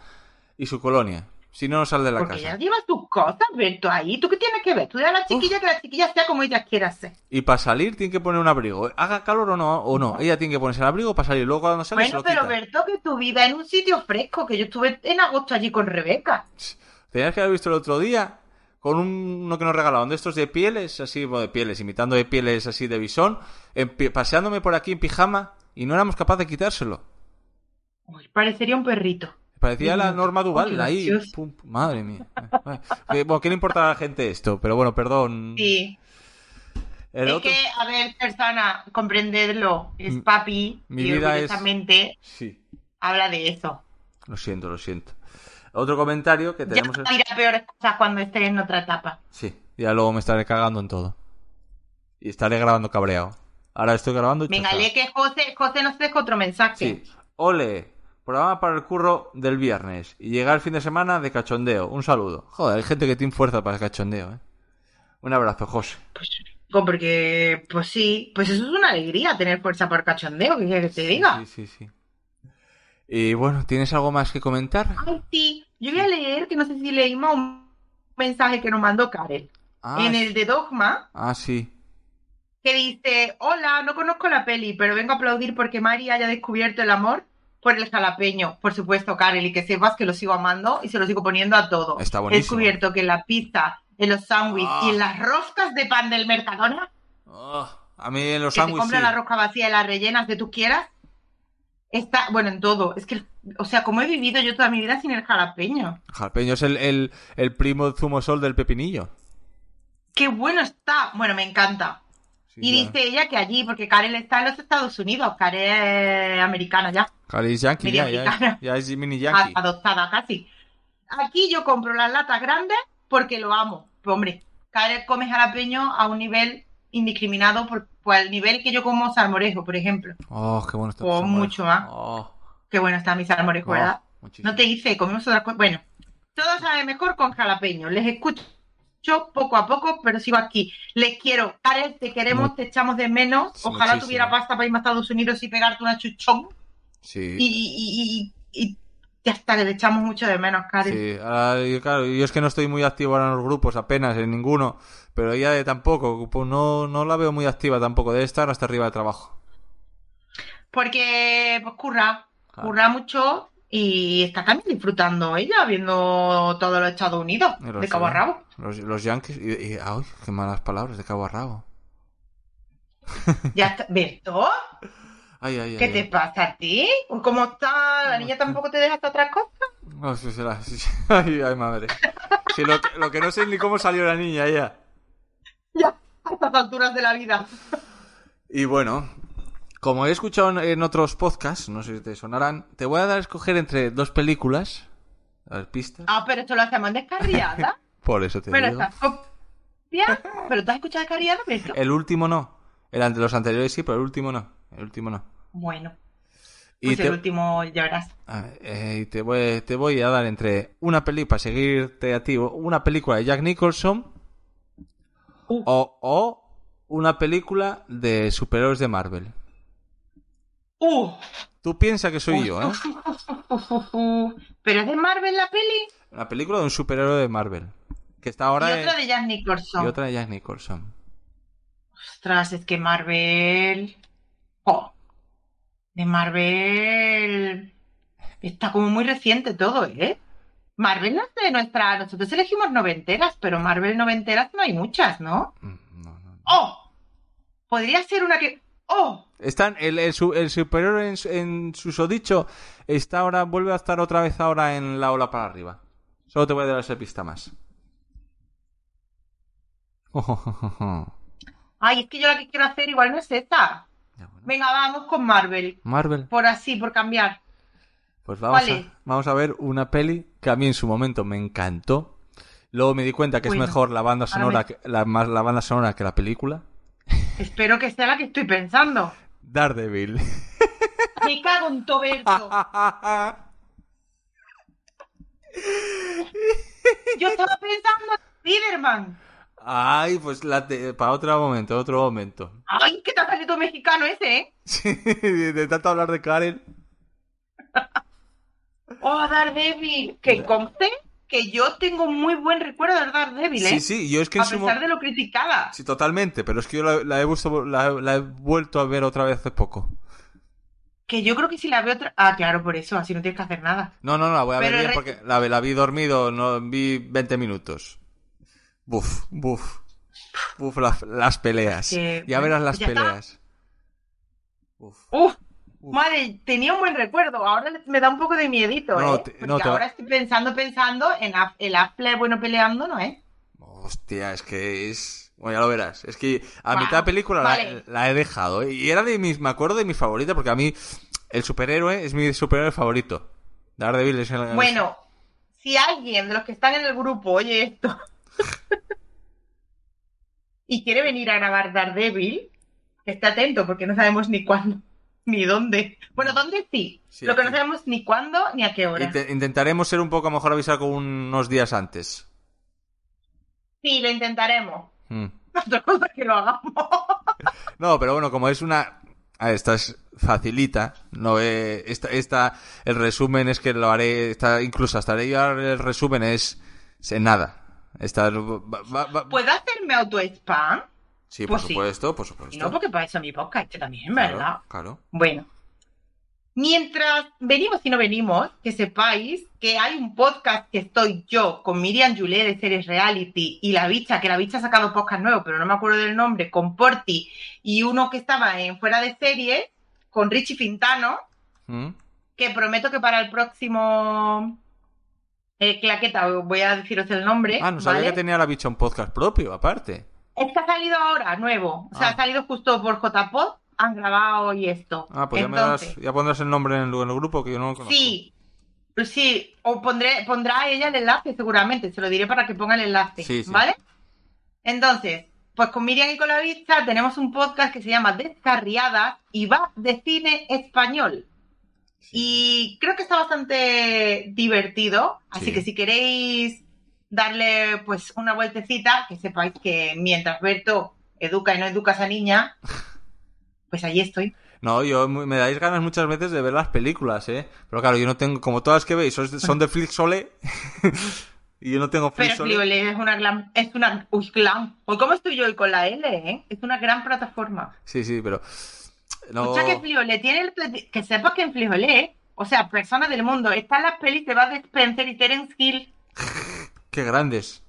C: y su colonia. Si no, no sale de la
A: Porque
C: casa.
A: ella lleva tus cosas, Berto, ahí. ¿Tú qué tienes que ver? Tú dile a la chiquilla que la chiquilla sea como ella quiera ser.
C: Y para salir tiene que poner un abrigo. Haga calor o no, o no. Ella tiene que ponerse el abrigo para salir. Luego cuando sale se
A: Bueno,
C: lo
A: pero
C: quita.
A: Berto, que tú vivas en un sitio fresco, que yo estuve en agosto allí con Rebeca.
C: Tenías que haber visto el otro día con un- uno que nos regalaron de estos de pieles, así, bueno, de pieles, imitando de pieles así de bisón, en pi- paseándome por aquí en pijama y no éramos capaces de quitárselo.
A: Uy, parecería un perrito.
C: Parecía la
A: Mm,
C: norma Duval
A: qué
C: ahí.
A: gracioso.
C: pum, pum, madre mía. Eh, Bueno, ¿qué le importa a la gente esto? Pero bueno, perdón.
A: Sí.
C: Mm. El
A: es
C: otro- Mm.
A: que, a ver, persona, comprenderlo. Es papi
C: mi
A: y
C: vida es-
A: orgullosamente
C: Sí,
A: habla de eso.
C: lo siento, lo siento. Otro comentario que
A: Ya
C: tenemos.
A: no dirá peores cosas cuando esté en otra etapa.
C: Sí, ya luego me estaré cagando en todo. Y estaré grabando cabreado. Ahora estoy grabando. y
A: Venga,
C: chachao.
A: lee que José, José nos deja otro mensaje.
C: Sí. Ole, programa para el curro del viernes. Y llega el fin de semana de cachondeo. Un saludo. Joder, hay gente que tiene fuerza para el cachondeo, ¿eh? Un abrazo, José.
A: Pues porque, pues sí, pues eso es una alegría tener fuerza por cachondeo, que quieres que te diga.
C: Sí, sí, sí. Y bueno, ¿tienes algo más que comentar?
A: Ay, sí, yo voy a leer, que no sé si leímos un mensaje que nos mandó Karel
C: Ah,
A: en el de Dogma,
C: ah, sí.
A: que dice, hola, no conozco la peli, pero vengo a aplaudir porque Mari haya descubierto el amor por el jalapeño. Por supuesto, Karel, y que sepas que lo sigo amando y se lo sigo poniendo a todo.
C: Está
A: He
C: buenísimo.
A: descubierto que en la pizza, en los sándwiches
C: Ah.
A: y en las roscas de pan del Mercadona,
C: Ah, a mí en los
A: que te
C: sándwiches.
A: compra
C: sí.
A: la rosca vacía y las rellenas que tú quieras, está, bueno, en todo. Es que, o sea, como he vivido yo toda mi vida sin el jalapeño.
C: Jalapeño es el, el, el primo zumosol del pepinillo.
A: qué bueno está. Bueno, me encanta.
C: Sí,
A: y
C: ya.
A: dice ella que allí, porque Karel está en los Estados Unidos, Karel es americana ya,
C: Jale, es yankee, ya, ya,
A: Americana.
C: ya es
A: Ah,
C: mini yankee.
A: a- adoptada casi. Aquí yo compro las latas grandes porque lo amo. Pues, hombre, Karel come jalapeño a un nivel indiscriminado, por, pues al nivel que yo como salmorejo, por ejemplo.
C: Oh, qué bueno está.
A: Oh, mucho más.
C: Oh,
A: Qué bueno está mi salmorejo,
C: oh,
A: ¿verdad?
C: muchísimo.
A: No te hice, comimos otras cosas. Bueno, todo sabe mejor con jalapeño. Les escucho poco a poco, pero sigo aquí. Les quiero. Karel, te queremos,
C: Mu-
A: te echamos de menos.
C: Sí,
A: Ojalá
C: muchísimo.
A: tuviera pasta para irme a Estados Unidos y pegarte una chuchón.
C: Sí.
A: Y, y, y- y- y hasta que te echamos mucho de menos, Karel.
C: Sí, ahora, yo, claro, yo es que no estoy muy activo ahora en los grupos, apenas en ninguno, pero ella de- tampoco, pues no, no la veo muy activa tampoco, debe estar hasta arriba de trabajo.
A: Porque, pues, curra.
C: Claro.
A: Curra mucho Y está también disfrutando ella, viendo todo los Estados Unidos,
C: Eh, Lo
A: de
C: sé.
A: cabo a rabo.
C: Los, los Yankees. Y, y- ay, qué malas palabras, de cabo a rabo. *laughs*
A: Ya está. ¿Berto?
C: Ay, ay, ay.
A: ¿Qué te
C: ay.
A: pasa a ti? Pues, ¿Cómo está? ¿La niña tampoco te deja hasta otras cosas?
C: No, sí, sí, la- sí, *laughs* sí. Ay, ay, madre. Sí, lo, que- lo que no sé es ni cómo salió la niña ya.
A: Ya, a estas alturas de la vida.
C: Y bueno, como he escuchado en- en otros podcasts, no sé si te sonarán, te voy a dar a escoger entre dos películas. Las pistas.
A: Ah, pero esto lo hacemos en descarriada.
C: Por eso *laughs* te
A: pero
C: digo. Eh,
A: estás copia. ¿Pero tú has escuchado descarriada, Berto?
C: El último no. El ante los anteriores sí, pero el último no. El último no.
A: Bueno,
C: Y
A: pues
C: te,
A: el último ya verás.
C: a ver, eh, y te voy, te voy a dar entre una peli para seguirte a ti, una película de Jack Nicholson
A: Uh.
C: o, o una película de superhéroes de Marvel.
A: ¡Uh!
C: Tú piensas que soy yo, ¿eh?
A: *laughs* Pero es de Marvel la peli.
C: La película de un superhéroe de Marvel. Que está ahora
A: y otra
C: en-
A: de Jack Nicholson.
C: y otra de Jack Nicholson.
A: Ostras, es que Marvel. Jo. De Marvel. Está como muy reciente todo, ¿eh? Marvel no es de nuestra. Nosotros elegimos noventeras, pero Marvel noventeras no hay muchas, ¿no?
C: Mm, no, no, no.
A: ¡Oh! Podría ser una que. ¡Oh!
C: Están, el, el, su- el superhéroe en, su- en susodicho está ahora, vuelve a estar otra vez ahora en la ola para arriba. Solo te voy a dar esa pista más.
A: Ay, es que yo la que quiero hacer igual no es esta.
C: Ya, bueno.
A: Venga, vamos con Marvel.
C: Marvel,
A: Por así, por cambiar.
C: pues vamos
A: ¿Cuál es?
C: a, vamos a ver una peli que a mí en su momento me encantó. Luego me di cuenta que
A: Bueno,
C: es mejor la banda
A: ahora
C: sonora
A: me-
C: que, la, más la banda sonora que la película.
A: Espero que sea la que estoy pensando.
C: Daredevil.
A: Me cago en Toberto. Yo estaba pensando en Spiderman.
C: *laughs* Ay, pues la te- para otro momento, otro momento. *laughs*
A: Ay, qué tan salido mexicano ese, ¿eh?
C: Sí, de tanto hablar de Karen.
A: Oh, Daredevil. Que conste que yo tengo muy buen recuerdo de Daredevil, ¿eh?
C: Sí, sí, yo es que en
A: A
C: su
A: pesar
C: mo-
A: de lo criticada.
C: Sí, totalmente, pero es que yo la, la he visto- la, la he vuelto a ver otra vez hace poco.
A: Que yo creo que si la veo otra... Ah, claro, por eso. Así no tienes que hacer nada.
C: No, no, no, la voy a
A: Pero
C: ver bien
A: re-
C: porque la, la vi dormido, no vi 20 minutos. Buf, buf. Buf, la- las peleas.
A: Que- pues
C: ya verás las
A: ya está.
C: peleas. Uf.
A: Uf,
C: Uf.
A: madre, tenía un buen recuerdo. Ahora le- me da un poco de miedito,
C: No,
A: ¿eh?
C: te-
A: Porque
C: no, te va-
A: ahora estoy pensando, pensando en af- el Affle, bueno, peleando, ¿no eh? es?
C: Hostia, es que es. Bueno, ya lo verás. Es que a
A: Wow,
C: mitad de película la-
A: vale.
C: la, he dejado. ¿eh? Y era de mis. Me acuerdo de mi favorita porque a mí el superhéroe es mi superhéroe favorito. Daredevil es el.
A: Bueno, si alguien de los que están en el grupo oye esto *laughs* y quiere venir a grabar Daredevil, que esté atento porque no sabemos ni cuándo, ni dónde. Bueno, dónde sí.
C: Mm. Sí,
A: Lo que no
C: aquí. Este-
A: sabemos ni cuándo ni a qué hora.
C: Inte- intentaremos ser un poco a lo mejor avisar con unos días antes.
A: Sí, lo intentaremos. *laughs*
C: Mm.
A: Otra cosa es que lo
C: *laughs*
A: hagamos.
C: No, pero bueno, como es una. A ver, esta es facilita. No, eh, esta, esta, el resumen es que lo haré. Esta, incluso hasta llegar el resumen es. en nada. Esta, va- va- va-
A: ¿Puedo hacerme auto-spam?
C: sí,
A: pues
C: por
A: sí.
C: supuesto, por supuesto.
A: No, porque para eso mi podcast también,
C: Claro,
A: ¿verdad?
C: Claro.
A: Bueno, mientras venimos y no venimos, que sepáis que hay un podcast que estoy yo con Miriam Julet de Series Reality y la bicha, que la bicha ha sacado podcast nuevo, pero no me acuerdo del nombre, con Porti y uno que estaba en Fuera de Serie, con Richie Fintano,
C: Mm.
A: que prometo que para el próximo eh, claqueta voy a deciros el nombre.
C: Ah, no sabía
A: ¿vale?
C: que tenía la bicha un podcast propio, aparte.
A: Es que ha salido ahora, nuevo. O sea,
C: Ah.
A: ha salido justo por JPod, han grabado y esto.
C: Ah, pues ya, me
A: Entonces,
C: darás- ya pondrás el nombre en el, en el grupo que yo no lo conozco.
A: Sí, pues sí, o pondré, pondrá ella el enlace seguramente, se lo diré para que ponga el enlace,
C: Sí, sí.
A: ¿vale? Entonces, pues con Miriam y con la vista tenemos un podcast que se llama Descarriadas y va de cine español. Y creo que está bastante divertido, así
C: Sí.
A: que si queréis darle pues una vueltecita, que sepáis que mientras Berto educa y no educa a esa niña,
C: *laughs*
A: pues allí estoy.
C: No, yo mu- me dais ganas muchas veces de ver las películas, ¿eh? Pero claro, yo no tengo, como todas que veis, son,
A: *laughs*
C: son de Flixole. *laughs* y yo no tengo
A: Pero
C: Flixole.
A: Fliole es una gran, es una uy, gran. Hoy cómo estoy yo hoy con la L, ¿eh? Es una gran plataforma.
C: Sí, sí, pero. No.
A: Escucha que Fliole tiene el plati- que sepas que en Fliole O sea, personas del mundo. Están las pelis de Bud Spencer y Terence Hill.
C: Qué grandes.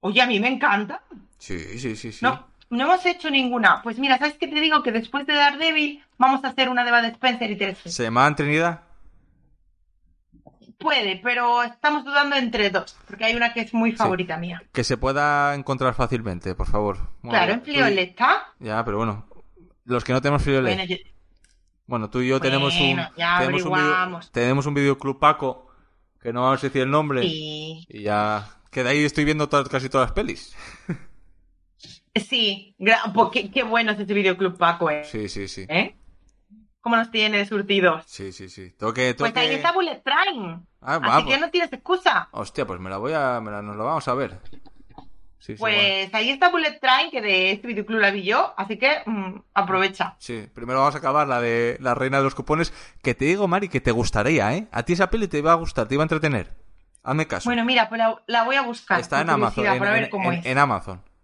A: Oye, a mí me encanta.
C: Sí, sí, sí, sí.
A: No, no hemos hecho ninguna. Pues mira, ¿sabes qué te digo? Que después de Daredevil vamos a hacer una de Bud Spencer y Terence Hill.
C: ¿Se llamaban Trinidad?
A: Puede, pero estamos dudando entre dos. Porque hay una que es muy favorita mía.
C: Que se pueda encontrar fácilmente, por favor. Bueno,
A: claro, en
C: tú y-
A: Fliolet está.
C: Ya, pero bueno. Los que no tenemos Friolet.
A: Bueno, yo-
C: Bueno, tú y yo tenemos un.
A: Bueno, ya
C: tenemos un,
A: averiguamos.
C: video- tenemos un videoclub Paco, que no vamos a decir el nombre.
A: sí.
C: Y ya. Que de ahí estoy viendo todas- casi todas las pelis.
A: Sí, gra- po- qué, qué bueno es este videoclub Paco, ¿eh?
C: Sí, sí, sí.
A: ¿Eh? ¿Cómo nos tiene surtidos?
C: Sí, sí, sí. Tengo que. tengo
A: Pues ahí
C: que-
A: está Bullet Train.
C: Ah,
A: Así
C: va,
A: que
C: pues.
A: no tienes excusa.
C: Hostia, pues me la voy a. Me la, nos lo vamos a ver. Sí, sí, bueno.
A: Pues ahí está Bullet Train, que de este videoclub la vi yo, así que mm, aprovecha.
C: Sí, primero vamos a acabar la de la reina de los cupones. Que te digo, Mari, que te gustaría, ¿eh? A ti esa peli te iba a gustar, te iba a entretener. Hazme caso.
A: Bueno, mira, pues la, la voy a buscar.
C: Está
A: por
C: en Amazon.
A: curiosidad,
C: En,
A: para ver
C: en-
A: cómo
C: en-
A: es.
C: en Amazon. *laughs*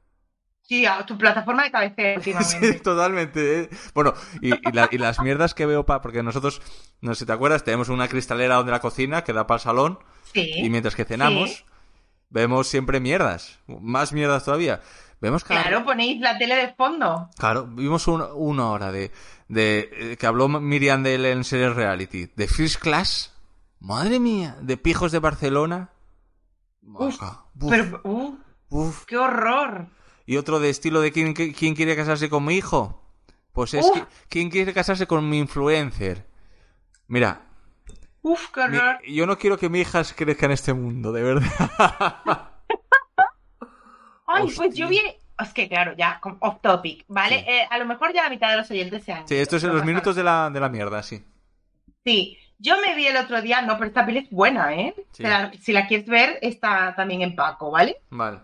A: Sí, a tu plataforma de cabecera
C: Sí,
A: últimamente.
C: *laughs* totalmente. ¿eh? Bueno, y, y la- y las mierdas que veo, pa, porque nosotros, no sé si te acuerdas, tenemos una cristalera donde la cocina que da para el salón
A: Sí.
C: y mientras que cenamos,
A: Sí.
C: vemos siempre mierdas, más mierdas todavía. Vemos cada-
A: Claro, ponéis la tele de fondo.
C: Claro, vimos un- una hora de, de eh, que habló Miriam de él en series reality, de First Class, madre mía, de Pijos de Barcelona,
A: Uf,
C: Maja, buf,
A: Pero, uh,
C: buf.
A: qué horror.
C: y otro de estilo de quién, quién quiere casarse con mi hijo, pues es
A: Uf.
C: que- quién quiere casarse con mi influencer. Mira,
A: Uf, qué
C: mi-
A: horror.
C: yo no quiero que mi hija crezca en este mundo, de verdad.
A: Ay, pues
C: Hostia.
A: yo vi. Es que claro, ya, como off topic, ¿vale?
C: Sí.
A: Eh, a lo mejor ya la mitad de los oyentes se han.
C: sí, esto es en
A: no
C: los
A: pasa
C: minutos de la, de la mierda, sí.
A: nada. Sí, yo me vi el otro día, no, pero esta peli es buena, ¿eh?
C: Sí.
A: Se la- si la quieres ver, está también en Paco, ¿vale?
C: Vale.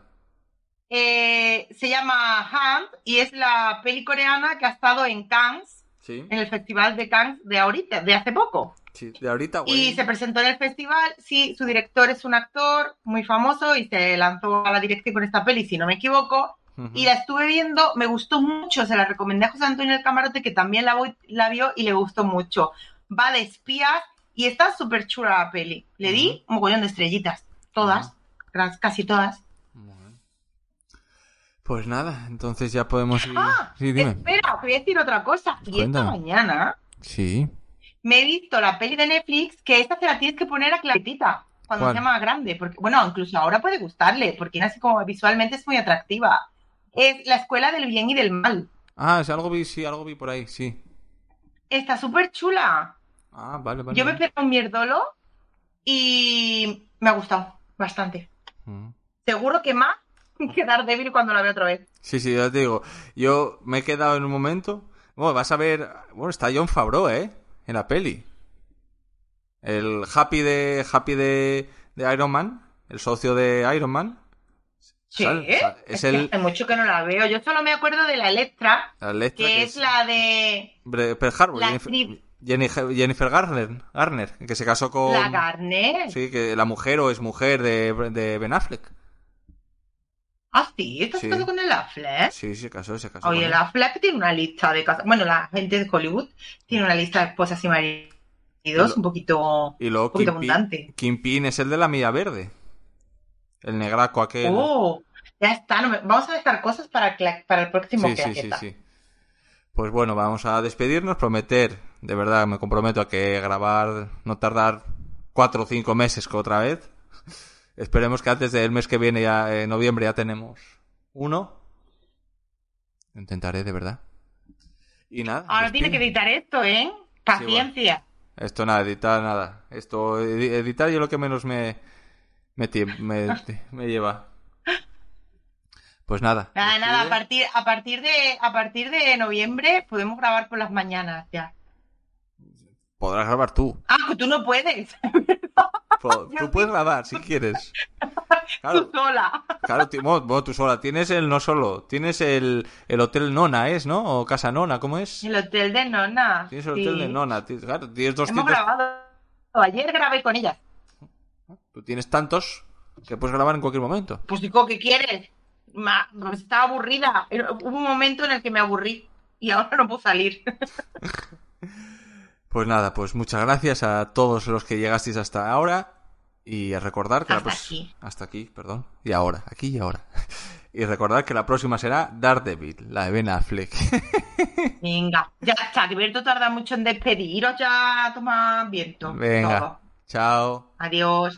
A: Eh, se llama Hump y es la peli coreana que ha estado en Cannes,
C: Sí,
A: en el festival de Cannes de ahorita, de hace poco.
C: sí, de ahorita, güey.
A: Y se presentó en el festival, sí, su director es un actor muy famoso y se lanzó a la dirección con esta peli, si no me equivoco.
C: Ujú.
A: Y la estuve viendo, me gustó mucho, se la recomendé a José Antonio del Camarote, que también la, voy- la vio y le gustó mucho. Va de espías y está súper chula la peli. Le di un mogollón de estrellitas, todas, gran- casi todas.
C: Bueno. Pues nada, entonces ya podemos ir.
A: ¡Ah!
C: sí, dime.
A: Espera, te voy a decir otra cosa. Y esta
C: Cuéntame.
A: mañana
C: Sí.
A: me he visto la peli de Netflix, que esta se la tienes que poner a Claritita, cuando
C: ¿Cuál?
A: sea más grande. Porque, bueno, incluso ahora puede gustarle, porque así como visualmente es muy atractiva. Es La Escuela del Bien y del Mal.
C: Ah, sí, algo vi, sí, algo vi por ahí, sí.
A: Está súper chula.
C: Ah, vale, vale.
A: Yo me pego un mierdolo y me ha gustado bastante.
C: Ujú.
A: Seguro que más *laughs* que débil cuando la veo otra vez.
C: Sí, sí, ya te digo. Yo me he quedado en un momento. Bueno, vas a ver. Bueno, está John Favreau, ¿eh? En la peli. El happy de. Happy de, de Iron Man. El socio de Iron Man.
A: Sí,
C: Sal- sal- es
A: que
C: el-
A: hace mucho que no la veo. Yo solo me acuerdo de la Electra,
C: La letra
A: que es la de
C: Pearl Harbor.
A: la
C: Jennifer,
A: actriz-
C: Jenny- Jennifer Garner, Garner. Que se casó con.
A: la Garner.
C: Sí, que la mujer o es mujer de, de Ben Affleck.
A: Ah, sí, ¿estás
C: Sí.
A: casado con el Affleck?
C: Sí, se casó, se casó.
A: ¿Eh? Oye,
C: con
A: el
C: él.
A: Affleck tiene una lista de casas. Bueno, la gente de Hollywood tiene una lista de esposas y maridos
C: Lo-
A: un poquito.
C: Y luego
A: poquito
C: Kim Pi-
A: abundante.
C: Kim Pin es el de la Milla Verde. El negraco aquel.
A: Oh, ya está. no me- Vamos a dejar cosas para, cla- para el próximo
C: sí, sí, sí,
A: claqueta.
C: sí. Pues bueno, vamos a despedirnos, prometer, de verdad, me comprometo a que grabar, no tardar cuatro o cinco meses que otra vez. Esperemos que antes del mes que viene, ya en noviembre, ya tenemos uno. Lo Intentaré, de verdad. Y nada.
A: Ahora tiene que
C: despido.
A: editar esto, ¿eh? Paciencia.
C: Esto nada, editar nada. Esto, edi- editar yo lo que menos me, me, tie- me, *laughs* me lleva. Pues nada.
A: Nada, nada, a
C: despide.
A: partir, a partir de, a partir de noviembre podemos grabar por las mañanas ya.
C: Podrás grabar tú.
A: Ah, que tú no puedes, *laughs*
C: Po- Tú puedes grabar si quieres. Claro,
A: tú sola.
C: claro ti- bueno, bueno, tú sola. Tienes el no solo. Tienes el, el hotel Nona, ¿es, no? O Casa Nona, ¿cómo es?
A: El hotel de Nona.
C: Tienes el hotel
A: sí.
C: de Nona. Tienes, claro, tienes
A: Hemos
C: 200.
A: grabado. Ayer grabé con ellas.
C: Tú tienes tantos que puedes grabar en cualquier momento.
A: Pues digo, ¿qué quieres? Ma- pues estaba aburrida.
C: *laughs*
A: Era- Hubo un momento en el que me aburrí y ahora no puedo salir.
C: Pues Pues nada, pues muchas gracias a todos los que llegasteis hasta ahora y a recordar que la
A: Hasta
C: pros-
A: aquí.
C: hasta aquí, perdón, y ahora, aquí y ahora. *laughs* Y recordar que la próxima será Daredevil, la de Ben Affleck. *laughs*
A: Venga, ya está, que Berto tarda mucho en despediros, ya toma viento.
C: Venga,
A: Todo.
C: chao.
A: Adiós.